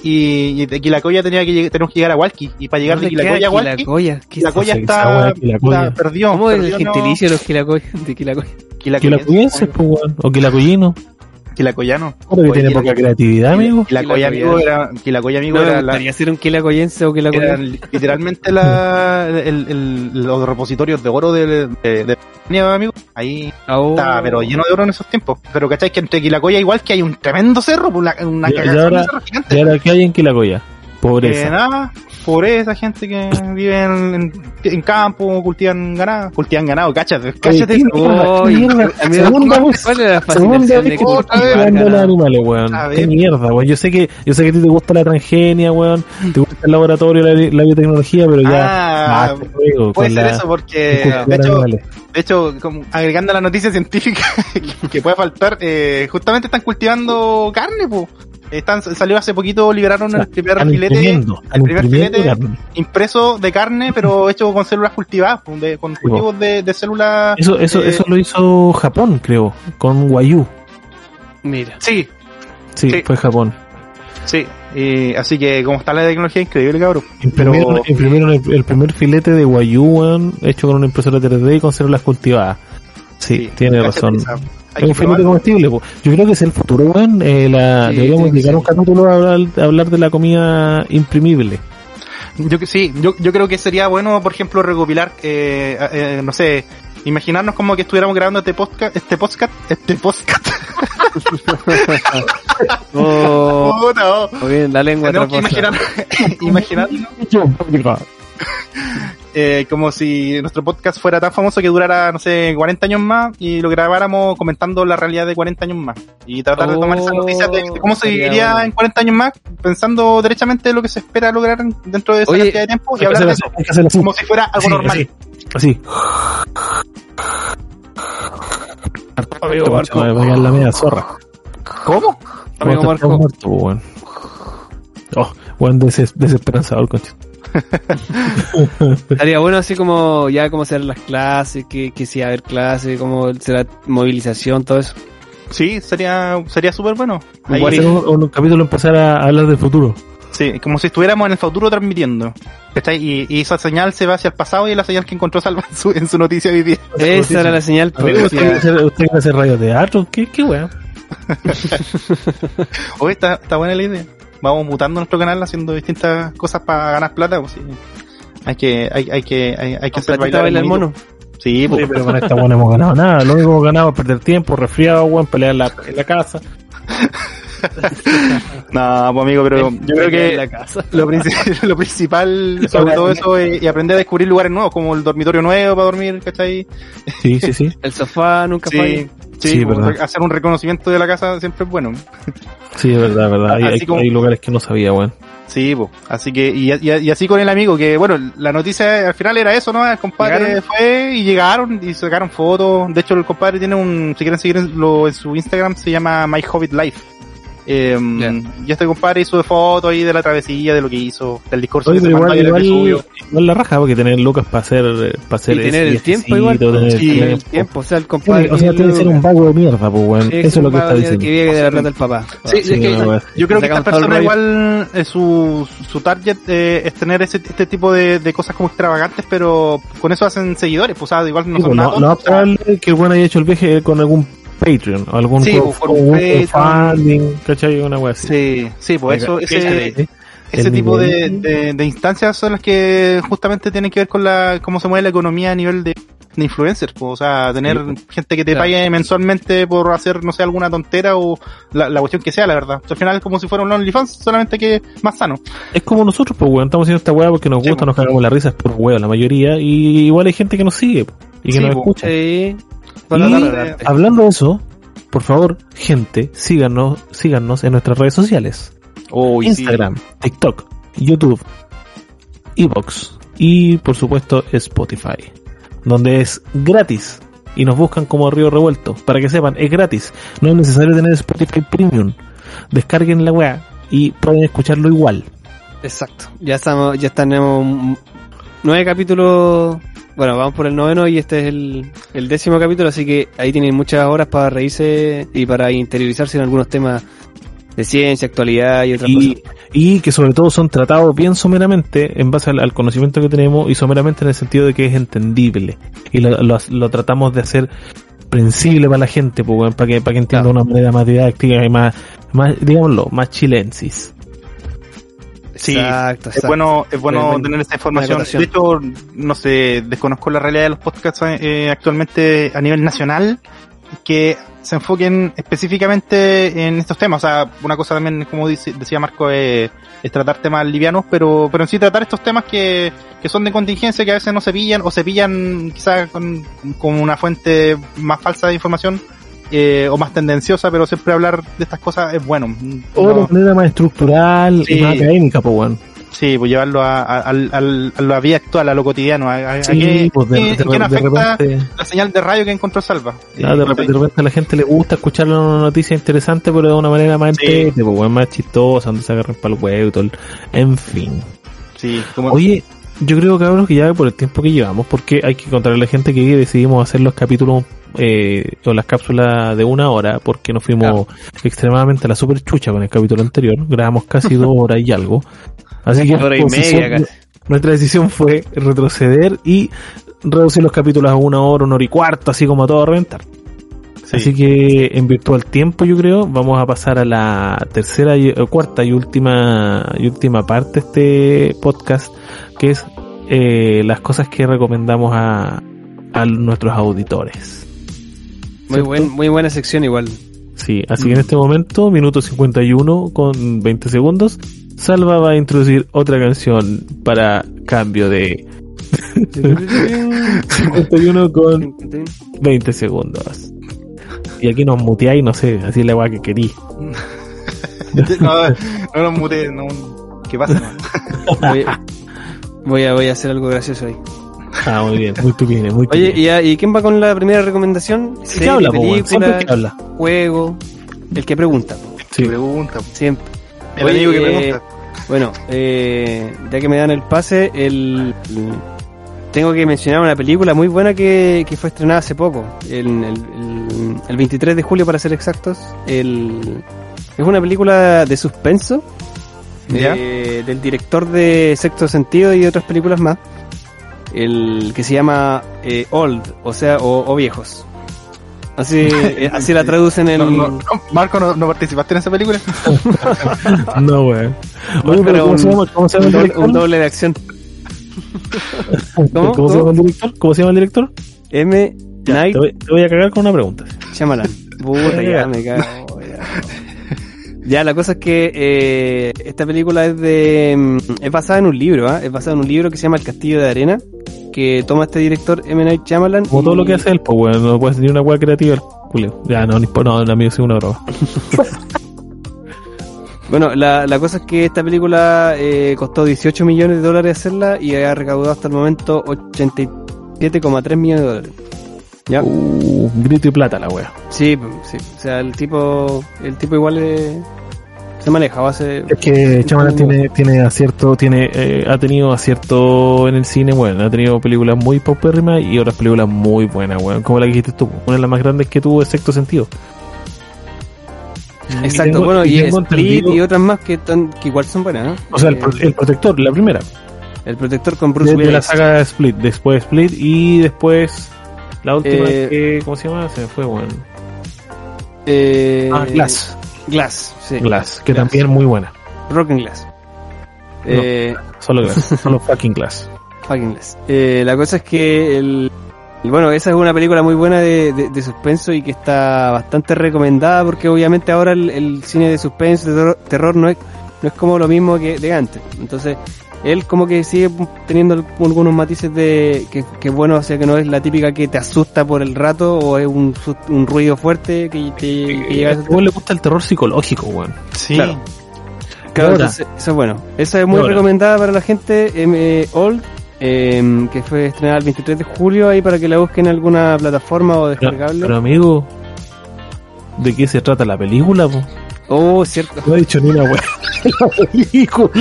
[SPEAKER 3] Y, y de Quilacoya tenía que lleg- teníamos que llegar a Hualqui. Y para llegar de
[SPEAKER 2] ¿Dónde queda
[SPEAKER 3] Quilacoya a Hualqui,
[SPEAKER 2] Quilacoya? ¿Qué- Ah,
[SPEAKER 3] Quilacoya
[SPEAKER 4] Sí,
[SPEAKER 3] está,
[SPEAKER 4] esa hueá, Quilacoya.
[SPEAKER 3] está- perdió.
[SPEAKER 2] ¿Cómo es el
[SPEAKER 3] perdió, no-
[SPEAKER 2] gentilicio de los Quilacoya? De Quilacoya.
[SPEAKER 4] Quilacuyense, pues, weón. O quilacoyino.
[SPEAKER 3] Quilacoyano.
[SPEAKER 4] Claro que tiene poca creatividad, amigo.
[SPEAKER 3] Quilacoya amigo era, Quilacoya amigo
[SPEAKER 2] No me
[SPEAKER 3] era, la-
[SPEAKER 2] gustaría ser un Quilacoyense o
[SPEAKER 3] era
[SPEAKER 2] Quilacoyense.
[SPEAKER 3] literalmente
[SPEAKER 2] *laughs*
[SPEAKER 3] la, el- el- los repositorios de oro de, de, de España, amigo. Ahí
[SPEAKER 2] Ah, oh.
[SPEAKER 3] estaba, Ah, pero lleno de oro en esos tiempos. Pero cacháis que entre Quilacoya igual que hay un tremendo cerro, pues, una, una
[SPEAKER 4] Y- y
[SPEAKER 3] cagazón de
[SPEAKER 4] ahora-
[SPEAKER 3] cerro gigante.
[SPEAKER 4] Y ahora, ¿qué hay en *laughs* Quilacoya? Pobreza.
[SPEAKER 3] Eh, nada, pobreza, gente que vive en, en- en campo, cultivan ganado, cultivan ganado, cáchate, cáchate.
[SPEAKER 4] ¿quién-
[SPEAKER 3] esa-
[SPEAKER 2] Ay,
[SPEAKER 4] Mierda,
[SPEAKER 2] a mí me-
[SPEAKER 4] segunda vez.
[SPEAKER 2] ¿Cuál era la
[SPEAKER 4] Segunda
[SPEAKER 2] fascinación
[SPEAKER 4] vez
[SPEAKER 2] de
[SPEAKER 4] que
[SPEAKER 3] Otra
[SPEAKER 4] estoy
[SPEAKER 3] vez,
[SPEAKER 4] hablando de los
[SPEAKER 2] Quilacoya?
[SPEAKER 4] animales, weón.
[SPEAKER 3] A
[SPEAKER 4] Qué
[SPEAKER 3] ver.
[SPEAKER 4] mierda, weón. Yo sé que, yo sé que a ti te gusta la transgenia, weón. Te gusta el laboratorio, la, la biotecnología, pero ya.
[SPEAKER 3] Ah,
[SPEAKER 4] basta, weón,
[SPEAKER 3] puede
[SPEAKER 4] con
[SPEAKER 3] ser
[SPEAKER 4] la-
[SPEAKER 3] eso
[SPEAKER 4] con
[SPEAKER 3] porque,
[SPEAKER 4] los
[SPEAKER 3] de hecho,
[SPEAKER 4] animales.
[SPEAKER 3] De hecho, como agregando la noticia científica *laughs* que puede faltar, eh, justamente están cultivando carne, po. Están, salió hace poquito, liberaron el primer
[SPEAKER 4] Están
[SPEAKER 3] filete
[SPEAKER 4] imprimiendo, están
[SPEAKER 3] primer
[SPEAKER 4] imprimiendo
[SPEAKER 3] filete-
[SPEAKER 4] carne.
[SPEAKER 3] impreso de carne,
[SPEAKER 4] *laughs*
[SPEAKER 3] pero hecho con células cultivadas, po, de- con cultivos de, de células.
[SPEAKER 4] Eso, eso,
[SPEAKER 3] eh,
[SPEAKER 4] eso lo hizo Japón, creo, con Wayu.
[SPEAKER 2] Mira.
[SPEAKER 3] Sí,
[SPEAKER 4] Sí,
[SPEAKER 3] Sí.
[SPEAKER 4] fue Japón.
[SPEAKER 3] sí. Y, así que, como está la tecnología, increíble, cabrón. Pero-
[SPEAKER 4] Imprimieron, imprimieron el, el primer filete de Wayu, weón, hecho con una impresora 3D y con células cultivadas. Sí, tiene
[SPEAKER 3] Cáchate
[SPEAKER 4] razón.
[SPEAKER 3] esa. Hay
[SPEAKER 4] Es
[SPEAKER 3] que
[SPEAKER 4] un filete
[SPEAKER 3] probarlo.
[SPEAKER 4] comestible. po. Yo creo que es el futuro, weón. Eh, la,
[SPEAKER 2] Sí,
[SPEAKER 4] deberíamos
[SPEAKER 2] tiene que
[SPEAKER 4] dedicar
[SPEAKER 2] ser.
[SPEAKER 4] un capítulo a hablar, a hablar de la comida imprimible.
[SPEAKER 3] Yo que sí, yo, yo creo que sería bueno, por ejemplo, recopilar, eh, eh, no sé, imaginarnos como que estuviéramos grabando este podcast, este podcast,
[SPEAKER 4] Oh.
[SPEAKER 3] este podcast. *laughs*
[SPEAKER 2] O
[SPEAKER 3] Oh, no.
[SPEAKER 2] o bien, la lengua
[SPEAKER 3] Tenemos que
[SPEAKER 2] traposa.
[SPEAKER 3] imaginar, *laughs* imaginarnos, eh, como si nuestro podcast fuera tan famoso que durara, no sé, 40 años más y lo grabáramos comentando la realidad de 40 años más. Y tratar de tomar esas
[SPEAKER 2] Oh,
[SPEAKER 3] noticias de cómo se
[SPEAKER 2] sería
[SPEAKER 3] viviría
[SPEAKER 2] bueno.
[SPEAKER 3] en 40 años más, pensando derechamente lo que se espera lograr en- dentro de esa
[SPEAKER 2] Oye,
[SPEAKER 3] cantidad de tiempo y
[SPEAKER 4] Hay que
[SPEAKER 3] hablar
[SPEAKER 4] hacer
[SPEAKER 3] de
[SPEAKER 4] así, hay que hacer así.
[SPEAKER 3] como si fuera algo
[SPEAKER 4] Sí,
[SPEAKER 3] normal.
[SPEAKER 4] así, Así. Amigo
[SPEAKER 2] Marco.
[SPEAKER 4] Me va a pegar la media zorra.
[SPEAKER 3] ¿Cómo?
[SPEAKER 2] Amigo
[SPEAKER 4] Muerto,
[SPEAKER 2] Marco.
[SPEAKER 4] muerto, weón. Oh, weón deses- desesperanzador, concha.
[SPEAKER 2] Estaría bueno así como ya cómo serán las clases, que, que si va a haber clases, cómo será movilización, todo eso.
[SPEAKER 3] Sí, sería sería súper bueno. Ahí-
[SPEAKER 4] Voy a hacer un, un capítulo empezar a hablar del futuro.
[SPEAKER 3] sí, como si estuviéramos en el futuro transmitiendo. ¿Cachai? Y, y esa señal se va hacia el pasado y es la señal que encontró Salva en su, en su noticia hoy día.
[SPEAKER 2] Esa era la señal.
[SPEAKER 4] Amigo,
[SPEAKER 2] porque
[SPEAKER 4] ¿Usted quiere hacer, usted quiere hacer radioteatro? ¿Qué, qué weón?
[SPEAKER 3] Oye, está, está buena la idea. Vamos mutando nuestro canal haciendo distintas cosas para ganar plata. pues, sí. Hay que, hay, hay que, hay, hay que
[SPEAKER 2] con
[SPEAKER 3] hacer
[SPEAKER 2] platita
[SPEAKER 3] bailar
[SPEAKER 2] baila el
[SPEAKER 3] monito.
[SPEAKER 2] mono.
[SPEAKER 3] Sí, pues,
[SPEAKER 4] Oye, pero con esta weón no hemos ganado nada. Lo único que hemos ganado es perder tiempo, resfriado, weón, pelear en la, en la casa.
[SPEAKER 3] *laughs* no, pues amigo, pero yo creo
[SPEAKER 2] En la
[SPEAKER 3] que
[SPEAKER 2] casa.
[SPEAKER 3] lo, princi- *laughs* lo *laughs* principal sobre todo eso es y aprender a descubrir lugares nuevos, como el dormitorio nuevo para dormir, ¿cachai?
[SPEAKER 4] Sí, *laughs* sí, sí.
[SPEAKER 2] El sofá nunca falla.
[SPEAKER 3] Sí, sí,
[SPEAKER 4] Sí,
[SPEAKER 3] pues,
[SPEAKER 4] verdad.
[SPEAKER 3] hacer un reconocimiento de la casa siempre es bueno.
[SPEAKER 4] Sí, es verdad, es verdad. Hay,
[SPEAKER 3] Así
[SPEAKER 4] hay-
[SPEAKER 3] como-
[SPEAKER 4] hay lugares que no sabía, weón.
[SPEAKER 3] Sí, pues, así que, y, y- y así con el amigo, que bueno, la noticia al final era eso, ¿no? El compadre
[SPEAKER 2] Llegaron.
[SPEAKER 3] fue y llegaron y sacaron fotos. De hecho, el compadre tiene un, si quieren seguirlo en su Instagram, se llama My Hobbit Life. Eh,
[SPEAKER 2] Ya.
[SPEAKER 3] Y este compadre hizo fotos ahí de la travesía, de lo que hizo, del discurso
[SPEAKER 4] Oye,
[SPEAKER 3] que se
[SPEAKER 4] pero
[SPEAKER 3] mandó
[SPEAKER 4] igual,
[SPEAKER 3] ayer en el
[SPEAKER 4] igual,
[SPEAKER 3] suyo.
[SPEAKER 4] igual la raja, porque tener Lucas para hacer, para hacer
[SPEAKER 2] Y tener el
[SPEAKER 4] ese
[SPEAKER 2] tiempo igual.
[SPEAKER 4] viajecito, tener el
[SPEAKER 3] pues, Sí,
[SPEAKER 2] Tener el
[SPEAKER 4] tiempo.
[SPEAKER 2] tiempo. O sea, el
[SPEAKER 4] Tiene-
[SPEAKER 2] compadre.
[SPEAKER 4] o sea, tiene que ser un vago de mierda, pues, weón.
[SPEAKER 2] Sí,
[SPEAKER 4] Eso es lo que
[SPEAKER 2] un
[SPEAKER 4] está
[SPEAKER 2] padre Que
[SPEAKER 4] diciendo.
[SPEAKER 2] vive de la plata del papá.
[SPEAKER 3] Sí,
[SPEAKER 4] Sí,
[SPEAKER 3] es que
[SPEAKER 4] una wea.
[SPEAKER 3] yo creo que esta
[SPEAKER 2] Sacamos todo el
[SPEAKER 3] persona
[SPEAKER 2] rollo.
[SPEAKER 3] igual eh, su, su target eh, es tener ese, este tipo de, de cosas como extravagantes, pero con eso hacen seguidores, pues o sea, igual no
[SPEAKER 4] Sí,
[SPEAKER 3] son
[SPEAKER 4] pues,
[SPEAKER 3] nada
[SPEAKER 4] no, no
[SPEAKER 3] tontos, o sea,
[SPEAKER 4] probable que el weón haya hecho el viaje con algún Patreon, o algún
[SPEAKER 3] Sí,
[SPEAKER 4] crowd-
[SPEAKER 3] pues, con
[SPEAKER 4] o
[SPEAKER 3] un
[SPEAKER 4] un
[SPEAKER 3] Patreon.
[SPEAKER 4] crowdfunding, ¿cachai? Una wea así.
[SPEAKER 3] Sí, sí, por eso
[SPEAKER 4] Oiga,
[SPEAKER 3] ese,
[SPEAKER 4] fíjate,
[SPEAKER 3] ese
[SPEAKER 4] el
[SPEAKER 3] tipo de,
[SPEAKER 4] nivel.
[SPEAKER 3] de, de instancias son las que justamente tienen que ver con la cómo se mueve la economía a nivel de, de influencers, po. o sea, tener
[SPEAKER 4] pues,
[SPEAKER 3] gente que te
[SPEAKER 2] Claro.
[SPEAKER 3] pague mensualmente por hacer, no sé, alguna tontera o la, la cuestión que sea, la verdad. Al final es como si fuera un OnlyFans, solamente que más sano.
[SPEAKER 4] Es como nosotros, pues, weón. Estamos haciendo esta wea porque nos
[SPEAKER 3] Sí,
[SPEAKER 4] gusta,
[SPEAKER 3] pues.
[SPEAKER 4] nos cagamos la risa, es por weón, la mayoría. Y igual hay gente que nos sigue po, y que
[SPEAKER 3] Sí,
[SPEAKER 4] nos
[SPEAKER 3] pues,
[SPEAKER 4] escucha.
[SPEAKER 2] Sí.
[SPEAKER 4] Y-
[SPEAKER 2] Para la tarde.
[SPEAKER 4] Hablando de eso, por favor, gente, síganos, síganos en nuestras redes sociales.
[SPEAKER 3] Uy,
[SPEAKER 4] Instagram, TikTok, YouTube, Evox y por supuesto Spotify, donde es gratis y nos buscan como Río Revuelto. Para que sepan, es gratis, no es necesario tener Spotify Premium. Descarguen la weá y pueden escucharlo igual.
[SPEAKER 2] Exacto. Ya estamos, ya tenemos nueve capítulos. Bueno, vamos por el noveno y este es el, el décimo capítulo, así que ahí tienen muchas horas para reírse y para interiorizarse en algunos temas de ciencia, actualidad y otras
[SPEAKER 4] Y,
[SPEAKER 2] cosas.
[SPEAKER 4] y que sobre todo son tratados bien someramente en base al, al conocimiento que tenemos y someramente en el sentido de que es entendible. Y lo, lo- lo tratamos de hacer comprensible para la gente, pues, weón, para que, para que entienda de una
[SPEAKER 2] Claro.
[SPEAKER 4] manera más didáctica y más, más digámoslo, más chilensis.
[SPEAKER 3] Sí,
[SPEAKER 2] exacto,
[SPEAKER 3] Es bueno, es bueno
[SPEAKER 2] Bueno,
[SPEAKER 3] tener esa
[SPEAKER 2] una
[SPEAKER 3] información.
[SPEAKER 2] acotación.
[SPEAKER 3] De hecho, no sé, desconozco la realidad de los podcasts eh, actualmente a nivel nacional que se enfoquen específicamente en estos temas. O sea, una cosa también, como dice- decía Marco, eh, es tratar temas livianos, pero, pero en sí tratar estos temas que, que son de contingencia, que a veces no se pillan, o se pillan quizás con, con una fuente más falsa de información. eh, o más tendenciosa, pero siempre hablar de estas cosas es bueno.
[SPEAKER 4] O
[SPEAKER 3] No-
[SPEAKER 4] de manera más estructural y
[SPEAKER 3] Sí.
[SPEAKER 4] más académica, pues, weón.
[SPEAKER 3] Sí, pues llevarlo a, a- al- al- a la vida actual, a lo cotidiano. ¿A, a- a qué,
[SPEAKER 4] pues,
[SPEAKER 3] qué- qué nos afecta
[SPEAKER 4] repente,
[SPEAKER 3] *laughs*
[SPEAKER 4] *laughs*
[SPEAKER 3] la señal de radio que encontró Salva?
[SPEAKER 4] ah, de, repente, de repente a la gente le gusta escuchar una noticia interesante, pero de una manera más
[SPEAKER 3] Sí.
[SPEAKER 4] entete, pues, weón, más chistosa, donde se agarran para el huevo y todo. el- En fin.
[SPEAKER 3] Sí, como
[SPEAKER 4] Oye, yo creo, cabros, que ya por el tiempo que llevamos, porque hay que contarle a la gente que decidimos hacer los capítulos eh, o las cápsulas de una hora, porque nos fuimos extremadamente a la super chucha con el capítulo anterior. Grabamos casi
[SPEAKER 2] *laughs*
[SPEAKER 4] dos horas y algo. Así que
[SPEAKER 2] Hora y
[SPEAKER 4] pues, si
[SPEAKER 2] media
[SPEAKER 4] son-
[SPEAKER 2] casi.
[SPEAKER 4] nuestra decisión fue retroceder y reducir los capítulos a una hora, una hora y cuarto, así como a todo a reventar.
[SPEAKER 3] sí.
[SPEAKER 4] Así que en virtud al tiempo, yo creo, vamos a pasar a la tercera, y, eh, cuarta y última, y última parte de este podcast, que es eh, las cosas que recomendamos a, a nuestros auditores.
[SPEAKER 2] Muy, buen, muy buena sección igual.
[SPEAKER 4] Sí, así que en este momento, minuto 51 con 20 segundos, Salva va a introducir otra canción para cambio de 51 con 20 segundos. Y aquí nos muteáis, no sé, así es la weá que querís.
[SPEAKER 3] *laughs* no, no lo mute, no,
[SPEAKER 4] *laughs*
[SPEAKER 3] ¿qué pasa? no?
[SPEAKER 2] Voy, voy a, voy a hacer algo gracioso ahí.
[SPEAKER 4] Ah, muy bien, muy bien, muy
[SPEAKER 2] Oye,
[SPEAKER 4] bien.
[SPEAKER 2] ¿y, a- y quién va con la primera recomendación?
[SPEAKER 4] ¿Qué
[SPEAKER 2] Serie,
[SPEAKER 4] habla, po, weón? Siempre
[SPEAKER 2] película,
[SPEAKER 4] que habla.
[SPEAKER 2] juego, el que pregunta,
[SPEAKER 4] Sí.
[SPEAKER 3] Pregunta.
[SPEAKER 2] siempre.
[SPEAKER 3] El
[SPEAKER 2] Oye,
[SPEAKER 3] amigo que
[SPEAKER 2] eh,
[SPEAKER 3] pregunta.
[SPEAKER 2] Bueno, eh, ya que me dan el pase, el, tengo que mencionar una película muy buena que, que fue estrenada hace poco, el, el- el- el 23 de julio para ser exactos. El, es una película de suspenso
[SPEAKER 3] ¿Ya?
[SPEAKER 2] eh, del director de Sexto Sentido y otras películas más, el que se llama eh, Old, o sea, o, o Viejos. Así,
[SPEAKER 3] *laughs*
[SPEAKER 2] eh, así la traducen en...
[SPEAKER 3] No, no, no, Marco, no, no participaste en esa película?
[SPEAKER 4] No, weón. Oye,
[SPEAKER 2] Bueno,
[SPEAKER 4] pero
[SPEAKER 2] pero
[SPEAKER 4] ¿cómo
[SPEAKER 2] un-
[SPEAKER 4] se llama cómo se llama
[SPEAKER 2] un
[SPEAKER 4] el
[SPEAKER 2] doble, un
[SPEAKER 4] director?
[SPEAKER 2] doble de acción. ¿Cómo?
[SPEAKER 4] ¿Cómo se llama el director? ¿Cómo se llama el director?
[SPEAKER 2] M. Night
[SPEAKER 4] Te voy, te voy a cagar con una pregunta.
[SPEAKER 2] Shyamalan. Puta, ya me cago. Ya. Ya, la cosa es que eh, esta película es de mm, es basada en un libro, ¿ah? es basada en un libro que se llama El Castillo de Arena, que toma este director M. Night Shyamalan.
[SPEAKER 4] Como todo
[SPEAKER 2] y-
[SPEAKER 4] lo que hace él, pues, weón, no puedes tener una weá creativa, el culo. Ya, no, ni po- no, no, amigo, sí, una broma.
[SPEAKER 2] Bueno, la, la cosa es que esta película eh, costó 18 millones de dólares hacerla y ha recaudado hasta el momento 87,3 millones de dólares. ¿Ya?
[SPEAKER 4] Uh, grito y plata la weá.
[SPEAKER 2] Sí, sí. O sea, el tipo, el tipo igual eh, se maneja, va a ser...
[SPEAKER 4] Es que Chamalan
[SPEAKER 2] Chamalan
[SPEAKER 4] tiene,
[SPEAKER 2] tiene-
[SPEAKER 4] tiene acierto, tiene, eh, ha tenido acierto en el cine, bueno, ha tenido películas muy paupérrimas y otras películas muy buenas, weón, como la que dijiste tú, una de las más grandes que tuvo, sexto sentido.
[SPEAKER 2] Mm. Exacto,
[SPEAKER 4] tengo-
[SPEAKER 2] bueno,
[SPEAKER 4] y
[SPEAKER 2] y,
[SPEAKER 4] tengo
[SPEAKER 2] Split
[SPEAKER 4] entendido-
[SPEAKER 2] y otras más que, tan- que igual son buenas, ¿no?
[SPEAKER 4] O sea, el,
[SPEAKER 2] Eh,
[SPEAKER 4] pro- el protector, la primera.
[SPEAKER 2] el protector con Bruce
[SPEAKER 4] De, de
[SPEAKER 2] Willis.
[SPEAKER 4] la saga Split, después Split y después la última
[SPEAKER 2] Eh,
[SPEAKER 4] que, ¿cómo se llama? Se me fue, weón.
[SPEAKER 2] Eh,
[SPEAKER 4] Ah, Glass.
[SPEAKER 2] Glass, sí.
[SPEAKER 4] Glass, que
[SPEAKER 2] eh, Glass.
[SPEAKER 4] también muy buena.
[SPEAKER 2] Rock and Glass. Eh,
[SPEAKER 4] Solo
[SPEAKER 2] *laughs*
[SPEAKER 4] Glass, solo fucking Glass.
[SPEAKER 2] fucking Glass. Eh, la cosa es que el... y bueno, esa es una película muy buena de, de- de suspenso y que está bastante recomendada porque obviamente ahora el, el cine de suspenso, de terror, terror no es, no es como lo mismo que de antes. Entonces, él como que sigue teniendo algunos matices de que, que bueno, o sea que no es la típica que te asusta por el rato o es un, sus- un ruido fuerte que te que llega a
[SPEAKER 4] A este weón le gusta el terror psicológico, weón.
[SPEAKER 3] Sí.
[SPEAKER 2] claro. Claro,
[SPEAKER 4] Ahora.
[SPEAKER 2] entonces, eso es bueno. Esa es muy
[SPEAKER 4] Ahora.
[SPEAKER 2] recomendada para la gente, M Old, eh, que fue estrenada el 23 de julio, ahí para que la busquen en alguna plataforma o
[SPEAKER 4] Pero,
[SPEAKER 2] descargable.
[SPEAKER 4] pero, amigo, ¿de qué se trata la película? po?
[SPEAKER 2] Oh, cierto. *laughs*
[SPEAKER 4] No he dicho ni una weá. *laughs* La película.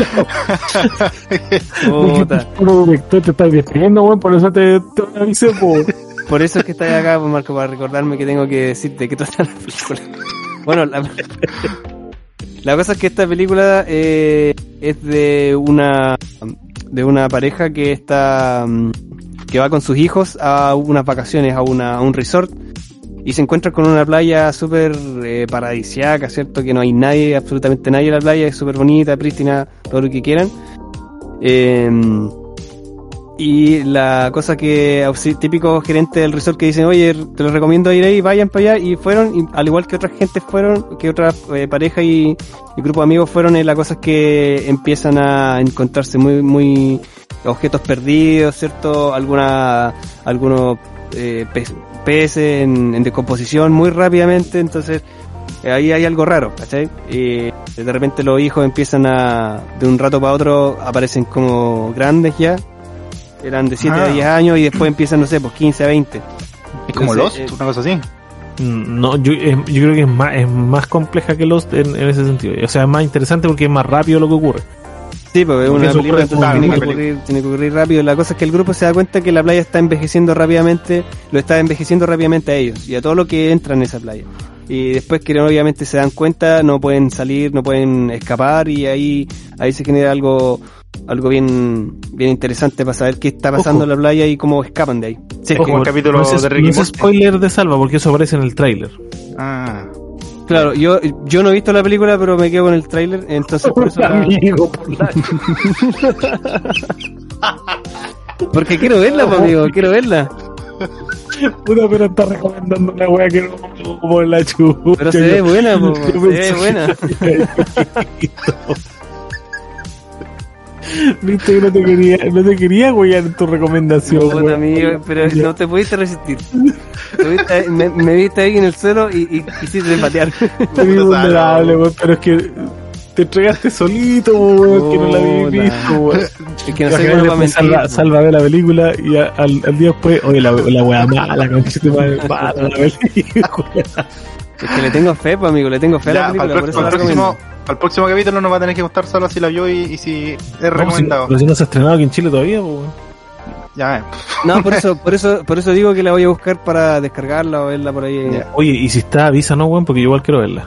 [SPEAKER 2] puta.
[SPEAKER 4] Como director te estás despidiendo, weón, por eso te, te avisé,
[SPEAKER 2] *laughs*
[SPEAKER 4] po.
[SPEAKER 2] Por eso es que estás acá, pues, Marco, para recordarme que tengo que decirte que trata la película. Bueno, la, la cosa es que esta película eh, es de una de una pareja que está mm, que va con sus hijos a unas vacaciones a, una, a un resort y se encuentra con una playa súper eh, paradisiaca, ¿cierto? Que no hay nadie, absolutamente nadie en la playa, es súper bonita, prístina, todo lo que quieran. Em, y la cosa que auxi- típicos gerentes del resort que dicen, oye, te los recomiendo ir ahí, vayan para allá, y fueron, y al igual que otras gentes fueron, que otras eh, parejas y, y grupo de amigos fueron, y la cosa es que empiezan a encontrarse muy, muy objetos perdidos, ¿cierto? Alguna, algunos eh, pe- peces en, en descomposición muy rápidamente, entonces eh, ahí hay algo raro, ¿cachai? Y de repente los hijos empiezan a, de un rato para otro, aparecen como grandes ya, eran de 7
[SPEAKER 3] Ah.
[SPEAKER 2] a 10 años y después empiezan, no sé, pues 15 a 20.
[SPEAKER 3] Es como Lost,
[SPEAKER 2] Entonces, eh,
[SPEAKER 3] una cosa así.
[SPEAKER 4] No, yo, eh, yo creo que es más, es más compleja que Lost en, en ese sentido. O sea, es más interesante porque es más rápido lo que ocurre.
[SPEAKER 2] Sí, porque es
[SPEAKER 4] Porque
[SPEAKER 2] una
[SPEAKER 4] eso ocurre
[SPEAKER 2] película, entonces
[SPEAKER 3] como
[SPEAKER 2] tiene que,
[SPEAKER 3] una película.
[SPEAKER 2] ocurrir, tiene que ocurrir rápido. La cosa es que el grupo se da cuenta que la playa está envejeciendo rápidamente, lo está envejeciendo rápidamente a ellos y a todo lo que entra en esa playa. Y después que obviamente se dan cuenta, no pueden salir, no pueden escapar y ahí, ahí se genera algo, algo bien, bien interesante para saber qué está pasando
[SPEAKER 4] Ojo.
[SPEAKER 2] en la playa y cómo escapan de ahí. Sí,
[SPEAKER 3] Es como el
[SPEAKER 4] Ojo,
[SPEAKER 3] capítulo
[SPEAKER 4] no es,
[SPEAKER 3] de Rick y
[SPEAKER 4] no es
[SPEAKER 3] Morty.
[SPEAKER 4] spoiler de Salva porque eso aparece en el tráiler. pues,
[SPEAKER 3] Ah.
[SPEAKER 2] claro, yo, yo no he visto la película pero me quedo con el tráiler, entonces por
[SPEAKER 5] *laughs*
[SPEAKER 2] eso la-
[SPEAKER 4] Amigo, por la-
[SPEAKER 2] porque quiero verla, pues, amigo, quiero verla.
[SPEAKER 4] Puta, pero está recomendando una wea que no como la chupa.
[SPEAKER 2] Pero se ve buena, po, se
[SPEAKER 4] Yo
[SPEAKER 2] ve
[SPEAKER 4] pensé que-
[SPEAKER 2] buena.
[SPEAKER 4] *laughs* Viste que no te quería, no te quería weyar en tu recomendación.
[SPEAKER 2] Puta,
[SPEAKER 4] weón.
[SPEAKER 2] amigo, pero no te pudiste resistir. Tuviste- me, me viste ahí en el suelo y, y quisiste patear.
[SPEAKER 4] Te vi
[SPEAKER 2] *laughs*
[SPEAKER 3] Puta,
[SPEAKER 4] vulnerable,
[SPEAKER 3] no.
[SPEAKER 4] weón, pero es que te entregaste solito, weón, que no la había
[SPEAKER 2] Puta.
[SPEAKER 4] visto, weón.
[SPEAKER 2] Es que no
[SPEAKER 4] Y
[SPEAKER 2] sé
[SPEAKER 4] acá
[SPEAKER 2] cómo va a
[SPEAKER 4] después
[SPEAKER 2] mentir.
[SPEAKER 4] Salva,
[SPEAKER 2] po.
[SPEAKER 4] salva ve la película y a- al, al día después, oye, la, la wea mala, conchita madre, mala la película. *laughs*
[SPEAKER 2] Es que le tengo fe, po, amigo, le tengo fe
[SPEAKER 3] Ya,
[SPEAKER 2] a la película,
[SPEAKER 3] para,
[SPEAKER 2] por
[SPEAKER 3] el, pro-
[SPEAKER 2] eso
[SPEAKER 3] para
[SPEAKER 2] la
[SPEAKER 3] el próximo,
[SPEAKER 2] recomiendo.
[SPEAKER 3] para el próximo capítulo nos va a tener que contar solo si la vio y, y si es
[SPEAKER 4] No, si-
[SPEAKER 3] recomendado.
[SPEAKER 4] pero si no se ha estrenado aquí en Chile todavía, pues, weón.
[SPEAKER 3] Ya, eh.
[SPEAKER 2] No, por eso, por eso, por eso digo que la voy a buscar para descargarla o verla por ahí.
[SPEAKER 3] Ya.
[SPEAKER 4] Oye, y si está, avísanos, weón, porque yo igual quiero *laughs* verla.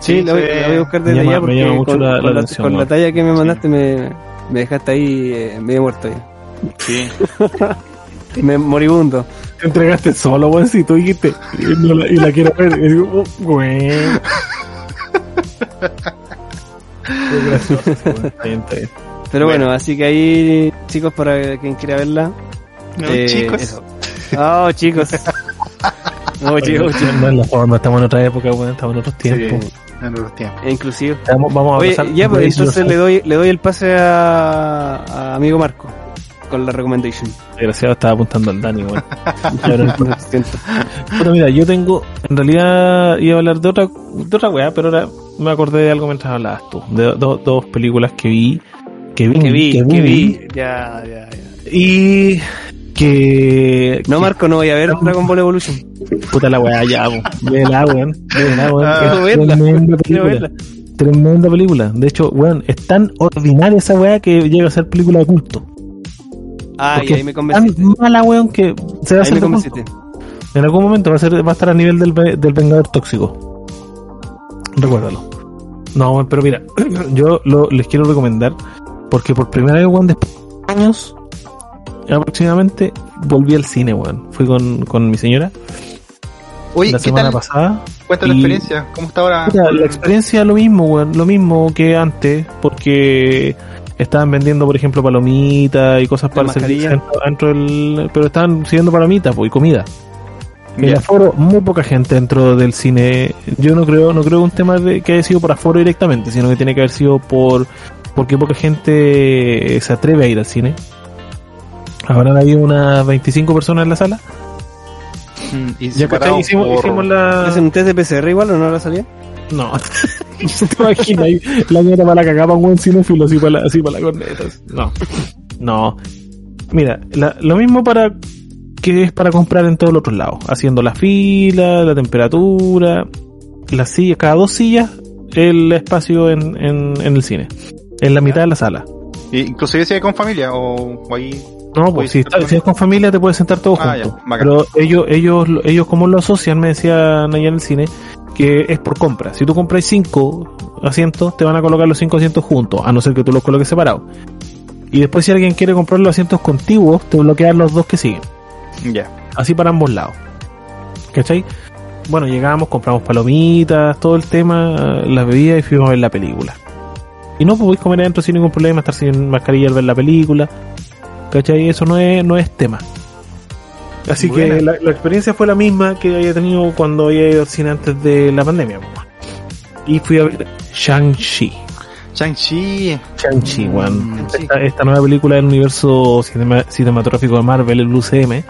[SPEAKER 2] Sí, la voy,
[SPEAKER 3] se-
[SPEAKER 2] la voy a buscar
[SPEAKER 4] Me
[SPEAKER 2] desde
[SPEAKER 4] llama-
[SPEAKER 2] allá
[SPEAKER 4] me
[SPEAKER 2] porque
[SPEAKER 4] llama mucho
[SPEAKER 2] con,
[SPEAKER 4] la- la
[SPEAKER 2] con
[SPEAKER 4] atención,
[SPEAKER 2] con la
[SPEAKER 4] ¿no?
[SPEAKER 2] talla que me mandaste me, me dejaste ahí eh, medio muerto ya.
[SPEAKER 3] Sí.
[SPEAKER 2] *laughs* Me, moribundo.
[SPEAKER 4] Te entregaste solo, weón, si tú dijiste, y, no la, y la quiero ver. Y digo, oh, weón. Qué gracioso, weón. Está bien, está bien.
[SPEAKER 2] Pero
[SPEAKER 3] Bueno.
[SPEAKER 2] bueno, así que ahí, chicos, para quien quiera verla,
[SPEAKER 3] No,
[SPEAKER 2] Eh,
[SPEAKER 3] chicos.
[SPEAKER 2] eso. Oh, chicos. No, chicos.
[SPEAKER 4] Oye, no es la forma, estamos en otra época, weón, estamos en otros
[SPEAKER 3] Sí,
[SPEAKER 4] tiempos.
[SPEAKER 3] en otros tiempos.
[SPEAKER 2] E Inclusive.
[SPEAKER 4] Estamos- vamos a
[SPEAKER 2] Oye,
[SPEAKER 4] pasar-
[SPEAKER 2] ya,
[SPEAKER 4] por ahí
[SPEAKER 2] pues entonces
[SPEAKER 4] los-
[SPEAKER 2] le doy, le doy el pase a, a amigo Marco con la recommendation.
[SPEAKER 4] Desgraciado estaba apuntando al Dani,
[SPEAKER 2] *laughs*
[SPEAKER 4] weón. Ya, pero no
[SPEAKER 2] Lo siento.
[SPEAKER 4] Puta, mira, yo tengo. En realidad iba a hablar de otra, de otra weá, pero ahora me acordé de algo mientras hablabas tú. De do- dos películas que vi. Que vi,
[SPEAKER 2] Que vi, que vi. Ya, ya, ya.
[SPEAKER 4] Y. Que.
[SPEAKER 2] No, Marco, no voy a ver Dragon Ball Evolution.
[SPEAKER 4] Puta la weá, ya, po. Vela, weón. Vela, weón.
[SPEAKER 3] Ah,
[SPEAKER 4] Es
[SPEAKER 2] quiero verla,
[SPEAKER 4] Tremenda
[SPEAKER 2] *laughs* quiero
[SPEAKER 4] película. Tremenda película. De hecho, weón, es tan ordinaria esa weá que llega a ser película de culto.
[SPEAKER 2] Ah, y
[SPEAKER 4] Porque
[SPEAKER 2] ahí me
[SPEAKER 4] Tan
[SPEAKER 2] convenciste.
[SPEAKER 4] mala, weón, que se va a hacer
[SPEAKER 2] Ahí me
[SPEAKER 4] de culto.
[SPEAKER 2] convenciste.
[SPEAKER 4] En algún momento va a, ser, va a estar a nivel del, ve- del Vengador Tóxico. Recuérdalo. No, pero mira, *clears throat* yo lo- les quiero recomendar porque por primera vez, weón, después de años aproximadamente, volví al cine, weón. Fui con, con mi señora
[SPEAKER 3] Oye,
[SPEAKER 4] la
[SPEAKER 3] ¿qué
[SPEAKER 4] semana
[SPEAKER 3] tal?
[SPEAKER 4] pasada.
[SPEAKER 3] Cuenta la
[SPEAKER 4] y-
[SPEAKER 3] experiencia. ¿Cómo está ahora?
[SPEAKER 4] Puta, la experiencia lo mismo, weón, lo mismo que antes, porque estaban vendiendo, por ejemplo, palomitas y cosas para servirse
[SPEAKER 2] mascarilla.
[SPEAKER 4] dentro, dentro del, pero estaban sirviendo palomitas, pues, y comida. El
[SPEAKER 3] Ya.
[SPEAKER 4] aforo, muy poca gente dentro del cine. Yo no creo, no creo un tema de, que haya sido por aforo directamente, sino que tiene que haber sido por porque poca gente se atreve a ir al cine. Habrán habido unas 25 personas en la sala.
[SPEAKER 3] Mm, y
[SPEAKER 4] Ya
[SPEAKER 3] separado
[SPEAKER 4] cachai, hicimos,
[SPEAKER 3] por-
[SPEAKER 4] hicimos la.
[SPEAKER 2] ¿Hacen un test de PCR igual o no la salía?
[SPEAKER 4] No. *laughs* ¿Te imaginas? Ahí, La ñata para la cagada, un sinófilo así para la, así para la corneta. No. No. Mira, la- lo mismo para que es para comprar en todos los otros lados. Haciendo la fila, la temperatura, la silla, cada dos sillas, el espacio en, en, en el cine. En la mitad de la sala.
[SPEAKER 3] E Inclusive si es con familia o, o ahí.
[SPEAKER 4] No, pues
[SPEAKER 3] Puedes
[SPEAKER 4] si,
[SPEAKER 3] sentar
[SPEAKER 4] está- si es con familia te puedes sentar todos
[SPEAKER 3] Ah,
[SPEAKER 4] juntos.
[SPEAKER 3] ya, bacán.
[SPEAKER 4] Pero ellos, ellos, ellos como lo asocian, me decían allá en el cine, que es por compra. Si tú compras cinco asientos, te van a colocar los cinco asientos juntos, a no ser que tú los coloques separados. Y después si alguien quiere comprar los asientos contiguos, te bloquean los dos que siguen.
[SPEAKER 3] Ya.
[SPEAKER 4] Así para ambos lados. ¿Cachai? Bueno, llegamos, compramos palomitas, todo el tema, las bebidas y fuimos a ver la película. Y no podéis comer adentro sin ningún problema, estar sin mascarilla al ver la película. ¿Cachai? Eso no es, no es tema. Así
[SPEAKER 3] Buena.
[SPEAKER 4] que la, la experiencia fue la misma que había tenido cuando había ido al cine antes de la pandemia. po. Y fui a ver Shang-Chi.
[SPEAKER 3] Shang-Chi.
[SPEAKER 4] Shang-Chi, weón.
[SPEAKER 3] Mm, sí.
[SPEAKER 4] Esta, esta nueva película del universo cinema- cinematográfico de Marvel, el UCM,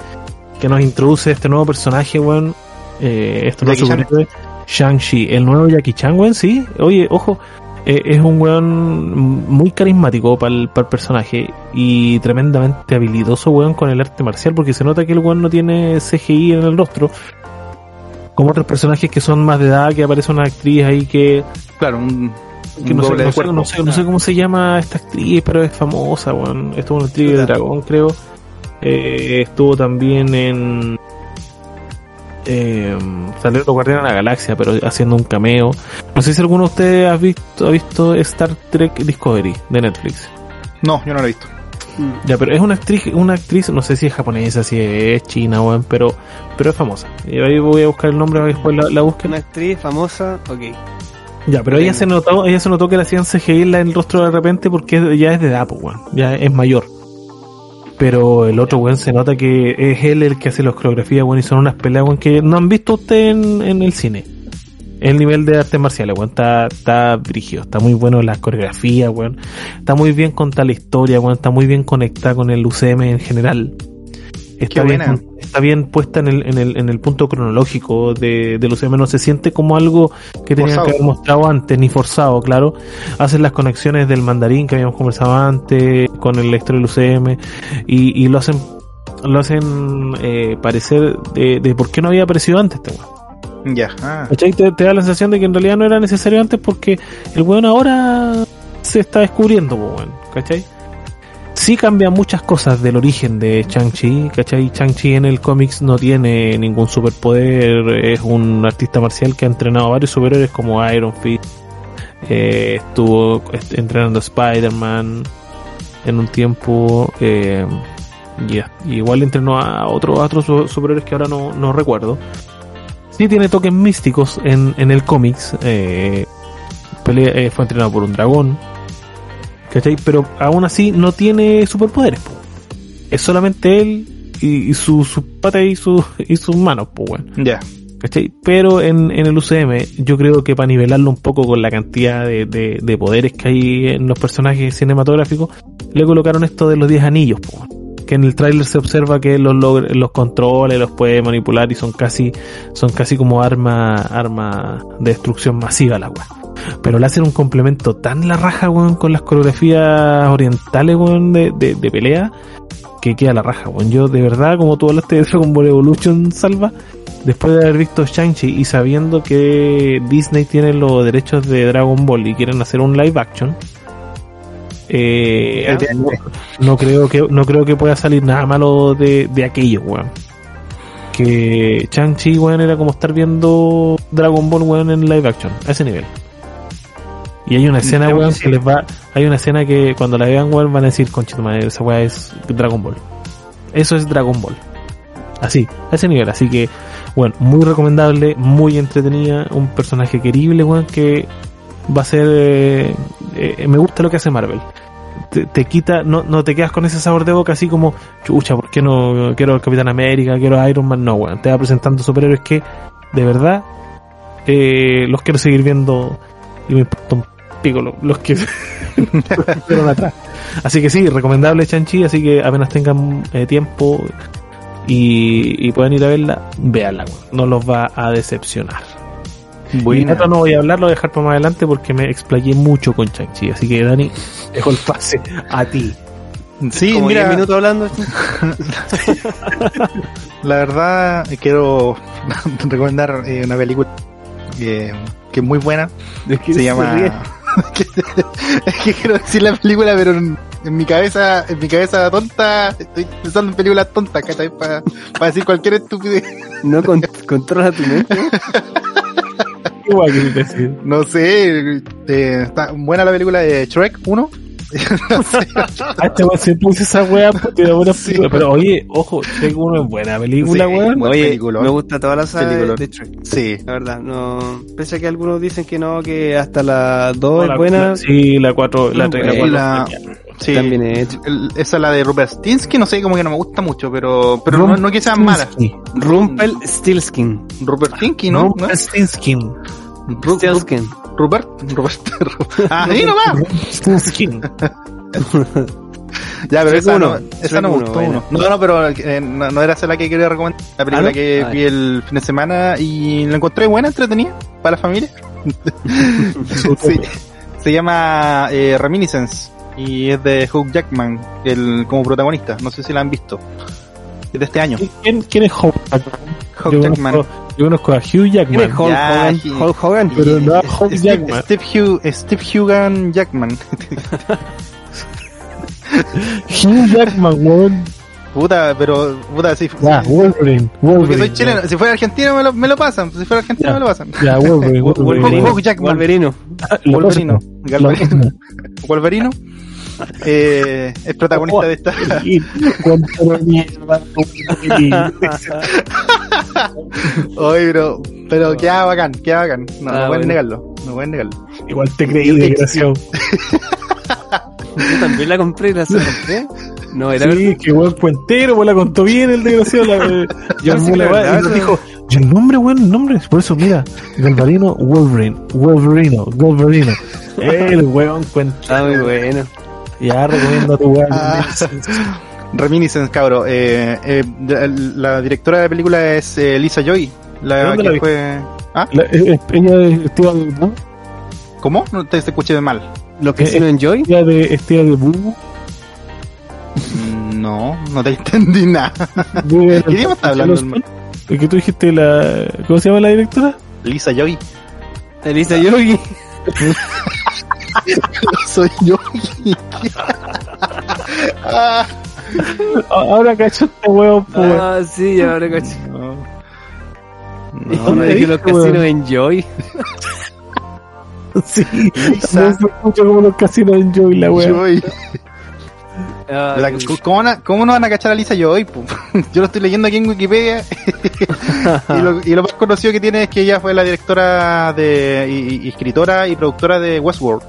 [SPEAKER 4] que nos introduce este nuevo personaje, weón. Eh, este nuevo
[SPEAKER 3] Jackie Chan.
[SPEAKER 4] superhéroe, Shang-Chi. El nuevo Jackie Chan, weón, sí. Oye, ojo, eh, es un weón muy carismático para el, personaje y tremendamente habilidoso, weón, con el arte marcial, porque se nota que el weón no tiene CGI en el rostro. Como otros personajes que son más de edad, que aparece una actriz ahí que
[SPEAKER 3] Claro, un,
[SPEAKER 4] que
[SPEAKER 3] un
[SPEAKER 4] no, sé,
[SPEAKER 3] doble
[SPEAKER 4] no,
[SPEAKER 3] de
[SPEAKER 4] sé,
[SPEAKER 3] cuerpo.
[SPEAKER 4] no sé- no sé cómo se llama esta actriz, pero es famosa, weón. Estuvo en el Trigo de
[SPEAKER 3] Chuta.
[SPEAKER 4] Dragón, creo. Eh, estuvo también en. Eh, salió en Los Guardianes de la Galaxia, pero haciendo un cameo. No sé si alguno de ustedes ha visto, ha visto Star Trek Discovery de Netflix.
[SPEAKER 3] No, yo no lo he visto.
[SPEAKER 4] Ya, pero es una actriz, una actriz, no sé si es japonesa, si es china, weón, pero, pero es famosa. Y ahí voy a buscar el nombre para que después la, la busquen.
[SPEAKER 2] Una actriz famosa, ok.
[SPEAKER 4] Ya, pero ella se notó, ella se notó que le hacían CGI en la- en el rostro de repente porque ya es de edad, pues, weón. Ya es mayor. Pero el otro weón se nota que es él el que hace las coreografías, weón, y son unas peleas, weón, que no han visto usted en, en el cine. El nivel de artes marciales, weón, está, está brígido, está muy bueno la coreografía, weón. Está muy bien contada la historia, weón, está muy bien conectada con el UCM en general. Está
[SPEAKER 3] Qué
[SPEAKER 4] bien,
[SPEAKER 3] buena.
[SPEAKER 4] está bien puesta en el, en el, en el punto cronológico de, del UCM, no se siente como algo que tenían
[SPEAKER 3] Forzado.
[SPEAKER 4] que haber mostrado antes, ni forzado, claro. Hacen las conexiones del mandarín que habíamos conversado antes, con el extra del UCM, y, y lo hacen lo hacen eh, parecer de, de por qué no había aparecido antes este weón.
[SPEAKER 3] Ya. Ah,
[SPEAKER 4] ¿Cachai? Te, te da la sensación de que en realidad no era necesario antes porque el weón ahora se está descubriendo, po, weón, ¿cachai? Sí cambian muchas cosas del origen de Chang-Chi, ¿cachai? Chang-Chi en el cómics no tiene ningún superpoder, es un artista marcial que ha entrenado a varios superhéroes como Iron Fist, eh, estuvo est- entrenando a Spider-Man en un tiempo, eh, y a- y igual entrenó a otros a otros su- superhéroes que ahora no, no recuerdo. Sí tiene toques místicos en, en el cómics. eh, pelea- eh, fue entrenado por un dragón. ¿Cachai? Pero aún así no tiene superpoderes. po. Es solamente él y, y su- sus patas y, su- *laughs* y sus manos. Pues bueno.
[SPEAKER 3] ya.
[SPEAKER 4] ¿Cachai? Pero en, en el UCM, yo creo que para nivelarlo un poco con la cantidad de, de- de poderes que hay en los personajes cinematográficos, le colocaron esto de los 10 anillos, po, que en el tráiler se observa que los, log- los controles, los puede manipular y son casi, son casi como arma, arma de destrucción masiva la weá. Pero le hacen un complemento tan la raja, weón, con las coreografías orientales, weón, de, de, de pelea, que queda la raja, weón. Yo, de verdad, como tú hablaste de Dragon Ball Evolution, Salva, después de haber visto Shang-Chi y sabiendo que Disney tiene los derechos de Dragon Ball y quieren hacer un live action, eh,
[SPEAKER 3] Ya.
[SPEAKER 4] no, no creo que no creo que pueda salir nada malo de, de aquello, weón. Que Shang-Chi, weón, era como estar viendo Dragon Ball, weón, en live action, a ese nivel. Y hay una escena,
[SPEAKER 3] Creo que
[SPEAKER 4] weón,
[SPEAKER 3] sí.
[SPEAKER 4] que les va. Hay una escena que cuando la vean, weón, van a decir, conchito madre, esa weá es Dragon Ball. Eso es Dragon Ball. Así, a ese nivel. Así que, bueno, muy recomendable, muy entretenida, un personaje querible, weón, que va a ser. eh, eh, me gusta lo que hace Marvel. Te, te quita, no, no te quedas con ese sabor de boca así como, chucha, ¿por qué no quiero al Capitán América, quiero a Iron Man? No, weón. Te va presentando superhéroes que, de verdad, eh, los quiero seguir viendo y me importa un pico lo- los *laughs* que fueron atrás. Así que sí, recomendable Chanchi, así que apenas tengan eh, tiempo y, y puedan ir a verla, véanla, weón. no los va a decepcionar. Y
[SPEAKER 2] Buena.
[SPEAKER 4] de otro no voy a hablar, lo voy a dejar para más adelante porque me explayé mucho con Chanchi. Así que, Dani, dejo el pase a *laughs* ti.
[SPEAKER 3] Sí,
[SPEAKER 2] Como
[SPEAKER 3] mira,
[SPEAKER 2] 10 minutos hablando.
[SPEAKER 3] la verdad eh, quiero *laughs* recomendar eh, una película eh, que es muy buena.
[SPEAKER 2] Es que
[SPEAKER 3] se
[SPEAKER 2] se
[SPEAKER 3] llama *laughs*
[SPEAKER 2] ríe.
[SPEAKER 3] es que quiero decir la película pero en, en mi cabeza en mi cabeza tonta estoy pensando en películas tontas ¿cachai? para decir cualquier estupidez
[SPEAKER 2] No con- *laughs* controla tu mente.
[SPEAKER 4] Igual que decir.
[SPEAKER 3] no sé eh, está buena la película de Shrek 1 No sé.
[SPEAKER 4] Ah, este weón siempre usa esa weá porque era buena
[SPEAKER 3] Sí.
[SPEAKER 4] película. Pero oye, ojo, Shrek 1 es buena película,
[SPEAKER 3] Sí.
[SPEAKER 4] weón.
[SPEAKER 3] Buen
[SPEAKER 2] Oye,
[SPEAKER 3] peliculón.
[SPEAKER 2] me gusta toda la saga de,
[SPEAKER 3] Peliculón.
[SPEAKER 2] de Trek.
[SPEAKER 3] sí
[SPEAKER 2] La verdad, no. Pese a que algunos dicen que no, que hasta la 2
[SPEAKER 4] La-
[SPEAKER 2] es buena,
[SPEAKER 4] la- Sí, la 4, la 3,
[SPEAKER 2] Buena.
[SPEAKER 4] la 4.
[SPEAKER 3] sí
[SPEAKER 2] también es hecho.
[SPEAKER 3] El- esa la de Rupert Stinsky no sé como que no me gusta mucho pero pero no, no que sean malas
[SPEAKER 2] Rumpel Stilskin.
[SPEAKER 3] Rupert Stinsky no,
[SPEAKER 4] No,
[SPEAKER 3] ¿No?
[SPEAKER 4] Stinskin.
[SPEAKER 3] Ru- Ru-
[SPEAKER 2] Stilskin.
[SPEAKER 3] Rupert *laughs* Rupert ah sí nomás
[SPEAKER 4] Stinskin.
[SPEAKER 3] Ya, pero
[SPEAKER 2] Shrek
[SPEAKER 3] esa
[SPEAKER 2] uno.
[SPEAKER 3] no, esa no
[SPEAKER 2] Shrek
[SPEAKER 3] me
[SPEAKER 2] uno,
[SPEAKER 3] gustó
[SPEAKER 2] buena.
[SPEAKER 3] uno. No, no, pero eh, no, no era esa la que quería recomendar. La película
[SPEAKER 2] ¿no?
[SPEAKER 3] que
[SPEAKER 2] Ah,
[SPEAKER 3] vi el fin de semana y la encontré buena, entretenida, para la familia. Sí. Se llama eh, Reminiscence y es de Hugh Jackman el, como protagonista. No sé si la han visto. Es de este año.
[SPEAKER 4] ¿Quién, ¿Quién es Hulk Jackman?
[SPEAKER 3] Hugh
[SPEAKER 4] yo,
[SPEAKER 3] Jackman.
[SPEAKER 4] Conozco, yo conozco a Hugh
[SPEAKER 2] ¿Quién es
[SPEAKER 4] Jackman.
[SPEAKER 2] Hulk
[SPEAKER 3] Ya,
[SPEAKER 2] Hogan?
[SPEAKER 3] sí.
[SPEAKER 2] Hulk Hogan.
[SPEAKER 3] Y-
[SPEAKER 4] Pero no,
[SPEAKER 3] es-
[SPEAKER 4] Hugh
[SPEAKER 3] Steve,
[SPEAKER 4] Jackman.
[SPEAKER 3] Steve, Hugh, Steve Hugan Jackman.
[SPEAKER 4] Hugh Jackman, weón.
[SPEAKER 3] Puta, pero puta, si,
[SPEAKER 4] Ya,
[SPEAKER 3] si-
[SPEAKER 4] Wolverine.
[SPEAKER 3] porque
[SPEAKER 4] Wolverine.
[SPEAKER 3] soy chileno. Si fuera argentino me lo, me lo pasan. Si fuera argentino
[SPEAKER 4] Ya.
[SPEAKER 3] me lo pasan.
[SPEAKER 4] Ya, Wolverine. Wolverine.
[SPEAKER 2] Wolverino.
[SPEAKER 3] Hulk Jackman.
[SPEAKER 2] Wolverino.
[SPEAKER 4] Lo
[SPEAKER 3] Wolverino.
[SPEAKER 4] pasan. Lo
[SPEAKER 3] Galvarino. *laughs*
[SPEAKER 4] pasan.
[SPEAKER 3] Wolverino eh, es
[SPEAKER 4] Oh,
[SPEAKER 3] protagonista de esta.
[SPEAKER 4] *laughs* Y cuánto mierda, Wolverine. oh,
[SPEAKER 3] Oye, pero, pero queda bacán, queda bacán. No,
[SPEAKER 2] Ah,
[SPEAKER 3] no pueden
[SPEAKER 2] bueno.
[SPEAKER 3] negarlo, no pueden negarlo.
[SPEAKER 4] Igual te creí, desgraciado.
[SPEAKER 2] Yo también la compré, la compré. No, era verdad.
[SPEAKER 4] Sí, qué buen cuentero, pues la contó bien el desgraciado. La, y
[SPEAKER 2] Yo sí que
[SPEAKER 4] armó la
[SPEAKER 2] la
[SPEAKER 4] weá,
[SPEAKER 2] verdad,
[SPEAKER 4] y nos
[SPEAKER 2] eso-
[SPEAKER 4] dijo, y el nombre, weón, el nombre. Por eso, mira, Galvarino, Wolverine, Wolverino, Wolverino. El weón
[SPEAKER 2] Está muy
[SPEAKER 4] cuentero.
[SPEAKER 2] bueno.
[SPEAKER 4] Ya recomiendo a tu weón.
[SPEAKER 3] Ah. *laughs* Reminiscence, cabro. Eh, eh, la, la directora de la película es eh, Lisa Joy. La
[SPEAKER 4] ¿Dónde
[SPEAKER 3] que
[SPEAKER 4] la
[SPEAKER 3] fue. ¿Ah?
[SPEAKER 4] La- eh, eh, Ella es tía de Boo,
[SPEAKER 3] ¿Cómo? No te, te escuché mal.
[SPEAKER 2] Lo que
[SPEAKER 4] Eh,
[SPEAKER 2] sí no enjoy.
[SPEAKER 4] tía de, es tía de Boo.
[SPEAKER 3] Mm, No, no te *laughs* entendí nada.
[SPEAKER 4] de-
[SPEAKER 3] ¿Qué idioma está hablando, hermano?
[SPEAKER 4] ¿De qué tú dijiste la... ¿Cómo se llama la directora?
[SPEAKER 3] Lisa
[SPEAKER 4] *laughs*
[SPEAKER 3] Joy.
[SPEAKER 2] Elisa *laughs* Yogi.
[SPEAKER 3] Soy yo.
[SPEAKER 4] A-
[SPEAKER 3] Ah,
[SPEAKER 4] Ahora cacho este weón, pues.
[SPEAKER 2] Ah, sí, ya ahora cacho.
[SPEAKER 3] no.
[SPEAKER 2] No,
[SPEAKER 3] No,
[SPEAKER 2] no ¿eh?
[SPEAKER 3] no,
[SPEAKER 2] dije
[SPEAKER 4] dije,
[SPEAKER 2] los
[SPEAKER 4] weón.
[SPEAKER 2] casinos enjoy.
[SPEAKER 4] sí,
[SPEAKER 3] Lisa.
[SPEAKER 4] también se escucha como los casinos en Joy, la weón.
[SPEAKER 3] Joy.
[SPEAKER 2] Ah,
[SPEAKER 3] La- ¿cómo, van a- cómo no van a cachar a Lisa Joy? po? *laughs* Yo lo estoy leyendo aquí en Wikipedia *laughs* y, lo, y lo más conocido que tiene es que ella fue la directora de y, y- y escritora y productora de Westworld.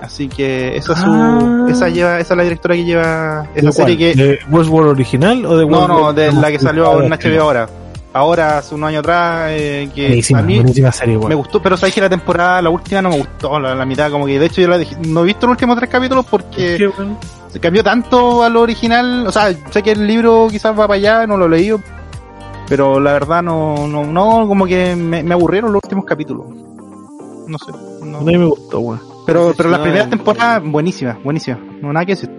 [SPEAKER 3] Así que esa es su,
[SPEAKER 4] Ah.
[SPEAKER 3] esa lleva, esa es la directora que lleva
[SPEAKER 4] ¿De
[SPEAKER 3] esa
[SPEAKER 4] cuál?
[SPEAKER 3] serie que
[SPEAKER 4] ¿De Westworld original o de
[SPEAKER 3] Eh. no
[SPEAKER 4] Westworld?
[SPEAKER 3] no de la que salió en
[SPEAKER 4] Ah,
[SPEAKER 3] HBO ahora. Ahora hace un año atrás eh, que
[SPEAKER 4] Buenísima,
[SPEAKER 3] a mí
[SPEAKER 4] buenísima serie, weón.
[SPEAKER 3] me gustó, pero sabes que la temporada la última no me gustó, la, la mitad como que de hecho yo la dejé- no he visto los últimos tres capítulos porque
[SPEAKER 4] Sí, weón.
[SPEAKER 3] se cambió tanto a lo original. O sea, sé que el libro quizás va para allá, no lo he leído. Pero la verdad no, no, no, como que me, me aburrieron los últimos capítulos. No sé.
[SPEAKER 4] A
[SPEAKER 3] no.
[SPEAKER 4] mí me gustó, weón.
[SPEAKER 3] Pero, pero las
[SPEAKER 2] No,
[SPEAKER 3] primeras
[SPEAKER 2] eh.
[SPEAKER 3] temporadas, buenísimas, buenísimas. No, nada que decir.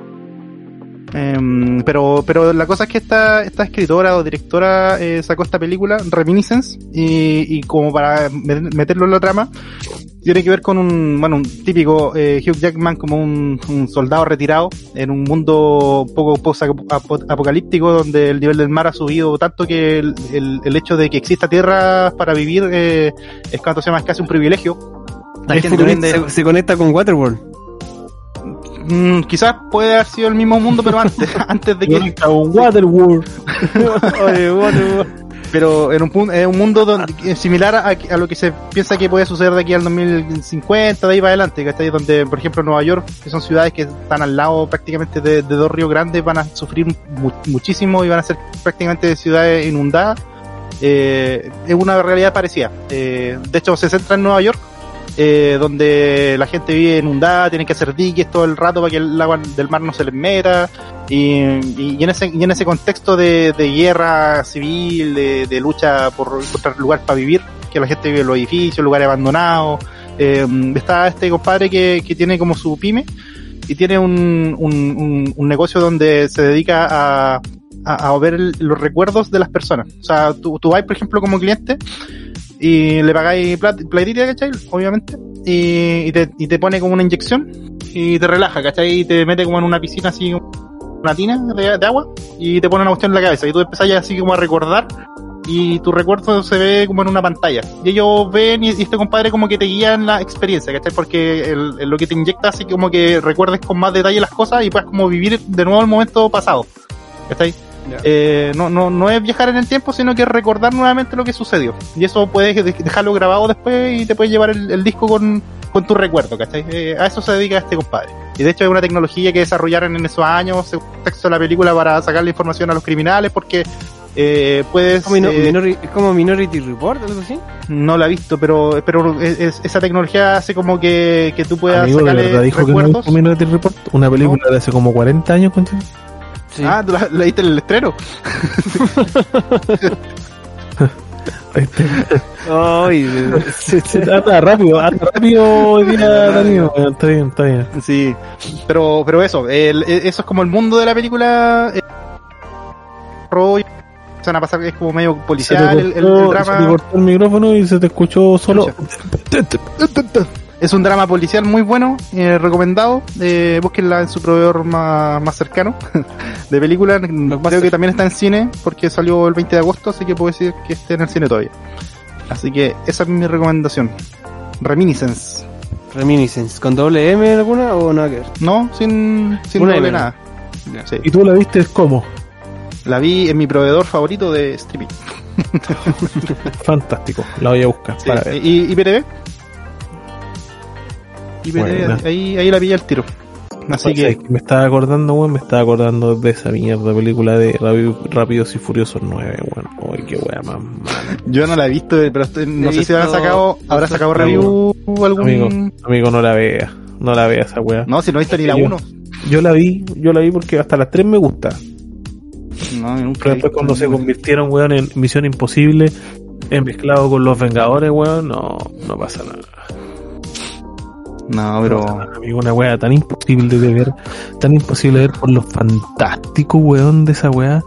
[SPEAKER 3] Em, pero, pero la cosa es que esta, esta escritora o directora eh, sacó esta película, Reminiscence, y, y como para met- meterlo en la trama, tiene que ver con un, bueno, un típico eh, Hugh Jackman como un, un soldado retirado en un mundo un poco post-apocalíptico donde el nivel del mar ha subido tanto que el, el- el hecho de que exista tierra para vivir eh, es, cuanto se llama, es casi un privilegio. La
[SPEAKER 2] ahí se,
[SPEAKER 3] gente
[SPEAKER 2] conecta,
[SPEAKER 3] vende-
[SPEAKER 2] se- se conecta con Waterworld.
[SPEAKER 3] Mm, quizás puede haber sido el mismo mundo, pero antes, *laughs* antes de que.
[SPEAKER 4] Conecta con Waterworld.
[SPEAKER 2] *laughs* Oye, Waterworld.
[SPEAKER 3] Pero en un, pun- en un mundo donde, que es similar a, a lo que se piensa que puede suceder de aquí al 2050, de ahí para adelante, ¿cachai? Donde, por ejemplo, Nueva York, que son ciudades que están al lado prácticamente de, de dos ríos grandes, van a sufrir mu- muchísimo y van a ser prácticamente ciudades inundadas. Eh, es una realidad parecida. Eh, de hecho, se centra en Nueva York. eh, donde la gente vive inundada, tienen que hacer diques todo el rato para que el agua del mar no se les meta, y, y- y en, ese, y en ese contexto de, de guerra civil, de, de lucha por encontrar lugar para vivir, que la gente vive en los edificios, lugares abandonados. Eh, está este compadre que, que tiene como su pyme y tiene un, un, un, un negocio donde se dedica a, a, a ver el- los recuerdos de las personas. O sea, tú, tú vas, por ejemplo, como cliente y le pagáis plat- platita, ¿cachai? Obviamente. Y, y te, y te pone como una inyección y te relaja, ¿cachai? Y te mete como en una piscina así, una tina de, de agua y te pone una cuestión en la cabeza. Y tú empezás ya así como a recordar y tu recuerdo se ve como en una pantalla. Y ellos ven y, y este compadre como que te guía en la experiencia, ¿cachai? Porque el- el- lo que te inyecta hace como que recuerdes con más detalle las cosas y puedas como vivir de nuevo el momento pasado. ¿Cachai?
[SPEAKER 2] Ya.
[SPEAKER 3] Eh, no, no, no es viajar en el tiempo, sino que es recordar nuevamente lo que sucedió. Y eso puedes de- dejarlo grabado después y te puedes llevar el, el disco con, con tu recuerdo, ¿cachai? Eh, a eso se dedica este compadre. Y de hecho es una tecnología que desarrollaron en esos años, según el texto de la película, para sacar la información a los criminales, porque eh, puedes...
[SPEAKER 2] Es *laughs* como, mino-
[SPEAKER 3] eh,
[SPEAKER 2] minori- es como Minority Report, algo así.
[SPEAKER 3] no la he visto, pero, pero es- es- esa tecnología hace como que, que tú puedas
[SPEAKER 4] Amigo, de
[SPEAKER 3] sacarle
[SPEAKER 4] verdad dijo que no
[SPEAKER 3] recuerdos.
[SPEAKER 4] hizo Minority Report, una película de hace como 40 años, concha.
[SPEAKER 2] Sí.
[SPEAKER 3] Ah, ¿tú la, leíste en el estreno?
[SPEAKER 4] Este,
[SPEAKER 2] Ay, sí, sí.
[SPEAKER 4] anda rápido, anda rápido hoy día, Danilo. Bueno, Está bien, está bien.
[SPEAKER 3] Sí, pero, pero eso, el- e- eso es como el mundo de la película. eh, rollo, se van a pasar, es como medio
[SPEAKER 4] Se
[SPEAKER 3] policial
[SPEAKER 4] te,
[SPEAKER 3] el, el- el
[SPEAKER 4] cortó, se te
[SPEAKER 3] drama.
[SPEAKER 4] cortó el micrófono y se te escuchó solo.
[SPEAKER 3] Es un drama policial muy bueno, eh, recomendado. Eh, búsquenla en su proveedor más, más cercano *laughs* de película. Creo
[SPEAKER 2] Blockbuster.
[SPEAKER 3] que también está en cine porque salió el 20 de agosto, así que puedo decir que esté en el cine todavía. Así que esa es mi recomendación. Reminiscence.
[SPEAKER 2] Reminiscence. ¿Con doble M alguna o nada que ver?
[SPEAKER 3] No, sin, sin
[SPEAKER 2] Una
[SPEAKER 3] doble
[SPEAKER 2] M.
[SPEAKER 3] nada.
[SPEAKER 2] Ya.
[SPEAKER 3] Sí.
[SPEAKER 4] ¿Y tú la viste cómo?
[SPEAKER 3] La vi en mi proveedor favorito de streaming.
[SPEAKER 4] Fantástico, la voy a buscar
[SPEAKER 3] Sí,
[SPEAKER 4] para ver.
[SPEAKER 3] ¿Y y IPTV? IPTV,
[SPEAKER 4] Buena.
[SPEAKER 3] ahí, ahí la pilla el tiro. Así
[SPEAKER 4] Entonces,
[SPEAKER 3] que,
[SPEAKER 4] Me estaba acordando, weón, me estaba acordando de esa mierda película de Rápido- Rápidos y Furiosos 9, weón. Ay, qué weá más mala.
[SPEAKER 3] yo no la he visto, eh, pero estoy- no
[SPEAKER 2] He
[SPEAKER 3] sé si habrá
[SPEAKER 2] visto-
[SPEAKER 3] sacado, habrá sacado review algún.
[SPEAKER 4] Amigo, amigo, no la vea. No la vea esa weá.
[SPEAKER 3] No, si no viste ni la
[SPEAKER 4] Yo-
[SPEAKER 3] 1.
[SPEAKER 4] Yo la vi, yo la vi porque hasta las 3 me gusta. Pero
[SPEAKER 3] No, nunca la he
[SPEAKER 4] después
[SPEAKER 3] visto.
[SPEAKER 4] cuando se convirtieron, weón, en Misión Imposible, en mezclado con Los Vengadores, weón, no, no pasa nada.
[SPEAKER 3] No,
[SPEAKER 4] Pero,
[SPEAKER 3] pero.
[SPEAKER 4] amigo, una weá tan imposible de ver, tan imposible de ver por lo fantástico, weón, de esa weá.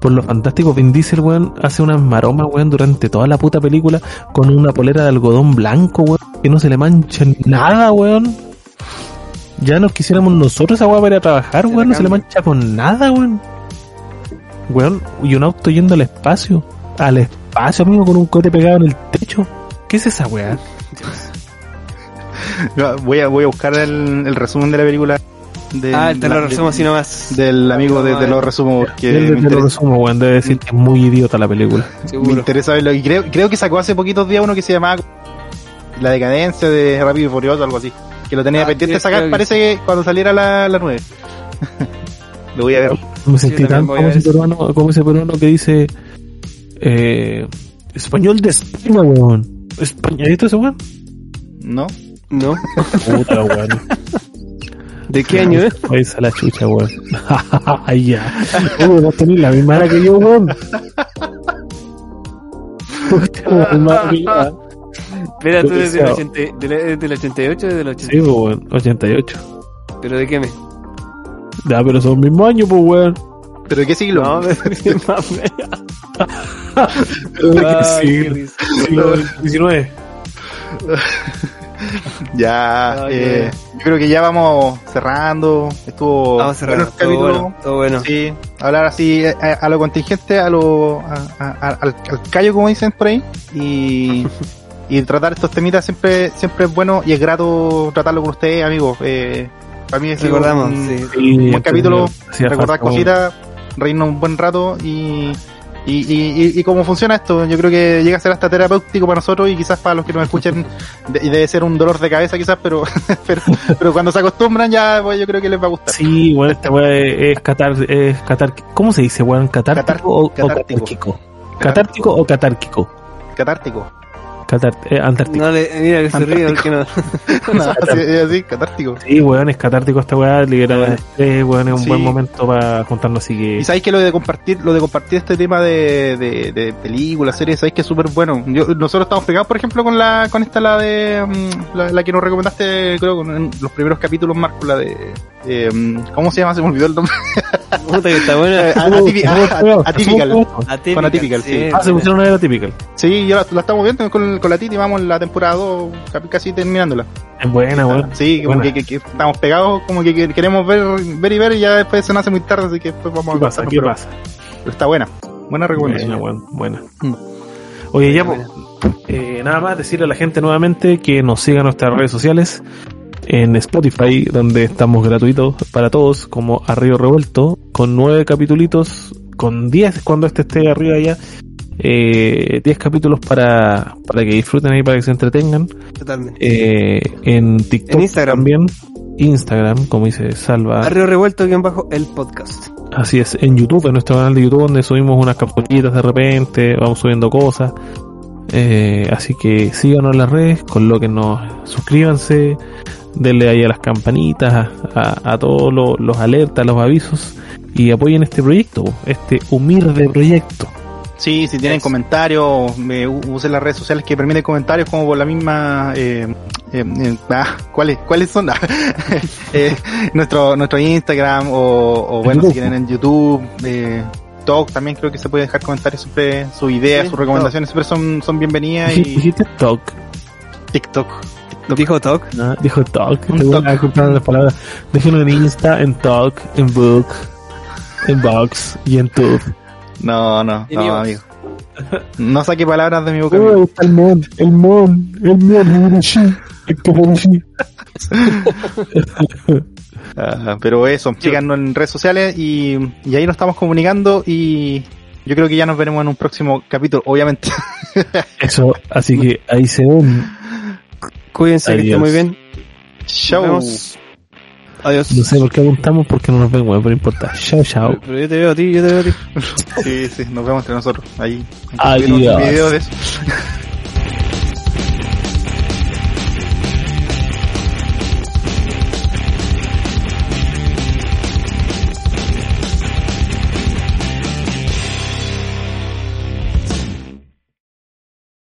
[SPEAKER 4] Por lo fantástico, Vin Diesel, weón, hace unas maromas, weón, durante toda la puta película con una polera de algodón blanco, weón, que no se le mancha nada, weón. Ya nos quisiéramos nosotros esa weá para ir a trabajar,
[SPEAKER 2] Se la
[SPEAKER 4] weón, no se le
[SPEAKER 2] cambio.
[SPEAKER 4] mancha con nada, weón. Weón, y un auto yendo al espacio, al espacio, amigo, con un cohete pegado en el techo. ¿Qué es esa weá?
[SPEAKER 3] Yo Voy a, voy a buscar el, el resumen de la película. del-
[SPEAKER 2] ah, te
[SPEAKER 3] la-
[SPEAKER 2] lo resumo Ah, así nomás.
[SPEAKER 3] Del amigo de
[SPEAKER 2] eh.
[SPEAKER 3] Te lo resumo porque
[SPEAKER 4] Él
[SPEAKER 3] me
[SPEAKER 4] te lo
[SPEAKER 3] interesa,
[SPEAKER 4] resumo, weón, debe decir que es muy idiota la
[SPEAKER 3] *laughs*
[SPEAKER 4] película.
[SPEAKER 3] me
[SPEAKER 2] Seguro.
[SPEAKER 3] interesa verlo. Y creo, creo que sacó hace poquitos días uno que se llamaba La Decadencia de Rápido y Furioso algo así. Que lo tenía
[SPEAKER 2] Ah,
[SPEAKER 3] pendiente
[SPEAKER 2] creo-
[SPEAKER 3] de sacar,
[SPEAKER 2] creo que
[SPEAKER 3] parece que cuando saliera la, la 9. *laughs* lo voy a ver.
[SPEAKER 4] Me sentí
[SPEAKER 2] también
[SPEAKER 4] tan
[SPEAKER 2] voy a
[SPEAKER 4] como
[SPEAKER 2] ver
[SPEAKER 4] ese,
[SPEAKER 2] eso.
[SPEAKER 4] peruano, como ese peruano que dice eh, Español de España, weón. ¿Españolito ese weón?
[SPEAKER 3] ¿No?
[SPEAKER 2] ¿No?
[SPEAKER 4] Puta, *laughs* weón.
[SPEAKER 2] ¿De qué año es?
[SPEAKER 4] Ahí está la chucha, weón. *laughs* Ay, ya. Uy, vos tenés la misma hora que yo, weón. Puta,
[SPEAKER 3] pues,
[SPEAKER 4] la misma hora que yo.
[SPEAKER 2] Espera, tú eres del,
[SPEAKER 4] Demasiado.
[SPEAKER 2] 80, del, eres del 88 o del 80.
[SPEAKER 4] Sí, pues, weón. 88.
[SPEAKER 2] ¿Pero de qué mes?
[SPEAKER 4] Ya, pero son mismos años, pues,
[SPEAKER 3] *laughs*
[SPEAKER 4] weón.
[SPEAKER 3] ¿Pero de qué siglo?
[SPEAKER 2] *laughs* No,
[SPEAKER 3] *laughs*
[SPEAKER 2] de qué más mes.
[SPEAKER 4] Ay, qué risa. Siglo XIX.
[SPEAKER 3] Ya,
[SPEAKER 2] Ay,
[SPEAKER 3] eh, yo creo que ya vamos cerrando. Estuvo
[SPEAKER 2] Vamos a cerrar.
[SPEAKER 3] bueno el
[SPEAKER 2] Todo
[SPEAKER 3] capítulo.
[SPEAKER 2] bueno. Todo bueno.
[SPEAKER 3] Sí, hablar así a, a lo contingente, a lo, a- a- a- al, al callo, como dicen por ahí. Y, y tratar estos temitas siempre siempre es bueno y es grato tratarlo con ustedes, amigos. Eh, para mí es
[SPEAKER 2] Recordamos,
[SPEAKER 3] un-
[SPEAKER 2] sí.
[SPEAKER 4] Sí,
[SPEAKER 3] buen
[SPEAKER 4] entonces,
[SPEAKER 3] capítulo,
[SPEAKER 4] hacía
[SPEAKER 3] recordar
[SPEAKER 4] falta, weón.
[SPEAKER 3] cositas, reírnos un buen rato y, y, y, y- y cómo funciona esto. Yo creo que llega a ser hasta terapéutico para nosotros y quizás para los que nos escuchen de- debe ser un dolor de cabeza quizás, pero, *laughs* pero, pero cuando se acostumbran ya pues, yo creo que les va a gustar.
[SPEAKER 4] Sí, bueno, esta weá es, es catar, es catar, ¿cómo se dice, weón? ¿Catártico
[SPEAKER 3] Catar-
[SPEAKER 4] o, o
[SPEAKER 3] catártico.
[SPEAKER 4] catártico? ¿Catártico o catárquico?
[SPEAKER 3] Catártico.
[SPEAKER 4] Catar eh, Antártico.
[SPEAKER 2] No le, mira que se ríe porque
[SPEAKER 3] *laughs*
[SPEAKER 2] no.
[SPEAKER 3] No, así, es así, catártico.
[SPEAKER 4] Sí, weón, es catártico esta weá, liberar el estrés, weón, es un
[SPEAKER 3] Sí.
[SPEAKER 4] buen momento para juntarnos, así que...
[SPEAKER 3] Y sabéis que lo de compartir, lo de compartir este tema de, de, de películas, series, sabéis que es súper bueno. Yo, nosotros estamos pegados, por ejemplo, con la, con esta la de mm, la, la que nos recomendaste, creo, con- en los primeros capítulos, Marco, la de eh, mm, ¿cómo se llama? Se me
[SPEAKER 4] *laughs*
[SPEAKER 3] olvidó el nombre.
[SPEAKER 2] Puta que está buena. Ah,
[SPEAKER 3] a- atípica- a- a- atípical.
[SPEAKER 2] Atípica,
[SPEAKER 3] Con Atypical, Eh, sí.
[SPEAKER 4] Ah, se pusieron una de la típica.
[SPEAKER 3] Sí, yo la, la estamos viendo con, con la Titi, vamos en la temporada 2, casi terminándola.
[SPEAKER 4] Es buena, weón.
[SPEAKER 3] Sí, como
[SPEAKER 4] Ah, Buena.
[SPEAKER 3] que, que- que estamos pegados, como que, que queremos ver, ver y ver y ya después se nos hace muy tarde, así que después vamos
[SPEAKER 4] ¿Qué
[SPEAKER 3] a
[SPEAKER 4] pasa?
[SPEAKER 3] pasarnos,
[SPEAKER 4] ¿Qué
[SPEAKER 3] pero,
[SPEAKER 4] pasa?
[SPEAKER 3] pero está buena. Buena recomendación.
[SPEAKER 4] Buena, weón, buena.
[SPEAKER 3] Mm.
[SPEAKER 4] Oye, ya, pues, eh, nada más decirle a la gente nuevamente que nos siga en nuestras redes sociales, en Spotify, donde estamos gratuitos para todos, como a Río Revuelto, con nueve capítulos, con diez cuando este esté arriba ya, eh, diez capítulos para, para que disfruten ahí, para que se entretengan,
[SPEAKER 2] Totalmente.
[SPEAKER 4] eh, en TikTok
[SPEAKER 2] En Instagram.
[SPEAKER 4] también, Instagram, como dice Salva,
[SPEAKER 2] Barrio revuelto guión bajo el podcast.
[SPEAKER 4] Así es, en YouTube, en nuestro canal de YouTube, donde subimos unas capturillas de repente, vamos subiendo cosas. Eh, así que síganos en las redes, colóquenos, suscríbanse, denle ahí a las campanitas, a, a todos lo- los alertas, los avisos y apoyen este proyecto, este humilde proyecto.
[SPEAKER 3] Sí, si tienen
[SPEAKER 2] Eso.
[SPEAKER 3] comentarios, me u- usen las redes sociales que permiten comentarios como por la misma... Eh, eh, eh, ah, ¿cuáles, ¿Cuáles son? *laughs* Ah, eh, nuestro, nuestro Instagram o, o bueno, si quieren en YouTube, eh, Talk también creo que se puede dejar comentarios, siempre sus ideas,
[SPEAKER 2] Sí,
[SPEAKER 3] sus recomendaciones siempre son, son bienvenidas
[SPEAKER 4] Dij-
[SPEAKER 3] y
[SPEAKER 4] Dijiste talk,
[SPEAKER 3] TikTok.
[SPEAKER 2] Dijo Talk.
[SPEAKER 4] ¿no? dijo talk,
[SPEAKER 3] Un
[SPEAKER 4] te voy
[SPEAKER 3] talk.
[SPEAKER 4] a comprar las palabras. Déjenlo en Insta, en talk, en book, en box y en tube.
[SPEAKER 3] No, no,
[SPEAKER 2] En
[SPEAKER 3] no,
[SPEAKER 2] iVoox.
[SPEAKER 3] amigo. No saque palabras de mi boca. amigo.
[SPEAKER 4] Uy, está el mon, el mon, el mon, sí, el como sí.
[SPEAKER 3] Ah, pero eso, síganos en redes sociales y, y ahí nos estamos comunicando y yo creo que ya nos veremos en un próximo capítulo, obviamente.
[SPEAKER 4] Eso, así que ahí se ven.
[SPEAKER 2] Cuídense, que
[SPEAKER 4] Adiós.
[SPEAKER 2] estén muy bien.
[SPEAKER 3] Chau.
[SPEAKER 2] Nos vemos. Adiós.
[SPEAKER 4] No sé por qué apuntamos porque no nos ven, weón, pero no importa. Chao, chao.
[SPEAKER 2] Pero- pero yo te veo a ti, yo te veo a ti.
[SPEAKER 3] Sí, sí, nos vemos entre nosotros. Ahí.
[SPEAKER 4] Adiós.
[SPEAKER 3] Videos de eso.